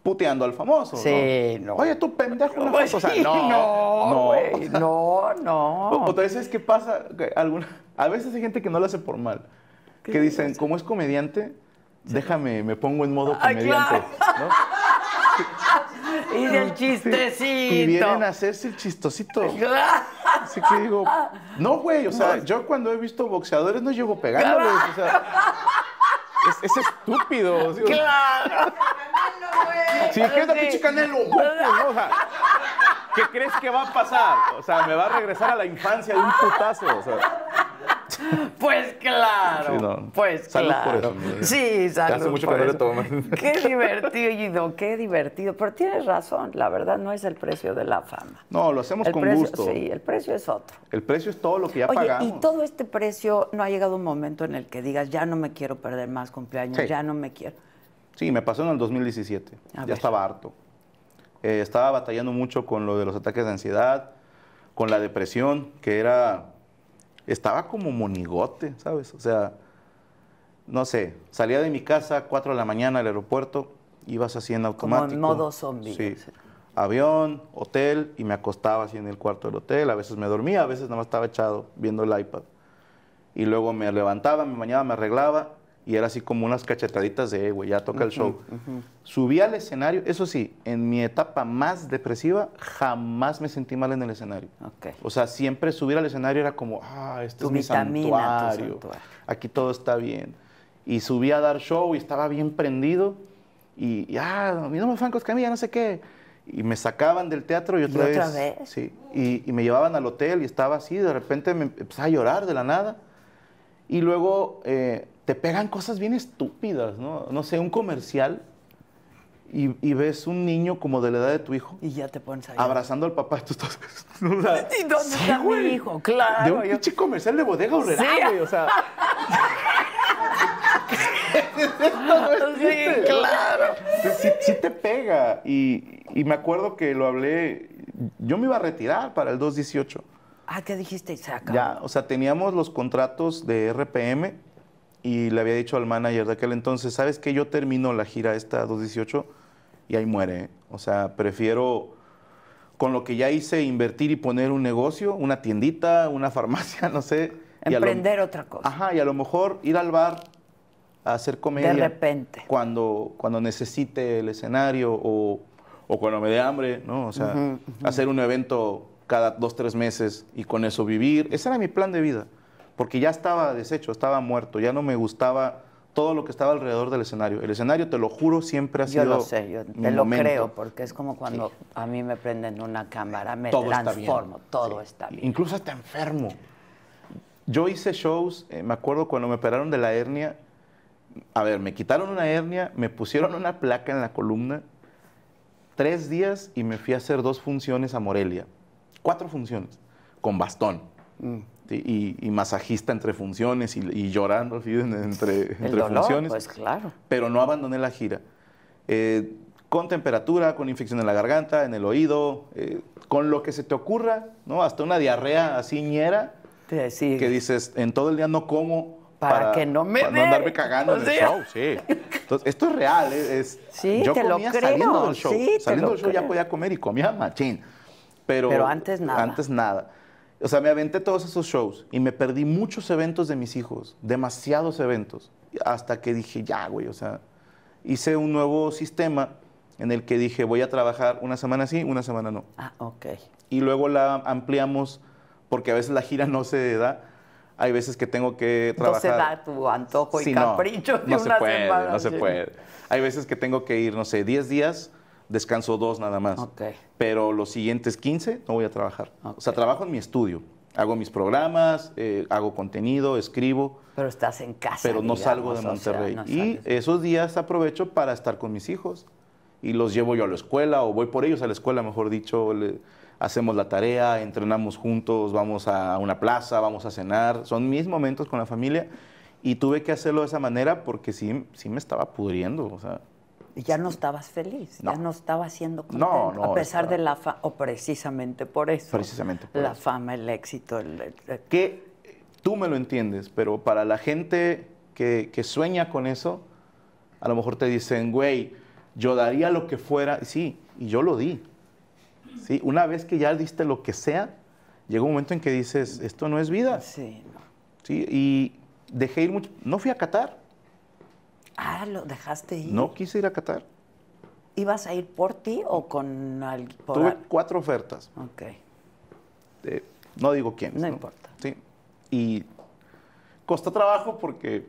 Speaker 2: puteando al famoso.
Speaker 1: Sí, no.
Speaker 2: Oye, tú pendejo, una
Speaker 1: Pues
Speaker 2: foto. O sea,
Speaker 1: sí,
Speaker 2: no,
Speaker 1: no,
Speaker 2: no.
Speaker 1: güey,
Speaker 2: O sea,
Speaker 1: no, no.
Speaker 2: o- Otra vez es que pasa, que alguna, a veces hay gente que no lo hace por mal. Que dicen, como es comediante, déjame, me pongo en modo
Speaker 1: Ay,
Speaker 2: comediante. ¿no?
Speaker 1: Y del
Speaker 2: Y
Speaker 1: chistecito.
Speaker 2: vienen a hacerse el chistosito.
Speaker 1: Claro.
Speaker 2: Así que digo, no, güey, o sea, yo cuando he visto boxeadores no llevo pegándoles, o sea, es, es estúpido. o sea,
Speaker 1: Claro.
Speaker 2: si me quieres dar
Speaker 1: sí.
Speaker 2: pinche canelo, güey, ¿no? O sea, ¿qué crees que va a pasar? O sea, me va a regresar a la infancia de un putazo, o sea,
Speaker 1: Pues claro.
Speaker 2: Sí, no.
Speaker 1: Pues
Speaker 2: Salud por
Speaker 1: claro.
Speaker 2: eso, mira.
Speaker 1: sí,
Speaker 2: hace
Speaker 1: salud.
Speaker 2: mucho
Speaker 1: por
Speaker 2: que no le
Speaker 1: eso.
Speaker 2: toman.
Speaker 1: Qué divertido, qué divertido. Pero tienes razón, la verdad no es el precio de la fama.
Speaker 2: no, lo hacemos
Speaker 1: el
Speaker 2: con
Speaker 1: precio,
Speaker 2: gusto.
Speaker 1: Sí, el precio es otro.
Speaker 2: El precio es todo lo que ya
Speaker 1: Oye,
Speaker 2: pagamos.
Speaker 1: y todo este precio, ¿no ha llegado un momento en el que digas, ya no me quiero perder más cumpleaños,
Speaker 2: Sí.
Speaker 1: ya no me quiero?
Speaker 2: Sí, me pasó en el 2017.
Speaker 1: A
Speaker 2: ya
Speaker 1: ver.
Speaker 2: estaba harto. Eh, estaba batallando mucho con lo de los ataques de ansiedad, con la depresión, que era. Estaba como monigote, ¿sabes? O sea, no sé, salía de mi casa a 4 de la mañana al aeropuerto, ibas así en automático.
Speaker 1: modo zombie,
Speaker 2: Sí.
Speaker 1: o sea.
Speaker 2: Avión, hotel, y me acostaba así en el cuarto del hotel. A veces me dormía, a veces nada más estaba echado viendo el iPad y luego me levantaba, me bañaba, me arreglaba y era así como unas cachetaditas de, "Eh, güey, ya toca el show. Subí al escenario, eso sí, en mi etapa más depresiva jamás me sentí mal en el escenario.
Speaker 1: Ok.
Speaker 2: O sea, siempre subir al escenario era como, ah, este
Speaker 1: Tu
Speaker 2: es mi
Speaker 1: vitamina, tu
Speaker 2: santuario,
Speaker 1: santuario.
Speaker 2: aquí todo está bien. Y subí a dar show y estaba bien prendido y, y, ah, a mí no me Franco Escamilla, no sé qué. Y me sacaban del teatro y otra,
Speaker 1: ¿Y otra vez?
Speaker 2: Sí, y, y me llevaban al hotel y estaba así, de repente me empecé a llorar de la nada. Y luego eh, te pegan cosas bien estúpidas, ¿no? No sé, un comercial y, y ves un niño como de la edad de tu hijo
Speaker 1: Y ya te pones ahí.
Speaker 2: abrazando al papá. Tú estás, o sea,
Speaker 1: ¿Y dónde
Speaker 2: sí,
Speaker 1: está mi
Speaker 2: güey.
Speaker 1: hijo?
Speaker 2: De
Speaker 1: Claro.
Speaker 2: un
Speaker 1: yo-
Speaker 2: pinche comercial de bodega horrera,
Speaker 1: Sí.
Speaker 2: güey, o sea. Esto no es
Speaker 1: Sí,
Speaker 2: chiste.
Speaker 1: claro.
Speaker 2: Sí, sí- sí te pega. Y, y me acuerdo que lo hablé. Yo me iba a retirar para el 218.
Speaker 1: Ah, ¿qué dijiste? Y se acabó.
Speaker 2: Ya, o sea, teníamos los contratos de RPM y le había dicho al manager de aquel entonces, ¿sabes qué? Yo termino la gira esta 218 y ahí muere. ¿eh? O sea, prefiero con lo que ya hice invertir y poner un negocio, una tiendita, una farmacia, no sé. y a lo-
Speaker 1: Emprender otra cosa.
Speaker 2: Ajá, y a lo mejor ir al bar a hacer comedia.
Speaker 1: De repente.
Speaker 2: Cuando, cuando necesite el escenario o, o cuando me dé hambre, ¿no? O sea, hacer un evento cada dos, tres meses y con eso vivir. Ese era mi plan de vida, porque ya estaba deshecho, estaba muerto, ya no me gustaba todo lo que estaba alrededor del escenario. El escenario, te lo juro, siempre ha
Speaker 1: Yo
Speaker 2: sido
Speaker 1: lo sé, yo
Speaker 2: mi
Speaker 1: te lo
Speaker 2: momento.
Speaker 1: creo, porque es como cuando a mí me prenden una cámara, me
Speaker 2: Todo está bien.
Speaker 1: transformo, todo
Speaker 2: Sí.
Speaker 1: está bien.
Speaker 2: Incluso hasta enfermo. Yo hice shows, eh, me acuerdo cuando me operaron de la hernia, a ver, me quitaron una hernia, me pusieron una placa en la columna, tres días y me fui a hacer dos funciones a Morelia, cuatro funciones, con bastón.
Speaker 1: Mm.
Speaker 2: Sí, Y, y masajista entre funciones y, y llorando así, en- entre, entre
Speaker 1: El dolor,
Speaker 2: funciones
Speaker 1: pues claro.
Speaker 2: pero no abandoné la gira. Eh, con temperatura, con infección en la garganta, en el oído, eh, con lo que se te ocurra, ¿no? Hasta una diarrea así ñera,
Speaker 1: Te sigue.
Speaker 2: que dices, en todo el día no como.
Speaker 1: Para que no me
Speaker 2: para
Speaker 1: dé.
Speaker 2: andarme cagando
Speaker 1: O
Speaker 2: en
Speaker 1: sea.
Speaker 2: el show, sí. Entonces, esto es real, es, es-
Speaker 1: Sí,
Speaker 2: yo
Speaker 1: te lo
Speaker 2: comía
Speaker 1: creo,
Speaker 2: saliendo del show.
Speaker 1: sí, te
Speaker 2: saliendo
Speaker 1: lo
Speaker 2: del show ya
Speaker 1: creo.
Speaker 2: podía comer y comía machín. Pero,
Speaker 1: Pero antes nada.
Speaker 2: Antes nada. O sea, me aventé todos esos shows y me perdí muchos eventos de mis hijos, demasiados eventos, hasta que dije, ya, güey, o sea, hice un nuevo sistema en el que dije, voy a trabajar una semana sí, una semana no
Speaker 1: Ah, ok.
Speaker 2: y luego la ampliamos porque a veces la gira no se da. Hay veces que tengo que
Speaker 1: No se
Speaker 2: trabajar.
Speaker 1: da tu antojo y
Speaker 2: Sí, no,
Speaker 1: capricho de
Speaker 2: no
Speaker 1: una
Speaker 2: se puede,
Speaker 1: semana.
Speaker 2: No se
Speaker 1: sí.
Speaker 2: puede. Hay veces que tengo que ir, no sé, 10 días, descanso dos nada más.
Speaker 1: Ok.
Speaker 2: Pero los siguientes 15 no voy a trabajar. O sea,
Speaker 1: Ok.
Speaker 2: trabajo en mi estudio. Hago mis programas, eh, hago contenido, escribo,
Speaker 1: Pero estás en casa.
Speaker 2: pero no
Speaker 1: digamos,
Speaker 2: salgo de
Speaker 1: o sea,
Speaker 2: Monterrey.
Speaker 1: no
Speaker 2: y
Speaker 1: sales.
Speaker 2: esos días aprovecho para estar con mis hijos. Y los llevo yo a la escuela o voy por ellos a la escuela, mejor dicho. le- hacemos la tarea, entrenamos juntos, vamos a una plaza, vamos a cenar. Son mis momentos con la familia. Y tuve que hacerlo de esa manera porque sí, sí me estaba pudriendo. O sea,
Speaker 1: Y ya no estabas feliz, ya
Speaker 2: No.
Speaker 1: no estabas siendo
Speaker 2: No,
Speaker 1: contento,
Speaker 2: no,
Speaker 1: a pesar
Speaker 2: estaba-
Speaker 1: de la fama, o precisamente por eso.
Speaker 2: Precisamente por
Speaker 1: La
Speaker 2: eso.
Speaker 1: fama, el éxito, el- el- el-
Speaker 2: que eh, tú me lo entiendes, pero para la gente que, que sueña con eso, a lo mejor te dicen, güey, yo daría lo que fuera. Sí, y yo lo di. Sí, una vez que ya diste lo que sea, llega un momento en que dices, esto no es vida.
Speaker 1: sí, no.
Speaker 2: Sí, y dejé ir mucho. No fui a Qatar.
Speaker 1: Ah, lo dejaste ir.
Speaker 2: No quise ir a Qatar.
Speaker 1: ¿Ibas a ir por ti o con alguien?
Speaker 2: Tuve cuatro ofertas.
Speaker 1: Ok.
Speaker 2: eh, no digo quiénes.
Speaker 1: No importa.
Speaker 2: Sí. Y costó trabajo porque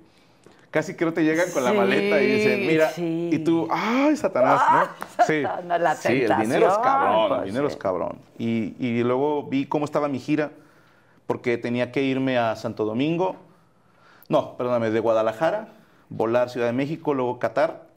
Speaker 2: casi creo te llegan con la
Speaker 1: Sí,
Speaker 2: maleta y dicen, mira,
Speaker 1: sí. Ah,
Speaker 2: y tú, ay, Satanás, ¿no? Sí,
Speaker 1: Satanás, la
Speaker 2: sí, el dinero es
Speaker 1: tentación,
Speaker 2: cabrón,
Speaker 1: pues,
Speaker 2: el dinero
Speaker 1: sí.
Speaker 2: es cabrón. Y, y luego vi cómo estaba mi gira porque tenía que irme a Santo Domingo, no, perdóname, de Guadalajara, volar Ciudad de México, luego Qatar,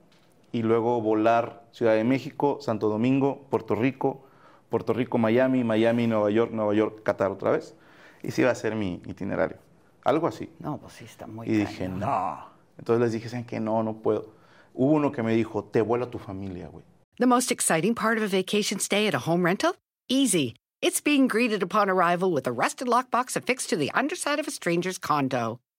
Speaker 2: y luego volar Ciudad de México, Santo Domingo, Puerto Rico, Puerto Rico, Miami, Miami, Nueva York, Nueva York, Qatar otra vez. Y sí iba a ser mi itinerario. Algo así.
Speaker 1: No, pues sí, está muy
Speaker 2: Y dije,
Speaker 1: cañón.
Speaker 2: no. Entonces les dije, ¿saben qué? No, no puedo. Hubo uno que me dijo, te vuelo a tu familia, güey.
Speaker 3: The most exciting part of a vacation stay at a home rental? Easy. It's being greeted upon arrival with a rusted lockbox affixed to the underside of a stranger's condo.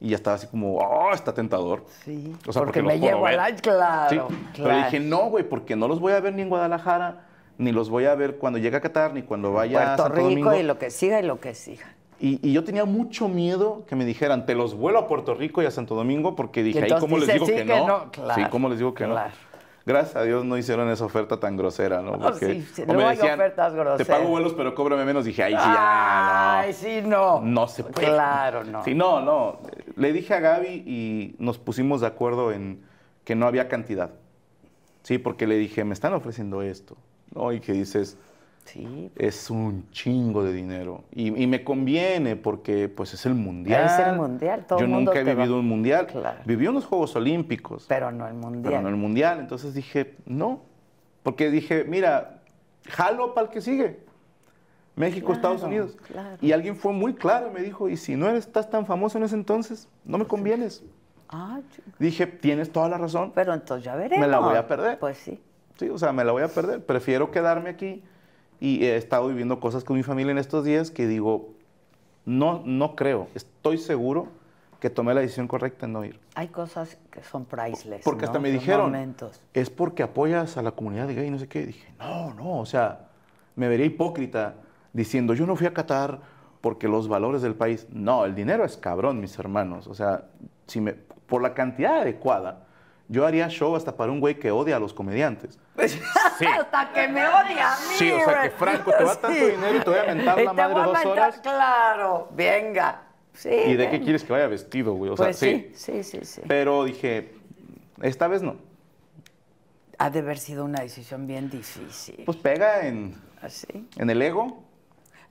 Speaker 2: Y ya estaba así como, oh, está tentador.
Speaker 1: Sí,
Speaker 2: O sea,
Speaker 1: porque,
Speaker 2: porque los
Speaker 1: me
Speaker 2: puedo
Speaker 1: llevo
Speaker 2: ver.
Speaker 1: al... Claro,
Speaker 2: Sí,
Speaker 1: claro.
Speaker 2: Pero dije, no, güey, porque no los voy a ver ni en Guadalajara, ni los voy a ver cuando llegue a Qatar, ni cuando vaya a
Speaker 1: Puerto
Speaker 2: Santo
Speaker 1: Rico
Speaker 2: Domingo.
Speaker 1: y lo que siga y lo que siga.
Speaker 2: Y, y yo tenía mucho miedo que me dijeran, te los vuelo a Puerto Rico y a Santo Domingo, porque dije, ahí
Speaker 1: entonces
Speaker 2: cómo les
Speaker 1: dices,
Speaker 2: digo
Speaker 1: sí,
Speaker 2: que
Speaker 1: que
Speaker 2: no.
Speaker 1: no, claro,
Speaker 2: sí, cómo les digo que
Speaker 1: claro.
Speaker 2: no. Gracias a Dios no hicieron esa oferta tan grosera, ¿no?
Speaker 1: No, sí, sí, luego hay ofertas
Speaker 2: Te
Speaker 1: groseras".
Speaker 2: pago vuelos, pero cóbrame menos. Dije, ay, sí, ya,
Speaker 1: Ay,
Speaker 2: no.
Speaker 1: sí, no.
Speaker 2: No se puede.
Speaker 1: Claro, no.
Speaker 2: Sí, no, no. Le dije a Gaby y nos pusimos de acuerdo en que no había cantidad. Sí, porque le dije, me están ofreciendo esto. ¿No? Y que dices,
Speaker 1: Sí,
Speaker 2: es un chingo de dinero. Y, y me conviene porque pues es el mundial.
Speaker 1: Es el mundial, todo
Speaker 2: Yo
Speaker 1: el mundo
Speaker 2: nunca he
Speaker 1: te va-
Speaker 2: vivido un mundial.
Speaker 1: Claro.
Speaker 2: Viví unos Juegos Olímpicos, pero,
Speaker 1: pero no el mundial.
Speaker 2: no el mundial. Entonces dije, no. Porque dije, mira, jalo para el que sigue. México, Estados
Speaker 1: Claro,
Speaker 2: Unidos.
Speaker 1: claro.
Speaker 2: Y alguien fue muy claro y me dijo, y si no eres- estás tan famoso en ese entonces, no me convienes.
Speaker 1: Ah, ch-
Speaker 2: Dije, tienes toda la razón.
Speaker 1: pero entonces ya veremos.
Speaker 2: Me la voy a perder.
Speaker 1: Pues sí.
Speaker 2: Sí, o sea, me la voy a perder. Prefiero quedarme aquí y he estado viviendo cosas con mi familia en estos días que digo, no, no creo, estoy seguro que tomé la decisión correcta en no ir.
Speaker 1: Hay cosas que son priceless.
Speaker 2: Porque
Speaker 1: ¿no?
Speaker 2: hasta me
Speaker 1: Son
Speaker 2: dijeron,
Speaker 1: momentos.
Speaker 2: es porque apoyas a la comunidad gay, no sé qué. Dije, no, no, o sea, me vería hipócrita diciendo, yo no fui a Qatar porque los valores del país. No, el dinero es cabrón, mis hermanos. O sea, si me, por la cantidad adecuada, yo haría show hasta para un güey que odia a los comediantes. Sí.
Speaker 1: Hasta que me odia a mí.
Speaker 2: Sí, o sea, que
Speaker 1: güey.
Speaker 2: Franco, te va tanto dinero y te voy a mentar
Speaker 1: Y
Speaker 2: la
Speaker 1: te
Speaker 2: madre
Speaker 1: voy a
Speaker 2: dos
Speaker 1: mentar,
Speaker 2: horas.
Speaker 1: Claro, venga. Sí.
Speaker 2: ¿Y de qué
Speaker 1: venga.
Speaker 2: quieres que vaya vestido, güey? O sea,
Speaker 1: pues sí, sí, sí, sí.
Speaker 2: Pero dije, esta vez no.
Speaker 1: Ha de haber sido una decisión bien difícil.
Speaker 2: Pues pega en,
Speaker 1: Así.
Speaker 2: en el ego,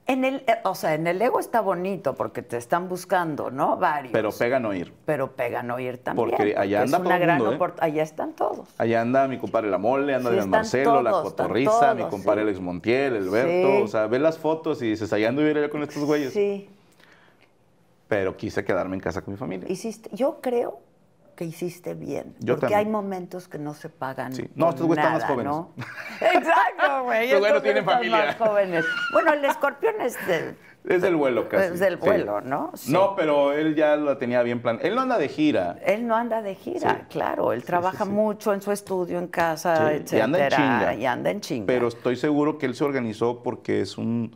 Speaker 1: En el, eh, o sea, en el ego está bonito porque te están buscando, ¿no? Varios.
Speaker 2: pero pega no ir.
Speaker 1: pero pegan oír también.
Speaker 2: Porque allá anda
Speaker 1: es
Speaker 2: todo
Speaker 1: una
Speaker 2: el
Speaker 1: gran
Speaker 2: mundo, ¿eh?
Speaker 1: opor- Allá están todos.
Speaker 2: Allá anda mi compadre La Mole, anda
Speaker 1: Sí,
Speaker 2: Adrián
Speaker 1: están
Speaker 2: Marcelo, La
Speaker 1: todos, están
Speaker 2: Cotorriza, mi
Speaker 1: todos,
Speaker 2: compadre
Speaker 1: sí.
Speaker 2: Alex Montiel, Alberto.
Speaker 1: Sí.
Speaker 2: O sea, ve las fotos y dices, allá anduviera yo con estos güeyes.
Speaker 1: Sí.
Speaker 2: Pero quise quedarme en casa con mi familia.
Speaker 1: Hiciste, yo creo que hiciste bien.
Speaker 2: Yo
Speaker 1: porque
Speaker 2: también.
Speaker 1: hay momentos que no se pagan.
Speaker 2: Sí. No,
Speaker 1: con
Speaker 2: estos güeyes están más
Speaker 1: nada,
Speaker 2: jóvenes.
Speaker 1: ¿no? Exacto, güey.
Speaker 2: Estos güeyes no
Speaker 1: estos
Speaker 2: tienen
Speaker 1: están
Speaker 2: familia.
Speaker 1: más jóvenes. Bueno, el escorpión es de-
Speaker 2: Es del vuelo casi.
Speaker 1: Es del
Speaker 2: sí.
Speaker 1: vuelo, ¿no? Sí.
Speaker 2: No, pero él ya lo tenía bien plan. Él no anda de gira.
Speaker 1: Él no anda de gira,
Speaker 2: Sí.
Speaker 1: claro. Él trabaja
Speaker 2: sí.
Speaker 1: mucho en su estudio, en casa,
Speaker 2: Sí,
Speaker 1: Ah, etcétera.
Speaker 2: Y anda en chinga.
Speaker 1: y anda en chinga.
Speaker 2: Pero estoy seguro que él se organizó porque es un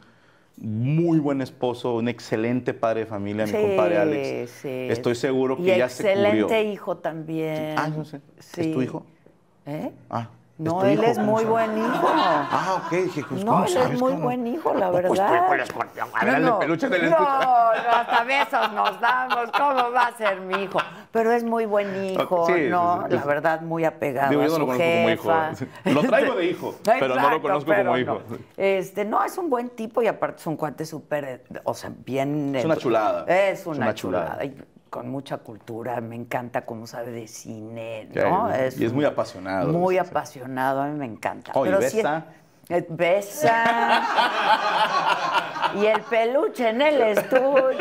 Speaker 2: muy buen esposo, un excelente padre de familia, mi compadre Alex.
Speaker 1: sí.
Speaker 2: Estoy seguro que
Speaker 1: Y
Speaker 2: ya se cubrió.
Speaker 1: Excelente hijo también.
Speaker 2: Ah, no sé.
Speaker 1: Sí.
Speaker 2: ¿Es tu hijo?
Speaker 1: ¿Eh?
Speaker 2: Ah.
Speaker 1: No,
Speaker 2: tu
Speaker 1: él
Speaker 2: hijo?
Speaker 1: es
Speaker 2: ¿Cómo
Speaker 1: muy
Speaker 2: sabe?
Speaker 1: buen hijo.
Speaker 2: Ah, ok. Dije, pues,
Speaker 1: no,
Speaker 2: ¿cómo
Speaker 1: él
Speaker 2: sabes
Speaker 1: es muy
Speaker 2: cómo? pues,
Speaker 1: buen hijo, la
Speaker 2: ¿A poco
Speaker 1: verdad.
Speaker 2: estuvo con el escorpión? A ver,
Speaker 1: No,
Speaker 2: el peluche del
Speaker 1: no,
Speaker 2: escorpión.
Speaker 1: no, hasta besos nos damos. ¿Cómo va a ser mi hijo? Pero es muy buen hijo,
Speaker 2: Ah, sí, sí,
Speaker 1: ¿no?
Speaker 2: sí.
Speaker 1: La verdad, muy apegado
Speaker 2: Digo,
Speaker 1: a
Speaker 2: yo no
Speaker 1: su
Speaker 2: lo conozco como hijo. ¿eh?
Speaker 1: jefa.
Speaker 2: Lo traigo de hijo, pero no lo
Speaker 1: Exacto,
Speaker 2: conozco como
Speaker 1: pero
Speaker 2: hijo.
Speaker 1: no. Este, no, es un buen tipo y aparte es un cuate súper, eh, o sea, bien...
Speaker 2: Es una chulada.
Speaker 1: Es
Speaker 2: Es
Speaker 1: una,
Speaker 2: una
Speaker 1: chulada.
Speaker 2: chulada.
Speaker 1: y con mucha cultura, me encanta cómo sabe de cine,
Speaker 2: Sí,
Speaker 1: ¿no?
Speaker 2: y es
Speaker 1: un-
Speaker 2: muy apasionado,
Speaker 1: Muy
Speaker 2: sí, sí.
Speaker 1: apasionado, a mí me encanta.
Speaker 2: Oh, y
Speaker 1: sí es-
Speaker 2: besa.
Speaker 1: eh, Besa. Y el peluche en el estudio.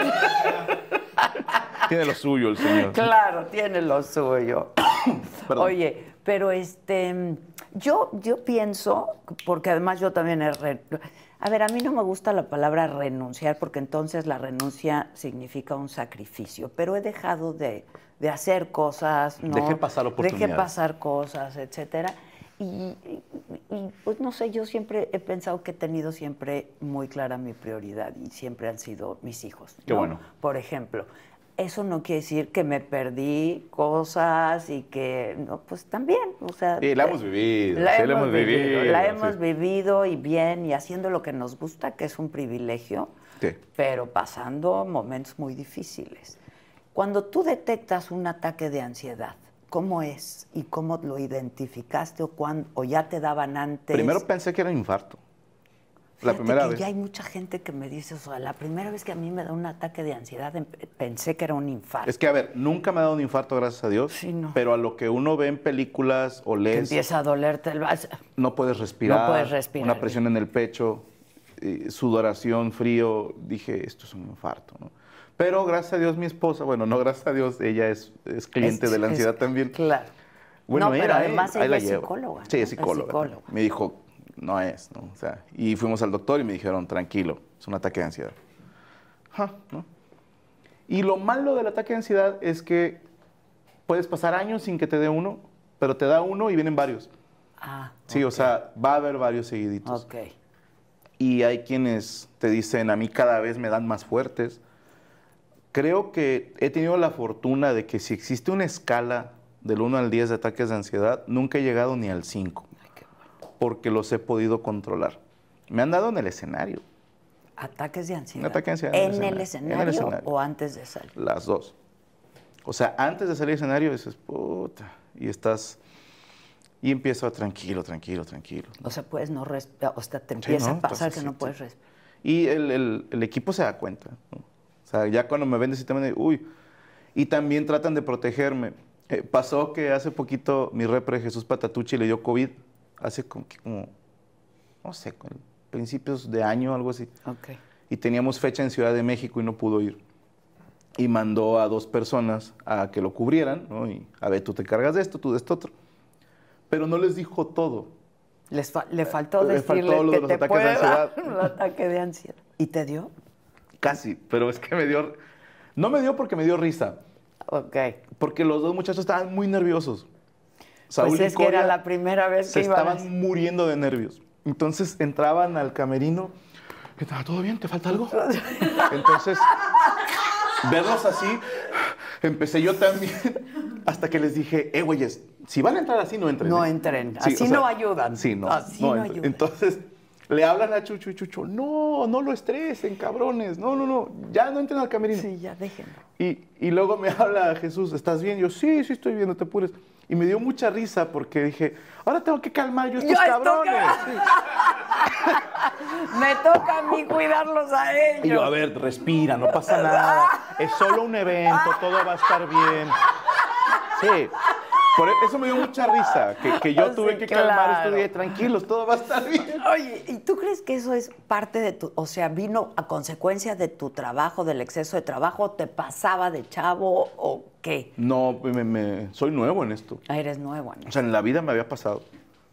Speaker 2: Tiene lo suyo el señor.
Speaker 1: Claro, tiene lo suyo.
Speaker 2: Perdón.
Speaker 1: Oye, pero este, yo, yo pienso, porque además yo también he... re- a ver, a mí no me gusta la palabra renunciar, porque entonces la renuncia significa un sacrificio, pero he dejado de, de hacer cosas, ¿no?
Speaker 2: Dejé pasar
Speaker 1: Dejé
Speaker 2: oportunidades.
Speaker 1: pasar cosas, etcétera. Y, y- y, pues no sé, yo siempre he pensado que he tenido siempre muy clara mi prioridad y siempre han sido mis hijos.
Speaker 2: Qué
Speaker 1: ¿no?
Speaker 2: bueno.
Speaker 1: Por ejemplo, eso no quiere decir que me perdí cosas y que, no, pues también, o sea... eh,
Speaker 2: Sí, la hemos vivido,
Speaker 1: La
Speaker 2: sí, la
Speaker 1: hemos,
Speaker 2: hemos
Speaker 1: vivido,
Speaker 2: vivido,
Speaker 1: La
Speaker 2: sí.
Speaker 1: hemos vivido y bien y haciendo lo que nos gusta, que es un privilegio,
Speaker 2: Sí.
Speaker 1: pero pasando momentos muy difíciles. Cuando tú detectas un ataque de ansiedad, ¿cómo es y cómo lo identificaste o, cuán- o ya te daban antes?
Speaker 2: Primero pensé que era infarto. La
Speaker 1: Fíjate
Speaker 2: primera
Speaker 1: que
Speaker 2: vez.
Speaker 1: Ya hay mucha gente que me dice, o sea, la primera vez que a mí me da un ataque de ansiedad em- pensé que era un infarto.
Speaker 2: Es que, a ver, nunca me ha dado un infarto, gracias a Dios.
Speaker 1: Sí, no.
Speaker 2: Pero a lo que uno ve en películas o
Speaker 1: Que
Speaker 2: lees,
Speaker 1: empieza a dolerte el vaso.
Speaker 2: no puedes respirar.
Speaker 1: No puedes respirar.
Speaker 2: Una presión en el pecho, eh, sudoración, frío. Dije, esto es un infarto, ¿no? Pero gracias a Dios mi esposa, bueno, no gracias a Dios, ella es, es cliente
Speaker 1: Es-
Speaker 2: de la
Speaker 1: es-
Speaker 2: ansiedad también.
Speaker 1: Claro.
Speaker 2: Bueno,
Speaker 1: no, pero
Speaker 2: era, ¿eh?
Speaker 1: además
Speaker 2: Ahí
Speaker 1: ella
Speaker 2: la
Speaker 1: es
Speaker 2: llevo.
Speaker 1: psicóloga.
Speaker 2: Sí,
Speaker 1: ¿no?
Speaker 2: es psicóloga.
Speaker 1: psicóloga.
Speaker 2: Me dijo, no es, ¿no? O sea, y fuimos al doctor y me dijeron, tranquilo, es un ataque de ansiedad. Ajá, ¿no? Y lo malo del ataque de ansiedad es que puedes pasar años sin que te dé uno, pero te da uno y vienen varios.
Speaker 1: Ah,
Speaker 2: Sí, o sea, va a haber varios seguiditos.
Speaker 1: ok.
Speaker 2: Y hay quienes te dicen, a mí cada vez me dan más fuertes. Creo que he tenido la fortuna de que si existe una escala del 1 al 10 de ataques de ansiedad, nunca he llegado ni al 5, porque los he podido controlar. Me han dado en el escenario,
Speaker 1: Ataques de ansiedad.
Speaker 2: Un ataque de ansiedad en el
Speaker 1: ¿En el
Speaker 2: escenario.
Speaker 1: escenario,
Speaker 2: En el escenario.
Speaker 1: o antes de salir?
Speaker 2: las dos. O sea, antes de salir al escenario dices, puta, y estás... Y empiezo a tranquilo, tranquilo, tranquilo.
Speaker 1: O sea, puedes no respirar, o sea, te empieza
Speaker 2: ¿no?
Speaker 1: a pasar
Speaker 2: Entonces,
Speaker 1: que no
Speaker 2: sí,
Speaker 1: puedes
Speaker 2: sí.
Speaker 1: respirar.
Speaker 2: Y el, el- el equipo se da cuenta. ¿no? O sea, ya cuando me ven de ese de uy. Y también tratan de protegerme. Eh, pasó que hace poquito mi repre Jesús Patatucci le dio COVID. Hace como, que como no sé, con- principios de año algo así.
Speaker 1: Ok.
Speaker 2: Y teníamos fecha en Ciudad de México y no pudo ir. y mandó a dos personas a que lo cubrieran, ¿no? Y a ver, tú te encargas de esto, tú de esto otro. Pero no les dijo todo.
Speaker 1: Les fa- le faltó
Speaker 2: Le faltó
Speaker 1: decirle
Speaker 2: lo de
Speaker 1: que
Speaker 2: los
Speaker 1: te
Speaker 2: ataques de
Speaker 1: puede dar
Speaker 2: ansiedad.
Speaker 1: un ataque de ansiedad. ¿Y te dio?
Speaker 2: Casi, pero es que me dio... No me dio porque me dio risa,
Speaker 1: Ok.
Speaker 2: porque los dos muchachos estaban muy nerviosos. Saúl
Speaker 1: pues
Speaker 2: y
Speaker 1: es que era
Speaker 2: Coria
Speaker 1: la primera vez
Speaker 2: se
Speaker 1: que iban. a-
Speaker 2: estaban muriendo de nervios. Entonces entraban al camerino. ¿Qué tal? ¿Todo bien? ¿Te falta algo? Entonces, verlos así, empecé yo también. Hasta que les dije, eh, güeyes, si van a entrar así, no entren.
Speaker 1: No
Speaker 2: ¿eh?".
Speaker 1: entren, así no ayudan.
Speaker 2: Sí, no.
Speaker 1: Así no
Speaker 2: ent-
Speaker 1: ayudan.
Speaker 2: Entonces, le hablan a Chucho y Chucho, no, no lo estresen, cabrones. No, no, no, ya no entren al camerino.
Speaker 1: Sí, ya déjenlo.
Speaker 2: Y, y luego me habla Jesús, ¿estás bien? Yo, sí, sí estoy bien, no te apures. Y me dio mucha risa porque dije, ahora tengo que calmar yo a estos
Speaker 1: Yo a estos
Speaker 2: cabrones.
Speaker 1: Me toca a mí cuidarlos a ellos.
Speaker 2: Y yo, a ver, respira, no pasa nada. Es solo un evento, todo va a estar bien. Sí. Por e- eso me dio mucha risa, que, que yo
Speaker 1: Sí,
Speaker 2: tuve que calmar esto
Speaker 1: claro.
Speaker 2: dije, tranquilos, todo va a estar bien.
Speaker 1: Oye, ¿y tú crees que eso es parte de tu, o sea, vino a consecuencia de tu trabajo, del exceso de trabajo, te pasaba de chavo o qué?
Speaker 2: No, me- me- soy nuevo en esto.
Speaker 1: Ah, eres nuevo, ¿no?
Speaker 2: O sea, en la vida me había pasado.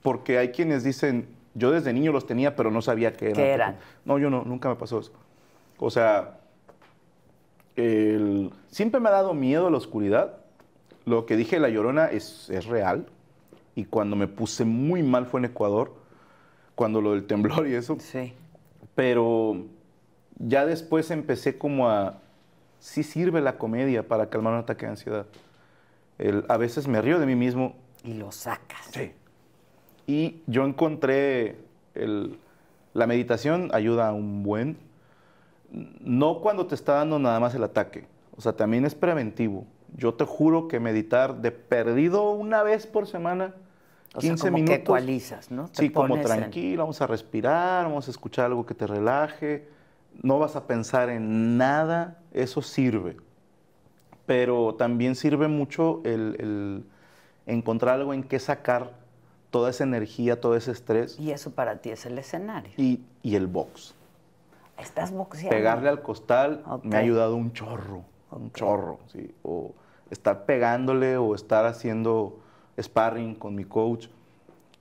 Speaker 2: Porque hay quienes dicen, yo desde niño los tenía, pero no sabía qué eran.
Speaker 1: ¿Qué eran?
Speaker 2: No, yo no, nunca me pasó eso. O sea, el- siempre me ha dado miedo la oscuridad. Lo que dije de La Llorona es, es real. Y cuando me puse muy mal fue en Ecuador, cuando lo del temblor y eso.
Speaker 1: Sí.
Speaker 2: Pero ya después empecé como a... Sí sirve la comedia para calmar un ataque de ansiedad. El- a veces me río de mí mismo
Speaker 1: Y lo sacas.
Speaker 2: Sí. Y yo encontré el- la meditación ayuda a un buen. No cuando te está dando nada más el ataque. O sea, también es preventivo. Yo te juro que meditar de perdido una vez por semana,
Speaker 1: O
Speaker 2: 15
Speaker 1: sea, como
Speaker 2: minutos.
Speaker 1: que ecualizas, ¿no? Te
Speaker 2: Sí, como
Speaker 1: pones en-
Speaker 2: tranquilo, vamos a respirar, vamos a escuchar algo que te relaje, no vas a pensar en nada, eso sirve. Pero también sirve mucho el, el encontrar algo en qué sacar toda esa energía, todo ese estrés
Speaker 1: Y eso para ti es el escenario.
Speaker 2: y, y el box.
Speaker 1: Estás boxeando.
Speaker 2: Pegarle al costal
Speaker 1: Ok.
Speaker 2: me ha ayudado un chorro, un
Speaker 1: Ok.
Speaker 2: chorro, sí. O estar pegándole o estar haciendo sparring con mi coach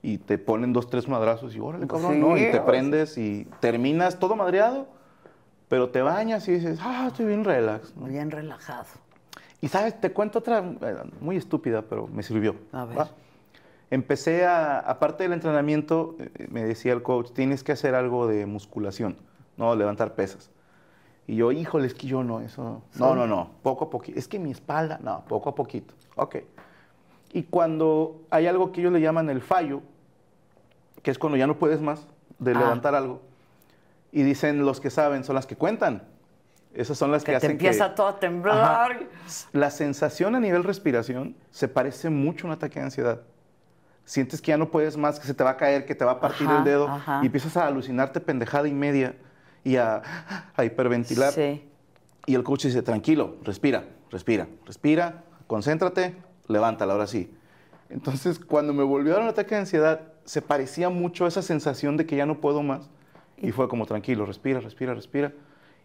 Speaker 2: y te ponen dos, tres madrazos y órale, cabrón,
Speaker 1: Sí,
Speaker 2: ¿no?
Speaker 1: o
Speaker 2: Y te
Speaker 1: sea.
Speaker 2: prendes y terminas todo madreado, pero te bañas y dices, ah, estoy bien relax. ¿no?
Speaker 1: Bien relajado.
Speaker 2: Y sabes, te cuento otra eh, muy estúpida, pero me sirvió.
Speaker 1: A ver.
Speaker 2: ¿va? Empecé a, aparte del entrenamiento, eh, me decía el coach, tienes que hacer algo de musculación, no levantar pesas. Y yo, híjole, es que yo no, eso. No, no, no, poco a poquito. Es que mi espalda, no, poco a poquito. Ok. Y cuando hay algo que ellos le llaman el fallo, que es cuando ya no puedes más de
Speaker 1: Ah.
Speaker 2: levantar algo, y dicen los que saben son las que cuentan. Esas son las
Speaker 1: Que
Speaker 2: que,
Speaker 1: te
Speaker 2: hacen
Speaker 1: empieza
Speaker 2: que...
Speaker 1: todo a temblar.
Speaker 2: Ajá. La sensación a nivel respiración se parece mucho a un ataque de ansiedad. Sientes que ya no puedes más, que se te va a caer, que te va a partir
Speaker 1: Ajá,
Speaker 2: el dedo
Speaker 1: ajá.
Speaker 2: y empiezas a alucinarte pendejada y media y a, a hiperventilar.
Speaker 1: Sí.
Speaker 2: Y el coach dice, tranquilo, respira, respira, respira, concéntrate, levántala, ahora sí. Entonces, cuando me volvió a dar un ataque de ansiedad, se parecía mucho a esa sensación de que ya no puedo más. Y fue como, tranquilo, respira, respira, respira.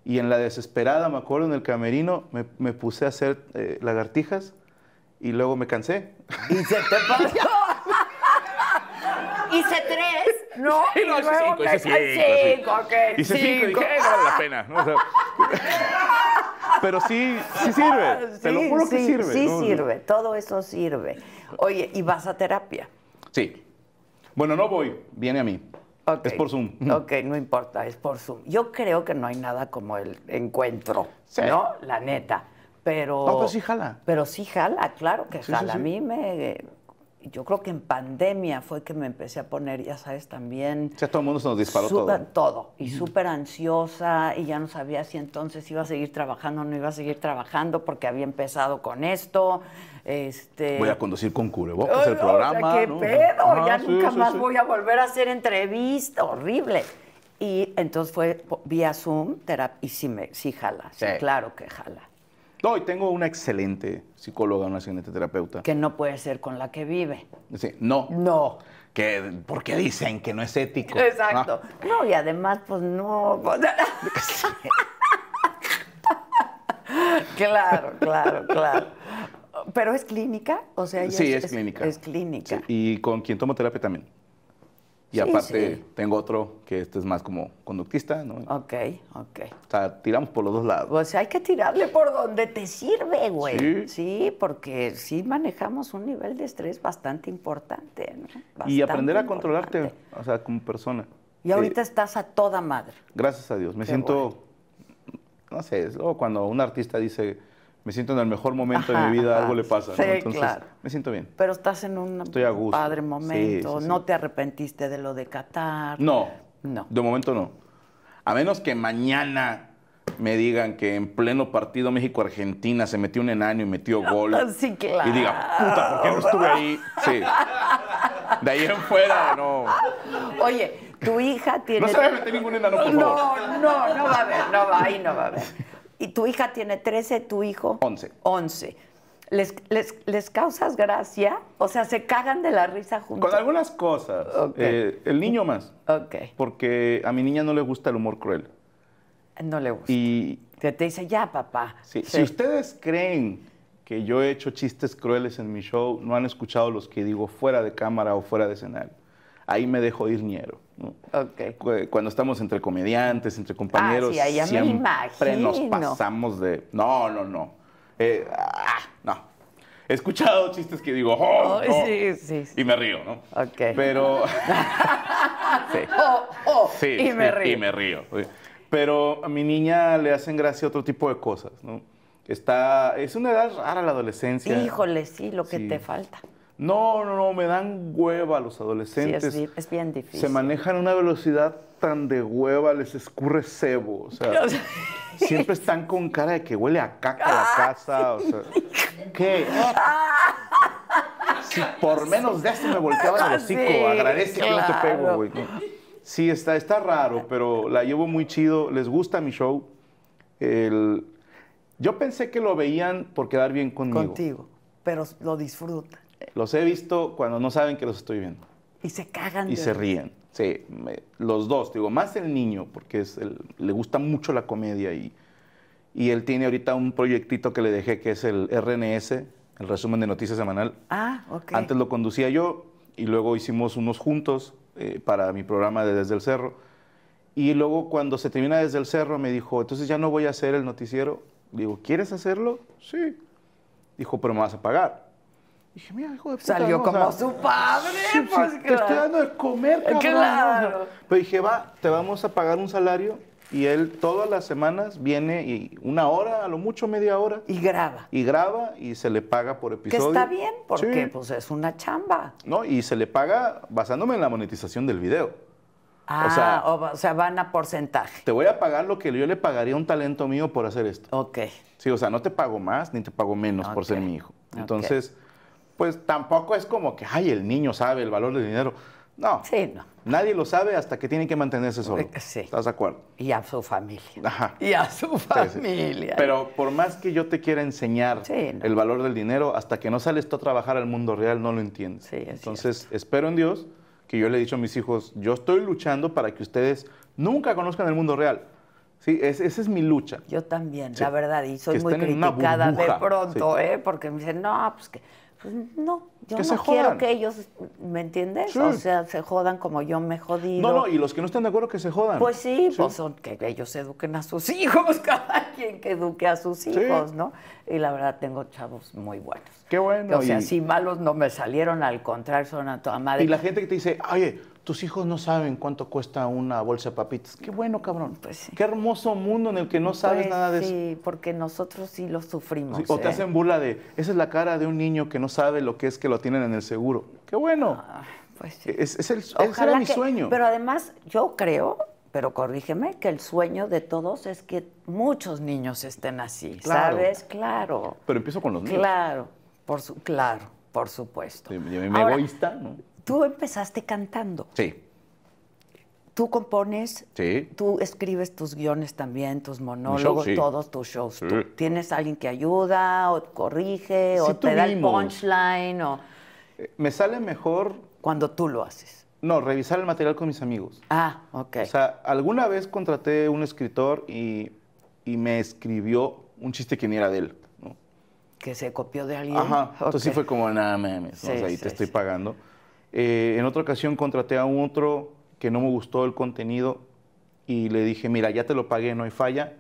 Speaker 2: Y en la desesperada, me acuerdo, en el camerino, me, me puse a hacer eh, lagartijas y luego me cansé.
Speaker 1: Y se te pasó. Hice tres, ¿no? Y
Speaker 4: No, hice
Speaker 1: luego
Speaker 4: cinco,
Speaker 1: que-
Speaker 4: hice
Speaker 1: Ay,
Speaker 4: cinco,
Speaker 1: cinco, ok,
Speaker 4: Hice cinco,
Speaker 1: cinco.
Speaker 4: dije, "Eh, no vale la pena. ¿no? O sea,
Speaker 2: Pero sí, sí sirve. Te lo
Speaker 1: Ah, Sí,
Speaker 2: juro que
Speaker 1: sí,
Speaker 2: sirve.
Speaker 1: Sí
Speaker 2: ¿no?
Speaker 1: sirve, todo eso sirve. Oye, ¿y vas a terapia?
Speaker 2: Sí. Bueno, no voy, viene a mí.
Speaker 1: Ok.
Speaker 2: Es por Zoom.
Speaker 1: Ok, no importa, es por Zoom. Yo creo que no hay nada como el encuentro,
Speaker 2: Sí.
Speaker 1: ¿no? La neta. Pero.
Speaker 2: No, pero sí jala.
Speaker 1: Pero sí jala, claro que
Speaker 2: Sí, sí,
Speaker 1: jala. A
Speaker 2: sí.
Speaker 1: mí me. Yo creo que en pandemia fue que me empecé a poner, ya sabes, también.
Speaker 2: O sea, todo el mundo se nos disparó
Speaker 1: súper-
Speaker 2: todo.
Speaker 1: Y súper ansiosa y ya no sabía si entonces iba a seguir trabajando o no iba a seguir trabajando porque había empezado con esto. Este,
Speaker 2: Voy a conducir con cubrebocas
Speaker 1: Ay, no, o
Speaker 2: el
Speaker 1: sea,
Speaker 2: programa.
Speaker 1: ¿Qué
Speaker 2: ¿no?
Speaker 1: pedo?
Speaker 2: Ajá,
Speaker 1: ya
Speaker 2: sí,
Speaker 1: nunca
Speaker 2: sí,
Speaker 1: más
Speaker 2: sí.
Speaker 1: voy a volver a hacer entrevista. Horrible. Y entonces fue po- vía Zoom, terapia, y sí, me, sí jala. Sí,
Speaker 2: Sí.
Speaker 1: claro que jala.
Speaker 2: No, y tengo una excelente psicóloga, una excelente terapeuta.
Speaker 1: Que no puede ser con la que vive.
Speaker 2: Dice, no,
Speaker 1: No.
Speaker 2: que, ¿por qué dicen que no es ético? Ah,
Speaker 1: Exacto. No, y además, pues no. pues, Claro, claro, claro. Pero es clínica, o sea, ella
Speaker 2: Sí, es clínica.
Speaker 1: Es clínica.
Speaker 2: Sí, Y con quien tomo terapia también. Y
Speaker 1: Sí,
Speaker 2: aparte
Speaker 1: sí. Ah.
Speaker 2: tengo otro que este es más como conductista, ¿no?
Speaker 1: Ok, ok.
Speaker 2: O sea, tiramos por los dos lados.
Speaker 1: Pues hay que tirarle por donde te sirve, güey. Sí,
Speaker 2: Sí.
Speaker 1: porque sí manejamos un nivel de estrés bastante importante, ¿no?
Speaker 2: y aprender a
Speaker 1: Bastante
Speaker 2: controlarte,
Speaker 1: importante.
Speaker 2: o sea, como persona.
Speaker 1: Y ahorita
Speaker 2: Eh,
Speaker 1: estás a toda madre.
Speaker 2: gracias a Dios, me
Speaker 1: Qué
Speaker 2: siento, no sé, es luego cuando un artista dice, me siento en el mejor momento
Speaker 1: Ajá,
Speaker 2: de mi vida,
Speaker 1: ajá.
Speaker 2: algo le pasa. ¿no?
Speaker 1: Sí,
Speaker 2: Entonces,
Speaker 1: claro.
Speaker 2: me siento bien.
Speaker 1: Pero estás en un
Speaker 2: Estoy a gusto.
Speaker 1: padre
Speaker 2: Sí,
Speaker 1: momento.
Speaker 2: sí, sí.
Speaker 1: No te arrepentiste de lo de Qatar.
Speaker 2: No,
Speaker 1: No.
Speaker 2: de momento no. A menos que mañana me digan que en pleno partido México-Argentina se metió un enano y metió gol.
Speaker 1: Sí, claro.
Speaker 2: Y diga, puta, ¿por qué no estuve ahí? Sí. De ahí en fuera, no.
Speaker 1: Oye, tu hija tiene.
Speaker 2: No se debe meter ningún enano, por favor.
Speaker 1: No, no, no va a haber, no va, ahí no va a haber. Y tu hija tiene 13, tu hijo.
Speaker 2: 11.
Speaker 1: 11. ¿Les, les, les causas gracia? O sea, se cagan de la risa juntos.
Speaker 2: Con algunas cosas.
Speaker 1: Ok.
Speaker 2: Eh, el niño más.
Speaker 1: Ok,
Speaker 2: Porque a mi niña no le gusta el humor cruel.
Speaker 1: no le gusta.
Speaker 2: Y
Speaker 1: Que te dice, ya, papá.
Speaker 2: sí,
Speaker 1: Sí.
Speaker 2: si ustedes creen que yo he hecho chistes crueles en mi show, no han escuchado los que digo fuera de cámara o fuera de escenario. Ahí me dejo ir ñero. ¿no?
Speaker 1: Ok.
Speaker 2: Cu- Cuando estamos entre comediantes, entre compañeros,
Speaker 1: Ah, sí, ya me
Speaker 2: siempre nos
Speaker 1: imagino.
Speaker 2: pasamos de... No, no, no. Eh, ah, no. He escuchado chistes que digo... "Oh,
Speaker 1: Ay,
Speaker 2: no",
Speaker 1: sí, sí, sí.
Speaker 2: Y me río, ¿no?
Speaker 1: Ok.
Speaker 2: Pero... Sí.
Speaker 1: Oh, oh,
Speaker 2: Sí,
Speaker 1: y
Speaker 2: sí,
Speaker 1: me río.
Speaker 2: Y me río. sí. Pero a mi niña le hacen gracia otro tipo de cosas, ¿no? Está, es una edad rara la adolescencia.
Speaker 1: Híjole, sí, lo que
Speaker 2: Sí.
Speaker 1: te falta.
Speaker 2: No, no, no, me dan hueva los
Speaker 1: Sí, es,
Speaker 2: adolescentes.
Speaker 1: bien- es bien difícil.
Speaker 2: se manejan a una velocidad tan de hueva, les escurre cebo. O sea, siempre están con cara de que huele a caca la
Speaker 1: Ah,
Speaker 2: casa. O sea, ¿qué? Si por menos de eso me volteaba el hocico,
Speaker 1: Sí,
Speaker 2: agradece que no te
Speaker 1: claro.
Speaker 2: pego, güey. Sí, está, está raro, pero la llevo muy chido. Les gusta mi show. El- Yo pensé que lo veían por quedar bien conmigo.
Speaker 1: Contigo, pero lo disfruta.
Speaker 2: Los he visto cuando no saben que los estoy viendo.
Speaker 1: Y se cagan
Speaker 2: Y
Speaker 1: de
Speaker 2: se ríen. Sí, me- los dos, te digo, más el niño, porque es el- le gusta mucho la comedia y, y él tiene ahorita un proyectito que le dejé que es el RNS, el resumen de noticias semanal.
Speaker 1: Ah, ok.
Speaker 2: Antes lo conducía yo y luego hicimos unos juntos eh, para mi programa de Desde el Cerro. Y luego cuando se termina Desde el Cerro me dijo, entonces ya no voy a hacer el noticiero. Digo, ¿quieres hacerlo? Sí. Dijo, pero me vas a pagar. Dije, mira, hijo de puta.
Speaker 1: Salió
Speaker 2: ¿no? O
Speaker 1: como
Speaker 2: sea,
Speaker 1: su padre,
Speaker 2: Sí, sí,
Speaker 1: pues
Speaker 2: Te estoy
Speaker 1: claro.
Speaker 2: dando de comer, cabrón.
Speaker 1: Claro.
Speaker 2: O sea, Pero dije, va, te vamos a pagar un salario y él todas las semanas viene y una hora, a lo mucho media hora,
Speaker 1: Y graba.
Speaker 2: y graba y se le paga por
Speaker 1: Que
Speaker 2: episodio.
Speaker 1: está bien, porque
Speaker 2: Sí.
Speaker 1: pues es una chamba.
Speaker 2: No, y se le paga basándome en la monetización del video.
Speaker 1: Ah, o sea,
Speaker 2: sea-
Speaker 1: o sea, van a porcentaje.
Speaker 2: Te voy a pagar lo que yo le pagaría a un talento mío por hacer esto.
Speaker 1: Ok.
Speaker 2: Sí, o sea, no te pago más ni te pago menos por ser
Speaker 1: Ok,
Speaker 2: mi hijo.
Speaker 1: ok.
Speaker 2: Entonces, pues tampoco es como que, ay, el niño sabe el valor del dinero. No.
Speaker 1: Sí, no.
Speaker 2: Nadie lo sabe hasta que tiene que mantenerse solo.
Speaker 1: Eh, sí.
Speaker 2: ¿Estás de acuerdo?
Speaker 1: Y a su familia.
Speaker 2: Ajá.
Speaker 1: Y a su
Speaker 2: Sí, sí.
Speaker 1: familia.
Speaker 2: Pero por más que yo te quiera enseñar
Speaker 1: Sí, no.
Speaker 2: el valor del dinero, hasta que no sales tú a trabajar al mundo real, no lo entiendes.
Speaker 1: Sí, es
Speaker 2: Entonces, espero en Dios que yo le he dicho a mis hijos, yo estoy luchando para que ustedes nunca conozcan el mundo real. Sí, es- esa es mi lucha.
Speaker 1: Yo también,
Speaker 2: Sí.
Speaker 1: la verdad, y soy
Speaker 2: Que
Speaker 1: muy
Speaker 2: estén en una
Speaker 1: criticada de
Speaker 2: burbuja,
Speaker 1: pronto,
Speaker 2: sí.
Speaker 1: ¿eh? Porque me dicen, no, pues que. pues, no, yo
Speaker 2: Que
Speaker 1: no
Speaker 2: se
Speaker 1: quiero
Speaker 2: jodan.
Speaker 1: que ellos, ¿me entiendes?
Speaker 2: Sí.
Speaker 1: O sea, se jodan como yo me he jodido.
Speaker 2: No, no, y los que no están de acuerdo que se jodan.
Speaker 1: Pues sí, pues son que ellos eduquen a sus hijos, cada quien que eduque a sus hijos, ¿no? Y la verdad tengo chavos muy buenos.
Speaker 2: Qué bueno,
Speaker 1: O sea,
Speaker 2: y-
Speaker 1: sí, malos no me salieron, al contrario, son a toda madre.
Speaker 2: Y la gente que te dice, oye, tus hijos no saben cuánto cuesta una bolsa de papitas. Qué bueno, cabrón.
Speaker 1: Pues sí.
Speaker 2: Qué hermoso mundo en el que no sabes
Speaker 1: Pues
Speaker 2: nada de eso.
Speaker 1: Sí, porque nosotros sí lo sufrimos.
Speaker 2: Sí, o te
Speaker 1: ¿eh?
Speaker 2: hacen burla de, esa es la cara de un niño que no sabe lo que es que lo tienen en el seguro. Qué bueno.
Speaker 1: Ah, Pues sí.
Speaker 2: Es, es el, ese
Speaker 1: Ojalá
Speaker 2: era mi
Speaker 1: que-
Speaker 2: sueño.
Speaker 1: Pero además, yo creo, pero corrígeme, que el sueño de todos es que muchos niños estén así,
Speaker 2: Claro.
Speaker 1: ¿sabes? Claro.
Speaker 2: Pero empiezo con los míos.
Speaker 1: Claro, por su, claro, por supuesto.
Speaker 2: Sí, me- me
Speaker 1: Ahora,
Speaker 2: egoísta, ¿no?
Speaker 1: Tú empezaste cantando.
Speaker 2: Sí.
Speaker 1: Tú compones,
Speaker 2: Sí.
Speaker 1: tú escribes tus guiones también, tus monólogos,
Speaker 2: sí.
Speaker 1: todos tus shows.
Speaker 2: Sí.
Speaker 1: Tú tienes alguien que ayuda o corrige o
Speaker 2: Sí
Speaker 1: te da el
Speaker 2: tuvimos.
Speaker 1: punchline o
Speaker 2: Eh, Me sale mejor,
Speaker 1: cuando tú lo haces.
Speaker 2: no, revisar el material con mis amigos.
Speaker 1: Ah, ok.
Speaker 2: O sea, alguna vez contraté un escritor y, y me escribió un chiste que ni era de él. ¿no?
Speaker 1: Que se copió de alguien.
Speaker 2: Ajá, entonces sí
Speaker 1: Ok.
Speaker 2: fue como, nada mames,
Speaker 1: Sí,
Speaker 2: ¿no? O sea, ahí
Speaker 1: sí,
Speaker 2: te estoy
Speaker 1: sí.
Speaker 2: pagando. Eh, en otra ocasión contraté a un otro que no me gustó el contenido y le dije, mira, ya te lo pagué, no hay falla,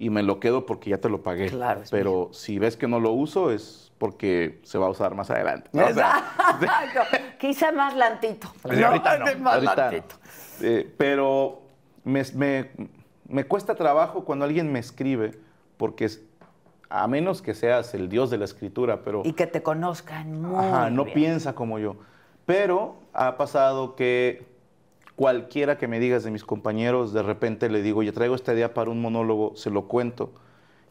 Speaker 2: y me lo quedo porque ya te lo pagué.
Speaker 1: Claro, es
Speaker 2: Pero si ves que no lo uso es porque se va a usar más adelante. ¿no? O sea,
Speaker 1: Exacto. Quizá más lantito.
Speaker 2: Desde ahorita no,
Speaker 1: más
Speaker 2: ahorita no.
Speaker 1: lantito.
Speaker 2: Eh, pero me, me- me cuesta trabajo cuando alguien me escribe, porque es- a menos que seas el dios de la escritura, pero
Speaker 1: Y que te conozcan muy
Speaker 2: ajá, no
Speaker 1: bien.
Speaker 2: piensa como yo. Pero ha pasado que cualquiera que me digas de mis compañeros, de repente le digo, yo traigo esta idea para un monólogo, se lo cuento,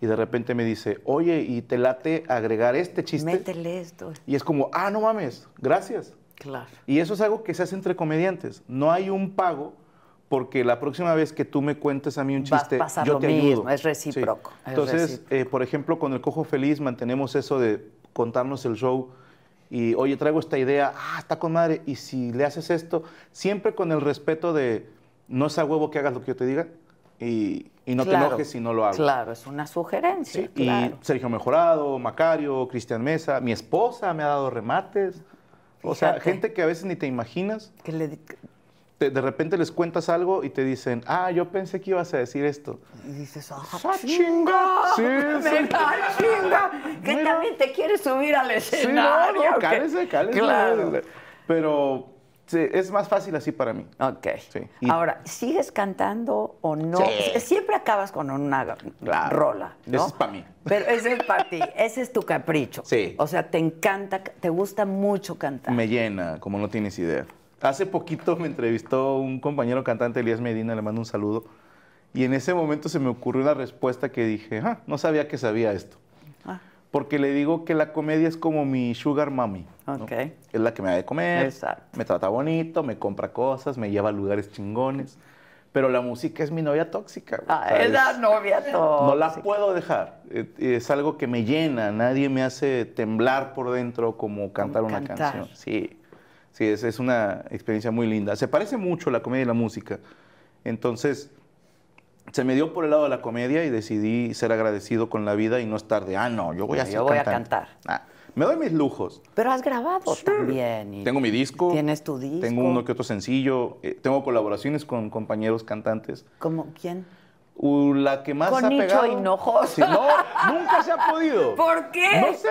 Speaker 2: y de repente me dice, oye, ¿y te late agregar este chiste?
Speaker 1: Métele esto.
Speaker 2: Y es como, ah, no mames, gracias.
Speaker 1: Claro.
Speaker 2: Y eso es algo que se hace entre comediantes. No hay un pago porque la próxima vez que tú me cuentes a mí un
Speaker 1: Va a
Speaker 2: chiste,
Speaker 1: pasar
Speaker 2: yo
Speaker 1: lo
Speaker 2: te
Speaker 1: mismo,
Speaker 2: ayudo.
Speaker 1: es recíproco, es
Speaker 2: Entonces,
Speaker 1: recíproco.
Speaker 2: eh, por ejemplo, con el Cojo Feliz mantenemos eso de contarnos el show y, oye, traigo esta idea, ah, está con madre, y si le haces esto, siempre con el respeto de, no sea huevo que hagas lo que yo te diga y, y no
Speaker 1: Claro.
Speaker 2: te enojes si no lo hago.
Speaker 1: Claro, es una sugerencia.
Speaker 2: Sí,
Speaker 1: claro.
Speaker 2: Y Sergio Mejorado, Macario, Cristian Mesa, mi esposa me ha dado remates. O sea,
Speaker 1: Fíjate.
Speaker 2: gente que a veces ni te imaginas,
Speaker 1: Que le-
Speaker 2: te- de repente les cuentas algo y te dicen, ah, yo pensé que ibas a decir esto.
Speaker 1: y dices, ¡ah,
Speaker 2: ¡Ah,
Speaker 1: chinga!
Speaker 2: chinga! Sí, sí.
Speaker 1: Venga, chinga! Que
Speaker 2: Mira.
Speaker 1: también te quieres subir al
Speaker 2: Sí, no,
Speaker 1: escenario.
Speaker 2: no,
Speaker 1: que-
Speaker 2: cálese, cálese.
Speaker 1: Claro.
Speaker 2: Pero sí, es más fácil así para mí.
Speaker 1: Ok.
Speaker 2: Sí, y-
Speaker 1: Ahora, ¿sigues cantando o no?
Speaker 2: Sí.
Speaker 1: Siempre acabas con una
Speaker 2: Claro.
Speaker 1: rola. ¿no?
Speaker 2: Ese es pa' mí.
Speaker 1: Pero ese es para ti, ese es tu capricho.
Speaker 2: Sí.
Speaker 1: O sea, te encanta, te gusta mucho cantar.
Speaker 2: Me llena, como no tienes idea. Hace poquito me entrevistó un compañero cantante, Elías Medina, le mando un saludo. Y en ese momento se me ocurrió una respuesta que dije, ah, no sabía que sabía esto.
Speaker 1: Ah,
Speaker 2: Porque le digo que la comedia es como mi sugar mommy. ¿no?
Speaker 1: Ok.
Speaker 2: Es la que me da de comer,
Speaker 1: Exacto.
Speaker 2: me trata bonito, me compra cosas, me lleva a lugares chingones. Pero la música es mi novia tóxica. güey.
Speaker 1: ah,
Speaker 2: O sea,
Speaker 1: es la
Speaker 2: es-
Speaker 1: novia todo.
Speaker 2: no la puedo dejar. Eh, Es algo que me llena. Nadie me hace temblar por dentro como cantar una
Speaker 1: cantar.
Speaker 2: canción. Sí, sí, es, es una experiencia muy linda. Se parece mucho la comedia y la música. Entonces, se me dio por el lado de la comedia y decidí ser agradecido con la vida y no estar de, ah, no, yo voy a
Speaker 1: No,
Speaker 2: ser
Speaker 1: yo voy a
Speaker 2: cantante".
Speaker 1: cantar.
Speaker 2: Nah, me doy mis lujos.
Speaker 1: Pero has grabado también. y-
Speaker 2: Tengo mi disco.
Speaker 1: Tienes tu disco.
Speaker 2: Tengo uno que otro sencillo. eh, tengo colaboraciones con compañeros cantantes.
Speaker 1: ¿Cómo? ¿Quién?
Speaker 2: Uh, la que más
Speaker 1: Con
Speaker 2: ha
Speaker 1: Nicho
Speaker 2: pegado.
Speaker 1: Hinojosa.
Speaker 2: Sí, no, nunca se ha podido.
Speaker 1: ¿Por qué?
Speaker 2: No sé.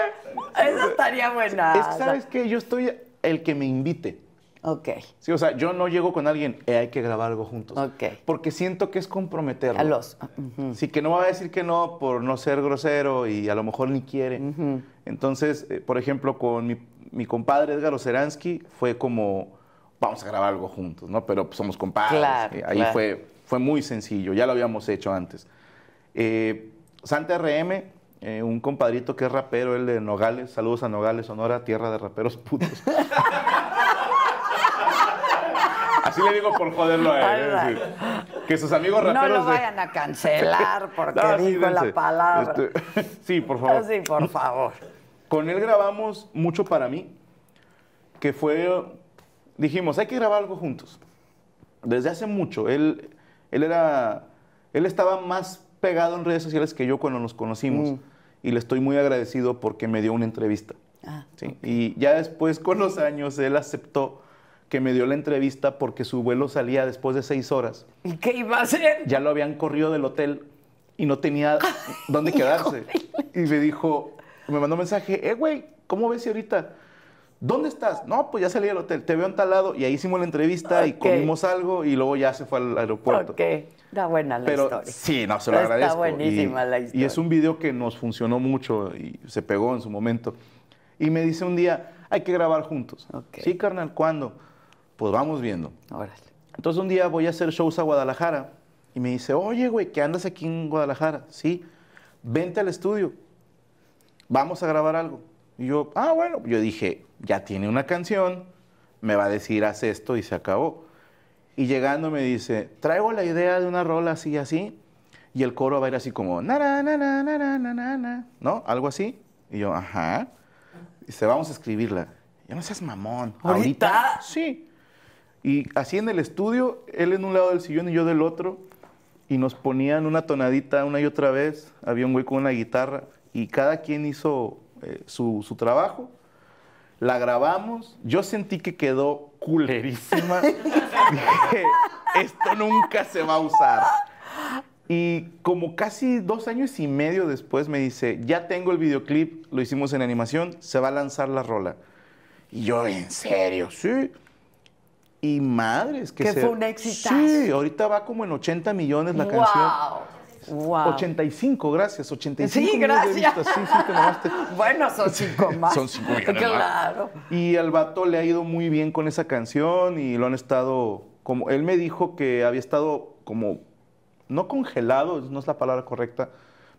Speaker 1: Esa estaría buena.
Speaker 2: Es que, ¿sabes qué? Yo estoy el que me invite.
Speaker 1: Ok.
Speaker 2: Sí, o sea, yo no llego con alguien, "Eh, hay que grabar algo juntos.
Speaker 1: Ok.
Speaker 2: Porque siento que es comprometerlo.
Speaker 1: A los. ah,
Speaker 2: Sí, que no va a decir que no por no ser grosero y a lo mejor ni quiere. Entonces, eh, por ejemplo, con mi, mi compadre Edgar Oceransky fue como, vamos a grabar algo juntos, ¿no? Pero pues, somos compadres.
Speaker 1: Claro,
Speaker 2: Eh, ahí
Speaker 1: claro.
Speaker 2: fue, fue muy sencillo, ya lo habíamos hecho antes. Eh, Santa RM, eh, un compadrito que es rapero, él de Nogales, saludos a Nogales, Sonora, tierra de raperos putos. Así le digo por joderlo a él. es decir, que sus amigos
Speaker 1: No
Speaker 2: raperos...
Speaker 1: lo
Speaker 2: de-
Speaker 1: vayan a cancelar porque
Speaker 2: no, sí,
Speaker 1: dijo
Speaker 2: dense.
Speaker 1: la palabra.
Speaker 2: Este, sí, por favor.
Speaker 1: Así, por favor.
Speaker 2: Con él grabamos mucho para mí, que fue, dijimos, hay que grabar algo juntos. Desde hace mucho, él, él era, él estaba más pegado en redes sociales que yo cuando nos conocimos y le estoy muy agradecido porque me dio una entrevista. Sí, Y ya después, con los años, él aceptó que me dio la entrevista porque su vuelo salía después de seis horas
Speaker 1: ¿Y qué iba a hacer?
Speaker 2: ya lo habían corrido del hotel y no tenía dónde quedarse. Y me dijo, me mandó un mensaje, eh, güey, ¿cómo ves si ahorita? ¿Dónde estás? No, pues ya salí del hotel, te veo en tal lado. Y ahí hicimos la entrevista y
Speaker 1: Ok.
Speaker 2: comimos algo y luego ya se fue al aeropuerto.
Speaker 1: Ok. Está buena la
Speaker 2: Pero
Speaker 1: historia.
Speaker 2: sí, no, se lo
Speaker 1: Está
Speaker 2: agradezco.
Speaker 1: buenísima
Speaker 2: y,
Speaker 1: la
Speaker 2: Y
Speaker 1: historia.
Speaker 2: es un video que nos funcionó mucho y se pegó en su momento. Y me dice un día, hay que grabar juntos.
Speaker 1: Ok.
Speaker 2: Sí, carnal, ¿cuándo? Pues vamos viendo.
Speaker 1: Órale.
Speaker 2: Entonces un día voy a hacer shows a Guadalajara y me dice, oye, güey, que andas aquí en Guadalajara. Sí, vente al estudio, vamos a grabar algo. Y yo, ah, bueno, yo dije, ya tiene una canción, me va a decir, haz esto y se acabó. Y llegando me dice, traigo la idea de una rola así y así, y el coro va a ir así como, na, na, na, na, na, na, na, na, na", ¿no? Algo así. Y yo, ajá. Y dice, vamos a escribirla. Ya no seas mamón.
Speaker 1: ¿Ahorita?
Speaker 2: Sí. Y así en el estudio, él en un lado del sillón y yo del otro. y nos ponían una tonadita una y otra vez. Había un güey con una guitarra y cada quien hizo eh, su, su trabajo. La grabamos. Yo sentí que quedó culerísima. Dije, esto nunca se va a usar. Y como casi dos años y medio después me dice, ya tengo el videoclip, lo hicimos en animación, se va a lanzar la rola. Y yo, ¿en serio? Sí. Y madres, que
Speaker 1: Que
Speaker 2: se-
Speaker 1: fue un exitazo.
Speaker 2: Sí, ahorita va como en 80 millones la canción.
Speaker 1: ¡Wow! ¡Wow!
Speaker 2: 85, gracias, 85
Speaker 1: Sí,
Speaker 2: millones de
Speaker 1: gracias.
Speaker 2: vistas. Sí, sí, te mamaste.
Speaker 1: Bueno, son cinco más.
Speaker 2: Son cinco millones más.
Speaker 1: Claro.
Speaker 2: Y al vato le ha ido muy bien con esa canción y lo han estado, como él me dijo que había estado como, no congelado, no es la palabra correcta,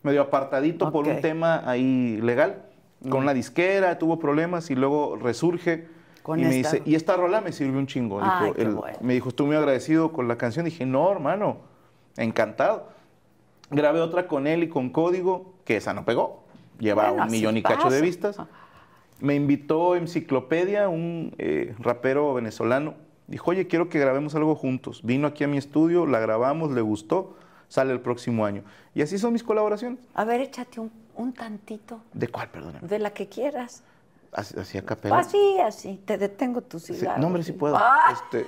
Speaker 2: medio apartadito por
Speaker 1: Ok.
Speaker 2: un tema ahí legal, con la disquera, tuvo problemas y luego resurge.
Speaker 1: Con
Speaker 2: y me
Speaker 1: esta.
Speaker 2: dice, y esta rola me sirvió un chingo. dijo
Speaker 1: Ay, qué
Speaker 2: él.
Speaker 1: bueno.
Speaker 2: Me dijo, estoy muy agradecido con la canción. Dije, no, hermano, encantado. Grabé otra con él y con Código, que esa no pegó. Lleva
Speaker 1: Bueno,
Speaker 2: un
Speaker 1: así
Speaker 2: millón y cacho
Speaker 1: pasa.
Speaker 2: de vistas. Me invitó Enciclopedia, un eh, rapero venezolano. Dijo, oye, quiero que grabemos algo juntos. Vino aquí a mi estudio, la grabamos, le gustó, sale el próximo año. Y así son mis colaboraciones.
Speaker 1: A ver, échate un, un tantito
Speaker 2: ¿De cuál, perdóname?
Speaker 1: de la que quieras.
Speaker 2: Así, así a capela.
Speaker 1: Así, así. Te detengo tu
Speaker 2: Sí,
Speaker 1: cigarro.
Speaker 2: no, hombre, sí puedo.
Speaker 1: Ah.
Speaker 2: Este-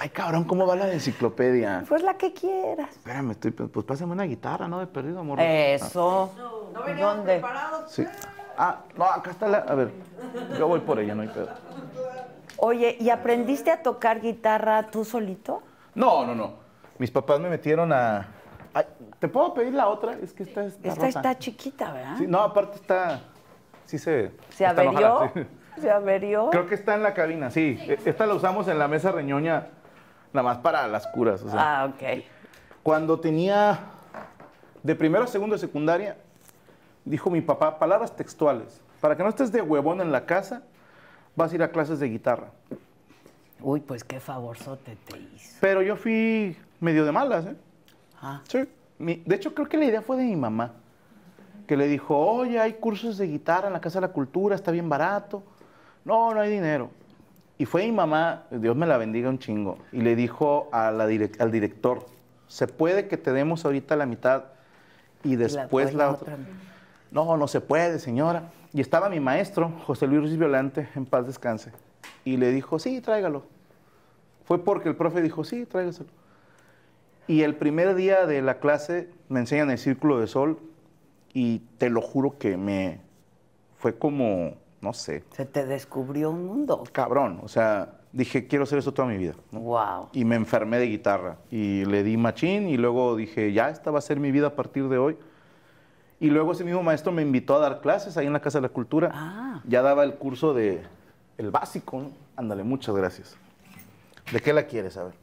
Speaker 2: Ay, cabrón, ¿cómo va la de enciclopedia?
Speaker 1: Pues la que quieras.
Speaker 2: Espérame, estoy, pe- pues pásame una guitarra, ¿no? De perdido, amor.
Speaker 1: Eh, Eso. ¿Dónde?
Speaker 2: Ah, sí. Ah, no, acá está la... A ver, yo voy por ella, no hay pedo.
Speaker 1: Oye, ¿y aprendiste a tocar guitarra tú solito?
Speaker 2: No, no, no. Mis papás me metieron a... Ay, ¿Te puedo pedir la otra? Es que esta está
Speaker 1: Esta
Speaker 2: rota.
Speaker 1: está chiquita, ¿verdad?
Speaker 2: Sí, no, aparte está... Sí se...
Speaker 1: ¿Se
Speaker 2: está enojada,
Speaker 1: averió?
Speaker 2: sí.
Speaker 1: ¿Se averió?
Speaker 2: Creo que está en la cabina, sí. E- Esta la usamos en la mesa reñoña, nada más para las curas. o sea.
Speaker 1: Ah, ok.
Speaker 2: Cuando tenía de primero a segundo de secundaria, dijo mi papá, palabras textuales, para que no estés de huevón en la casa, vas a ir a clases de guitarra.
Speaker 1: Uy, pues qué favorzote te hizo.
Speaker 2: Pero yo fui medio de malas, ¿eh?
Speaker 1: Ah.
Speaker 2: Sí. Mi- de hecho, creo que la idea fue de mi mamá, que le dijo, oye, hay cursos de guitarra en la Casa de la Cultura, está bien barato. No, no hay dinero. Y fue mi mamá, Dios me la bendiga un chingo, y le dijo a la direc- al director, se puede que te demos ahorita la mitad y después la, otra. No, no se puede, señora. Y estaba mi maestro, José Luis Ruiz Violante, en paz descanse. Y le dijo, sí, tráigalo. Fue porque el profe dijo, sí, tráigaselo. Y el primer día de la clase me enseñan el círculo de sol y te lo juro que me fue como, no sé,
Speaker 1: Se te descubrió un mundo.
Speaker 2: cabrón. O sea, dije, quiero hacer eso toda mi vida. ¿no?
Speaker 1: Wow.
Speaker 2: Y me enfermé de guitarra. Y le di machín y luego dije, ya, esta va a ser mi vida a partir de hoy. Y luego ese mismo maestro me invitó a dar clases ahí en la Casa de la Cultura.
Speaker 1: Ah.
Speaker 2: Ya daba el curso de el básico. ¿no? Ándale, muchas gracias. ¿De qué la quieres? A ver.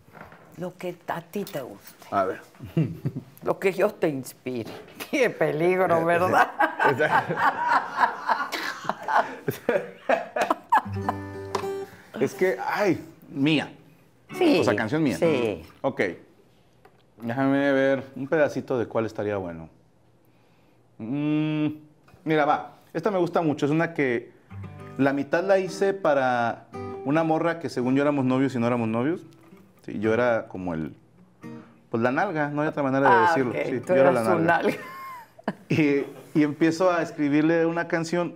Speaker 1: Lo que a ti te guste.
Speaker 2: A ver.
Speaker 1: Lo que yo te inspire. Qué
Speaker 2: Eh,
Speaker 1: peligro, ¿verdad?
Speaker 2: Es que, ay, mía.
Speaker 1: Sí.
Speaker 2: eh, O sea, canción mía.
Speaker 1: Sí.
Speaker 2: Ok. Déjame ver un pedacito de cuál estaría bueno. Mm, mira, va. Esta me gusta mucho. Es una que la mitad la hice para una morra que según yo éramos novios y no éramos novios. Sí, yo era como el... Pues la nalga, no hay otra manera de
Speaker 1: Ah,
Speaker 2: decirlo.
Speaker 1: ok,
Speaker 2: Sí,
Speaker 1: tú
Speaker 2: yo era la
Speaker 1: eras un
Speaker 2: nalga.
Speaker 1: alga.
Speaker 2: Y, y empiezo a escribirle una canción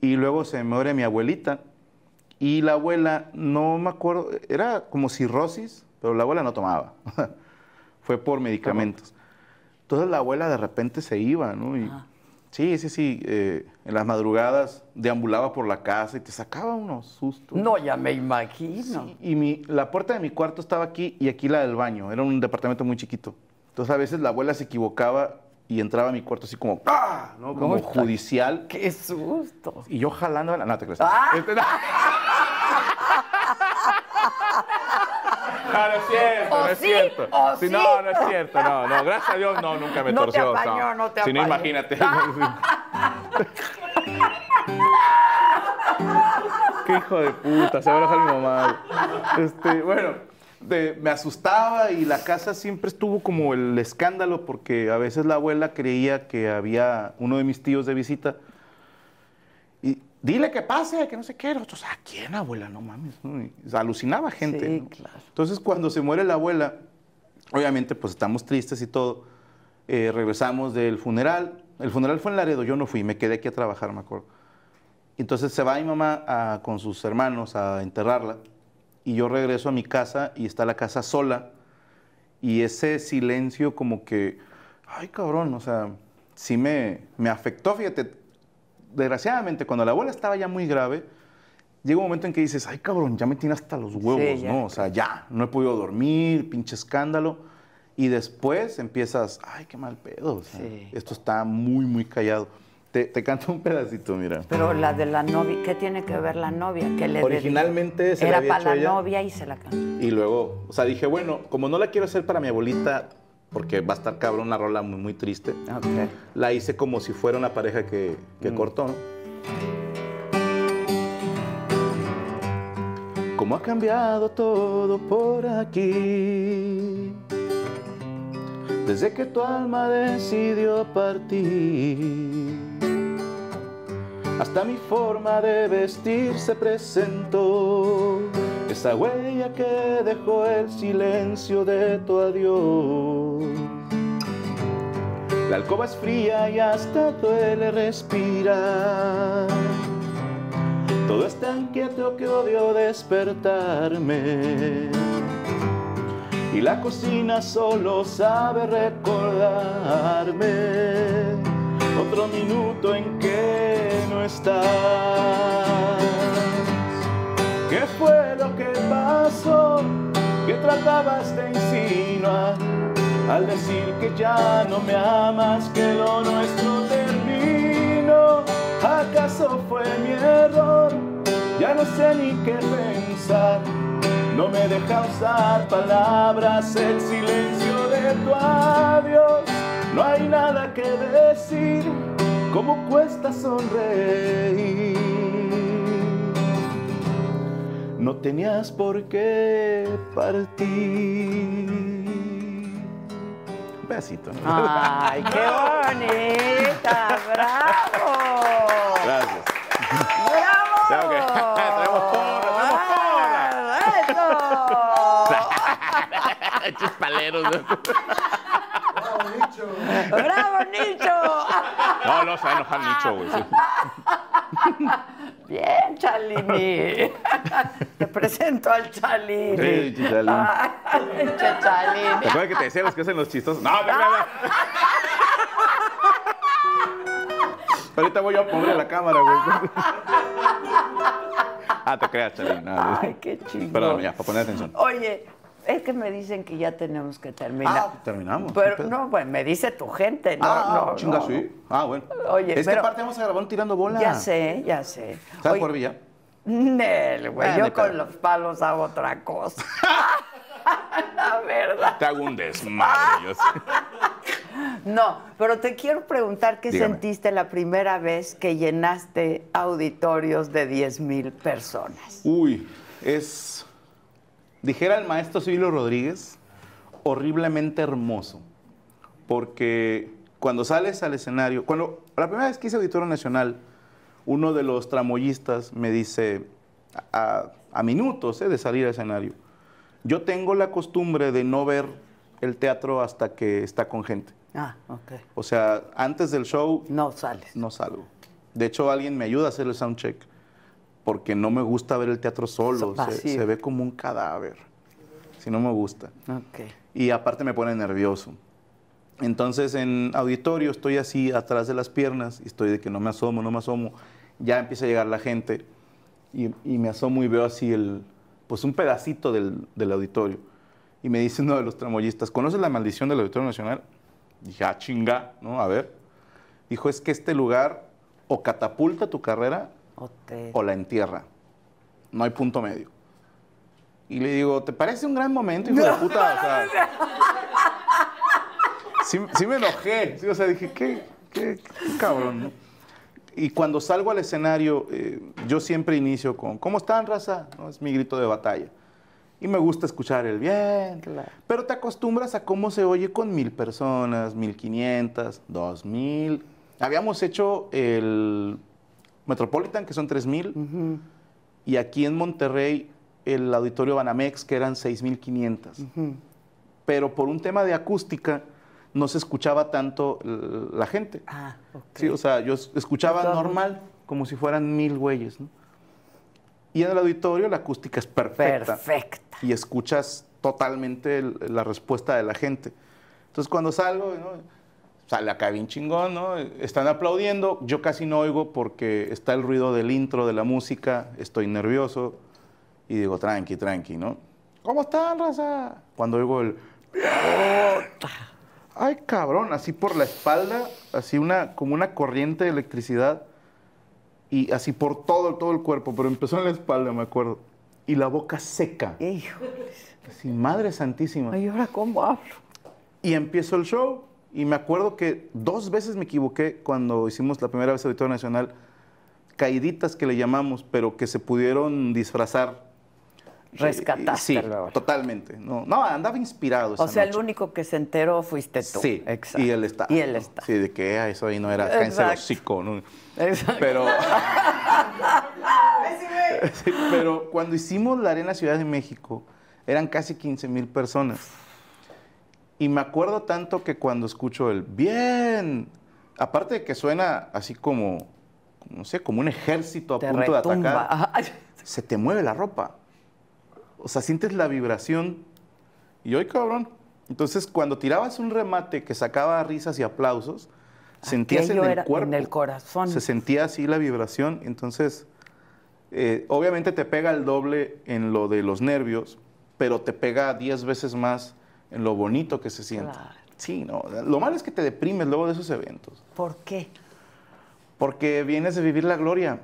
Speaker 2: Y luego se muere mi abuelita. Y la abuela, no me acuerdo, era como cirrosis, pero la abuela no tomaba. Fue por medicamentos. Entonces la abuela de repente se iba, ¿no? Y,
Speaker 1: Ah.
Speaker 2: sí, sí, sí. eh, en las madrugadas deambulaba por la casa y te sacaba unos sustos.
Speaker 1: No, ya me imagino.
Speaker 2: Y mi, la puerta de mi cuarto estaba aquí y aquí la del baño. Era un departamento muy chiquito. Entonces a veces la abuela se equivocaba y entraba a mi cuarto así como, ¡ah! ¿no? Como
Speaker 1: Uy, ta-
Speaker 2: judicial.
Speaker 1: Qué susto.
Speaker 2: Y yo jalando la... No, te creas.
Speaker 1: ¡Ah!
Speaker 2: Este, no. No, no es cierto,
Speaker 1: ¿O
Speaker 2: no es
Speaker 1: sí?
Speaker 2: cierto.
Speaker 1: ¿O
Speaker 2: Sí,
Speaker 1: sí?
Speaker 2: No, no es cierto, no, no. Gracias a Dios, no, nunca me
Speaker 1: No te
Speaker 2: torció.
Speaker 1: apañó, no te
Speaker 2: Si no,
Speaker 1: apañó.
Speaker 2: imagínate. Qué hijo de puta, se va a enojar mi mamá. Este, bueno, de- me asustaba y la casa siempre estuvo como el escándalo porque a veces la abuela creía que había uno de mis tíos de visita y dile que pase, que no sé qué. Nosotros, ¿a quién, abuela? No mames. ¿no? Y se alucinaba gente.
Speaker 1: Sí,
Speaker 2: ¿no?
Speaker 1: claro.
Speaker 2: Entonces, cuando se muere la abuela, obviamente, pues estamos tristes y todo. Eh, regresamos del funeral. El funeral fue en Laredo, yo no fui, me quedé aquí a trabajar, me acuerdo. Entonces se va mi mamá a- con sus hermanos a enterrarla y yo regreso a mi casa y está la casa sola y ese silencio como que, ay cabrón, o sea, sí me, me afectó, fíjate, desgraciadamente cuando la abuela estaba ya muy grave, llega un momento en que dices, ay cabrón, ya me tiene hasta los huevos,
Speaker 1: ya.
Speaker 2: ¿no? O sea, ya, no he podido dormir, pinche escándalo. Y después empiezas, ay, qué mal pedo, o sea,
Speaker 1: Sí.
Speaker 2: esto está muy, muy callado. Te, te canto un pedacito, mira.
Speaker 1: Pero la de la novia, ¿qué tiene que ver la novia? Que le
Speaker 2: Originalmente se la
Speaker 1: Era
Speaker 2: había
Speaker 1: para
Speaker 2: hecho
Speaker 1: la
Speaker 2: ella.
Speaker 1: novia y se la cambió.
Speaker 2: Y luego, o sea, dije, bueno, como no la quiero hacer para mi abuelita, porque va a estar cabrón la rola muy, muy triste,
Speaker 1: Ok.
Speaker 2: la hice como si fuera una pareja que, que cortó, ¿no? Cómo ha cambiado todo por aquí. Desde que tu alma decidió partir. Hasta mi forma de vestir se presentó. Esa huella que dejó el silencio de tu adiós. La alcoba es fría y hasta duele respirar. Todo es tan quieto que odio despertarme. Y la cocina solo sabe recordarme otro minuto en que no estás. ¿Qué fue lo que pasó? ¿Qué tratabas de insinuar? Al decir que ya no me amas, que lo nuestro terminó. ¿Acaso fue mi error? Ya no sé ni qué pensar. No me deja usar palabras el silencio de tu adiós. No hay nada que decir, cómo cuesta sonreír. No tenías por qué partir. Un pedacito.
Speaker 1: ¡Ay, qué bonita! ¡Bravo!
Speaker 2: Gracias.
Speaker 1: ¡Bravo!
Speaker 2: Claro que- traemos porra, traemos porra.
Speaker 1: ¡Ah,
Speaker 5: Chispaleros.
Speaker 1: ¡Eso! ¡Bravo, Nicho! Ah,
Speaker 5: No, no, se va a enojar Nicho, güey. sí.
Speaker 1: Bien, Chalini. Te presento al Chalini.
Speaker 2: Sí, Chichalín.
Speaker 1: Ay, Chichalini.
Speaker 2: ¿Te acuerdas que te decía los que hacen los chistosos? No, no, no, no. Ahorita voy yo a poner la cámara, güey. Ah, te creas, Chalín. No, no.
Speaker 1: Ay, qué chingón.
Speaker 2: Perdón, ya, para poner atención.
Speaker 1: Oye, es que me dicen que ya tenemos que terminar.
Speaker 2: Ah, terminamos, qué
Speaker 1: Pero
Speaker 2: pedo.
Speaker 1: no, pues me dice tu gente, no,
Speaker 2: ah,
Speaker 1: no.
Speaker 2: chinga,
Speaker 1: no.
Speaker 2: sí. Ah, bueno.
Speaker 1: Oye,
Speaker 2: es que
Speaker 1: pero-
Speaker 2: aparte vamos a grabar un tirando bola.
Speaker 1: Ya sé, ya sé.
Speaker 2: ¿Sabes
Speaker 1: Oye,
Speaker 2: por Villa?
Speaker 1: Nel, güey,
Speaker 2: Ah,
Speaker 1: yo
Speaker 2: no hay
Speaker 1: con
Speaker 2: pedo.
Speaker 1: los palos hago otra cosa. La verdad.
Speaker 5: Te hago un desmadre. yo sí.
Speaker 1: No, pero te quiero preguntar qué
Speaker 2: Dígame.
Speaker 1: sentiste la primera vez que llenaste auditorios de 10 mil personas.
Speaker 2: Uy, es, dijera el maestro Silvio Rodríguez, horriblemente hermoso. Porque cuando sales al escenario, cuando la primera vez que hice Auditorio Nacional, uno de los tramoyistas me dice, a, a minutos eh, de salir al escenario, yo tengo la costumbre de no ver el teatro hasta que está con gente.
Speaker 1: Ah, ok.
Speaker 2: O sea, antes del show
Speaker 1: No sales.
Speaker 2: no salgo. De hecho, alguien me ayuda a hacer el soundcheck porque no me gusta ver el teatro solo.
Speaker 1: Vacío.
Speaker 2: Se, se ve como un cadáver. Si no me gusta.
Speaker 1: Ok.
Speaker 2: Y aparte me pone nervioso. Entonces en auditorio estoy así atrás de las piernas y estoy de que no me asomo, no me asomo. Ya empieza a llegar la gente y, y me asomo y veo así el, pues un pedacito del, del auditorio. Y me dice uno de los tramoyistas, ¿conoces la maldición del Auditorio Nacional? Dije, ah, chinga, ¿no? A ver. Dijo, es que este lugar o catapulta tu carrera
Speaker 1: O te-
Speaker 2: o la entierra. No hay punto medio. Y le digo, ¿te parece un gran momento, hijo de puta? O sea, sí, sí me enojé. Sí, o sea, dije, ¿qué, qué, qué cabrón? ¿no? Y cuando salgo al escenario, eh, yo siempre inicio con, ¿cómo están, raza? ¿No? Es mi grito de batalla. Y me gusta escuchar el bien.
Speaker 1: Claro.
Speaker 2: Pero te acostumbras a cómo se oye con mil personas, mil quinientas, dos mil. Habíamos hecho el Metropolitan, que son tres mil. Y aquí en Monterrey, el auditorio Banamex, que eran 6,500. Pero por un tema de acústica, no se escuchaba tanto l- la gente.
Speaker 1: Ah, ok.
Speaker 2: Sí, o sea, yo es- escuchaba
Speaker 1: Todo el mundo.
Speaker 2: normal, como si fueran mil güeyes, ¿no? Y en el auditorio la acústica es perfecta.
Speaker 1: Perfecta.
Speaker 2: Y escuchas totalmente el- la respuesta de la gente. Entonces, cuando salgo, ¿no? sale acá bien chingón, ¿no? Están aplaudiendo, yo casi no oigo porque está el ruido del intro, de la música, estoy nervioso. Y digo, tranqui, tranqui, ¿no? ¿Cómo están, raza? Cuando oigo el... Ay, cabrón, así por la espalda, así una, como una corriente de electricidad y así por todo, todo el cuerpo, pero empezó en la espalda, me acuerdo. Y la boca seca,
Speaker 1: Hijo,
Speaker 2: así, madre santísima.
Speaker 1: ¿y ahora cómo hablo?
Speaker 2: Y empiezo el show y me acuerdo que dos veces me equivoqué cuando hicimos la primera vez Auditorio Nacional, caíditas que le llamamos, pero que se pudieron disfrazar.
Speaker 1: Rescataste
Speaker 2: Sí,
Speaker 1: luego.
Speaker 2: totalmente. No, no, andaba inspirado esa
Speaker 1: O sea, el
Speaker 2: noche.
Speaker 1: único que se enteró fuiste tú.
Speaker 2: Pues Sí,
Speaker 1: Exacto.
Speaker 2: y él está.
Speaker 1: Y él está.
Speaker 2: Sí, de que "Ah, eso ahí no era cáncer
Speaker 1: Exacto.
Speaker 2: hocico. ¿no?
Speaker 1: Exacto.
Speaker 2: Pero. Sí, pero cuando hicimos la Arena Ciudad de México, eran casi 15 mil personas. Y me acuerdo tanto que cuando escucho el bien, aparte de que suena así como, no sé, como un ejército a
Speaker 1: Te
Speaker 2: punto de
Speaker 1: retumba.
Speaker 2: atacar,
Speaker 1: Ajá.
Speaker 2: se te mueve la ropa. O sea, sientes la vibración. Y hoy, cabrón. Entonces, cuando tirabas un remate que sacaba risas y aplausos, sentías en
Speaker 1: Aquello
Speaker 2: el
Speaker 1: era en
Speaker 2: cuerpo.
Speaker 1: el corazón.
Speaker 2: Se sentía así la vibración. Entonces, eh, obviamente te pega el doble en lo de los nervios, pero te pega 10 veces más en lo bonito que se siente.
Speaker 1: Claro.
Speaker 2: Sí, no. Lo malo es que te deprimes luego de esos eventos.
Speaker 1: ¿Por qué?
Speaker 2: Porque vienes de vivir la gloria.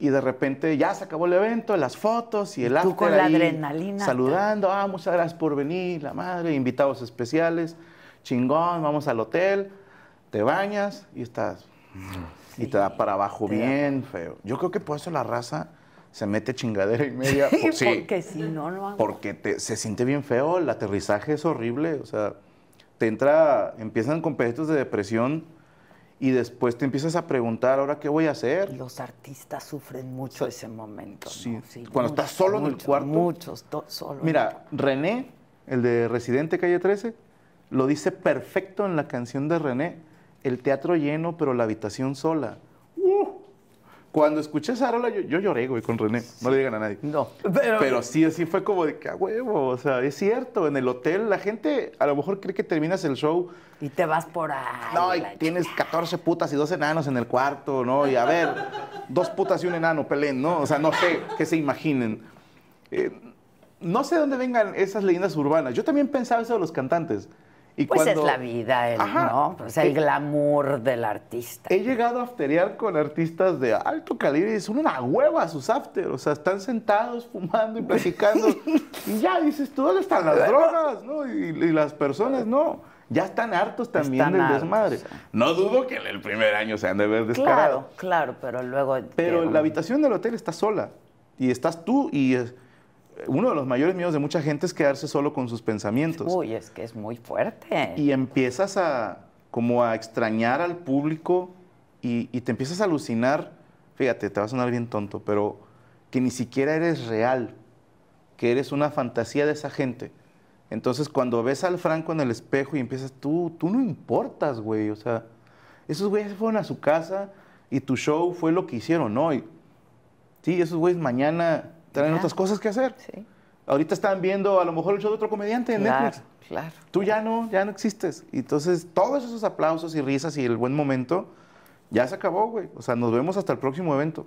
Speaker 2: Y de repente ya se acabó el evento, las fotos y el
Speaker 1: tú
Speaker 2: after
Speaker 1: con la
Speaker 2: ahí
Speaker 1: adrenalina.
Speaker 2: Saludando, ah, muchas gracias por venir, la madre, invitados especiales, chingón, vamos al hotel, te bañas y estás. y te da para abajo
Speaker 1: te da-
Speaker 2: bien feo. Yo creo que por eso la raza se mete chingadera y media. por- sí,
Speaker 1: Porque si no, no hago.
Speaker 2: porque te- se siente bien feo, el aterrizaje es horrible, o sea, te entra, empiezan con pedacitos de depresión y después te empiezas a preguntar, ¿ahora qué voy a hacer?
Speaker 1: Los artistas sufren mucho ese momento. ¿no?
Speaker 2: Sí. Cuando estás solo en el
Speaker 1: mucho,
Speaker 2: cuarto.
Speaker 1: Muchos, to- solo. en el
Speaker 2: Mira, René, el de Residente Calle 13, lo dice perfecto en la canción de René, el teatro lleno pero la habitación sola. ¡Uh! Cuando escuché esa rola, yo, yo lloré, güey, con René, no le digan a nadie.
Speaker 1: No, pero-
Speaker 2: Pero sí, así fue como de que a huevo, o sea, es cierto, en el hotel la gente a lo mejor cree que terminas el show,
Speaker 1: Y te vas por ahí.
Speaker 2: no, y
Speaker 1: la
Speaker 2: tienes 14 putas y dos enanos en el cuarto, ¿no? Y a ver, dos putas y un enano, pelén, ¿no? O sea, no sé, que se imaginen. Eh, no sé de dónde vengan esas leyendas urbanas. Yo también pensaba eso de los cantantes. Y
Speaker 1: Pues
Speaker 2: cuando
Speaker 1: es la vida, el,
Speaker 2: Ajá.
Speaker 1: ¿no? Pues el
Speaker 2: Eh,
Speaker 1: glamour del artista.
Speaker 2: He llegado a afterear con artistas de alto calibre y son una hueva sus after. O sea, están sentados fumando y platicando. y ya dices, tú, ¿dónde están las drogas? ¿no? Y, y las personas, no. Ya están hartos también
Speaker 1: Están
Speaker 2: del
Speaker 1: hartos,
Speaker 2: desmadre.
Speaker 1: sí.
Speaker 2: No dudo que en el primer año se han de ver descarados.
Speaker 1: claro, claro, pero luego.
Speaker 2: Pero
Speaker 1: llega
Speaker 2: la
Speaker 1: un-
Speaker 2: habitación del hotel está sola. Y estás tú y eh, uno de los mayores miedos de mucha gente es quedarse solo con sus pensamientos.
Speaker 1: Uy, es que es muy fuerte.
Speaker 2: Y empiezas a como a extrañar al público y, y te empiezas a alucinar. Fíjate, te va a sonar bien tonto, pero que ni siquiera eres real, que eres una fantasía de esa gente. Entonces, cuando ves al Franco en el espejo y empiezas, tú, tú no importas, güey. O sea, esos güeyes se fueron a su casa, y tu show fue lo que hicieron hoy. Sí, esos güeyes mañana traen
Speaker 1: Ya.
Speaker 2: otras cosas que hacer.
Speaker 1: Sí.
Speaker 2: Ahorita están viendo a lo mejor el show de otro comediante en
Speaker 1: Claro,
Speaker 2: Netflix.
Speaker 1: claro.
Speaker 2: Tú ya no, ya no existes. Y entonces todos esos aplausos y risas y el buen momento ya se acabó, güey. O sea, nos vemos hasta el próximo evento.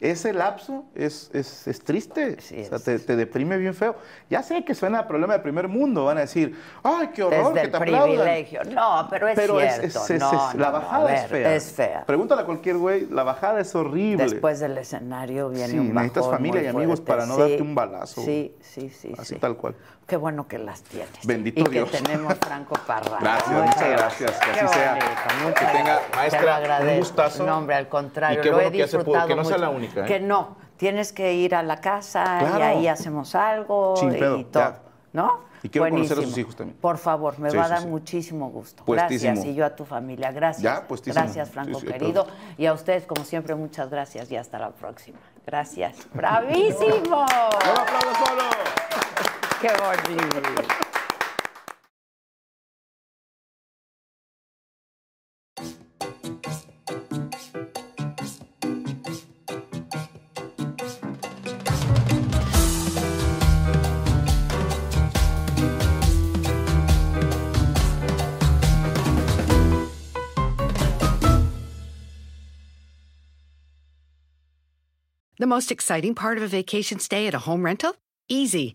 Speaker 2: Ese lapso es, es, es triste.
Speaker 1: Así
Speaker 2: O sea,
Speaker 1: es.
Speaker 2: te, te deprime bien feo. Ya sé que suena a problema de primer mundo. Van a decir, ay, qué
Speaker 1: Desde
Speaker 2: horror que
Speaker 1: el
Speaker 2: te aplaudan.
Speaker 1: privilegio. No, pero es
Speaker 2: Pero es-
Speaker 1: cierto.
Speaker 2: es- es-
Speaker 1: no,
Speaker 2: es-
Speaker 1: no,
Speaker 2: la
Speaker 1: no, a
Speaker 2: bajada es
Speaker 1: ver,
Speaker 2: fea.
Speaker 1: Es fea.
Speaker 2: Pregúntale a cualquier güey, la bajada es horrible.
Speaker 1: Después del escenario viene
Speaker 2: Sí,
Speaker 1: un bajón
Speaker 2: necesitas familia
Speaker 1: muy
Speaker 2: y amigos
Speaker 1: fuerte.
Speaker 2: para no
Speaker 1: Sí,
Speaker 2: darte un balazo.
Speaker 1: Sí, sí, sí.
Speaker 2: Así
Speaker 1: sí.
Speaker 2: tal cual.
Speaker 1: Qué bueno que las tienes.
Speaker 2: Bendito
Speaker 1: y
Speaker 2: Dios.
Speaker 1: que tenemos Franco Parra.
Speaker 2: Gracias,
Speaker 1: Muchas
Speaker 2: muchas gracias, que
Speaker 1: Qué
Speaker 2: así sea.
Speaker 1: bonito, muchas
Speaker 4: Que tenga,
Speaker 1: gracias.
Speaker 4: maestra,
Speaker 1: Te lo
Speaker 4: un
Speaker 1: agradezco.
Speaker 4: gustazo.
Speaker 1: No, hombre, al contrario.
Speaker 4: Y qué
Speaker 1: lo he
Speaker 4: bueno que ya se pudo,
Speaker 1: disfrutado
Speaker 4: que no sea
Speaker 1: mucho.
Speaker 4: la única, ¿eh?
Speaker 1: Que no. Tienes que ir a la casa y
Speaker 2: Claro.
Speaker 1: ahí hacemos algo
Speaker 2: Sin
Speaker 1: y
Speaker 2: pedo,
Speaker 1: todo.
Speaker 2: ya.
Speaker 1: ¿No?
Speaker 2: Y quiero conocer a sus
Speaker 1: Buenísimo.
Speaker 2: hijos también.
Speaker 1: Por favor, me
Speaker 2: Sí,
Speaker 1: va a
Speaker 2: sí,
Speaker 1: dar
Speaker 2: sí.
Speaker 1: muchísimo gusto.
Speaker 2: Puestísimo.
Speaker 1: Gracias. Y yo a tu familia. Gracias.
Speaker 2: Ya, puestísimo.
Speaker 1: Gracias, Franco,
Speaker 2: Sí, sí,
Speaker 1: querido. Y a ustedes, como siempre, muchas gracias y hasta la próxima. Gracias. ¡Bravísimo!
Speaker 2: ¡No lo aplaudas solo!
Speaker 1: ¡Qué bonito!
Speaker 3: The most exciting part of a vacation stay at a home rental? Easy.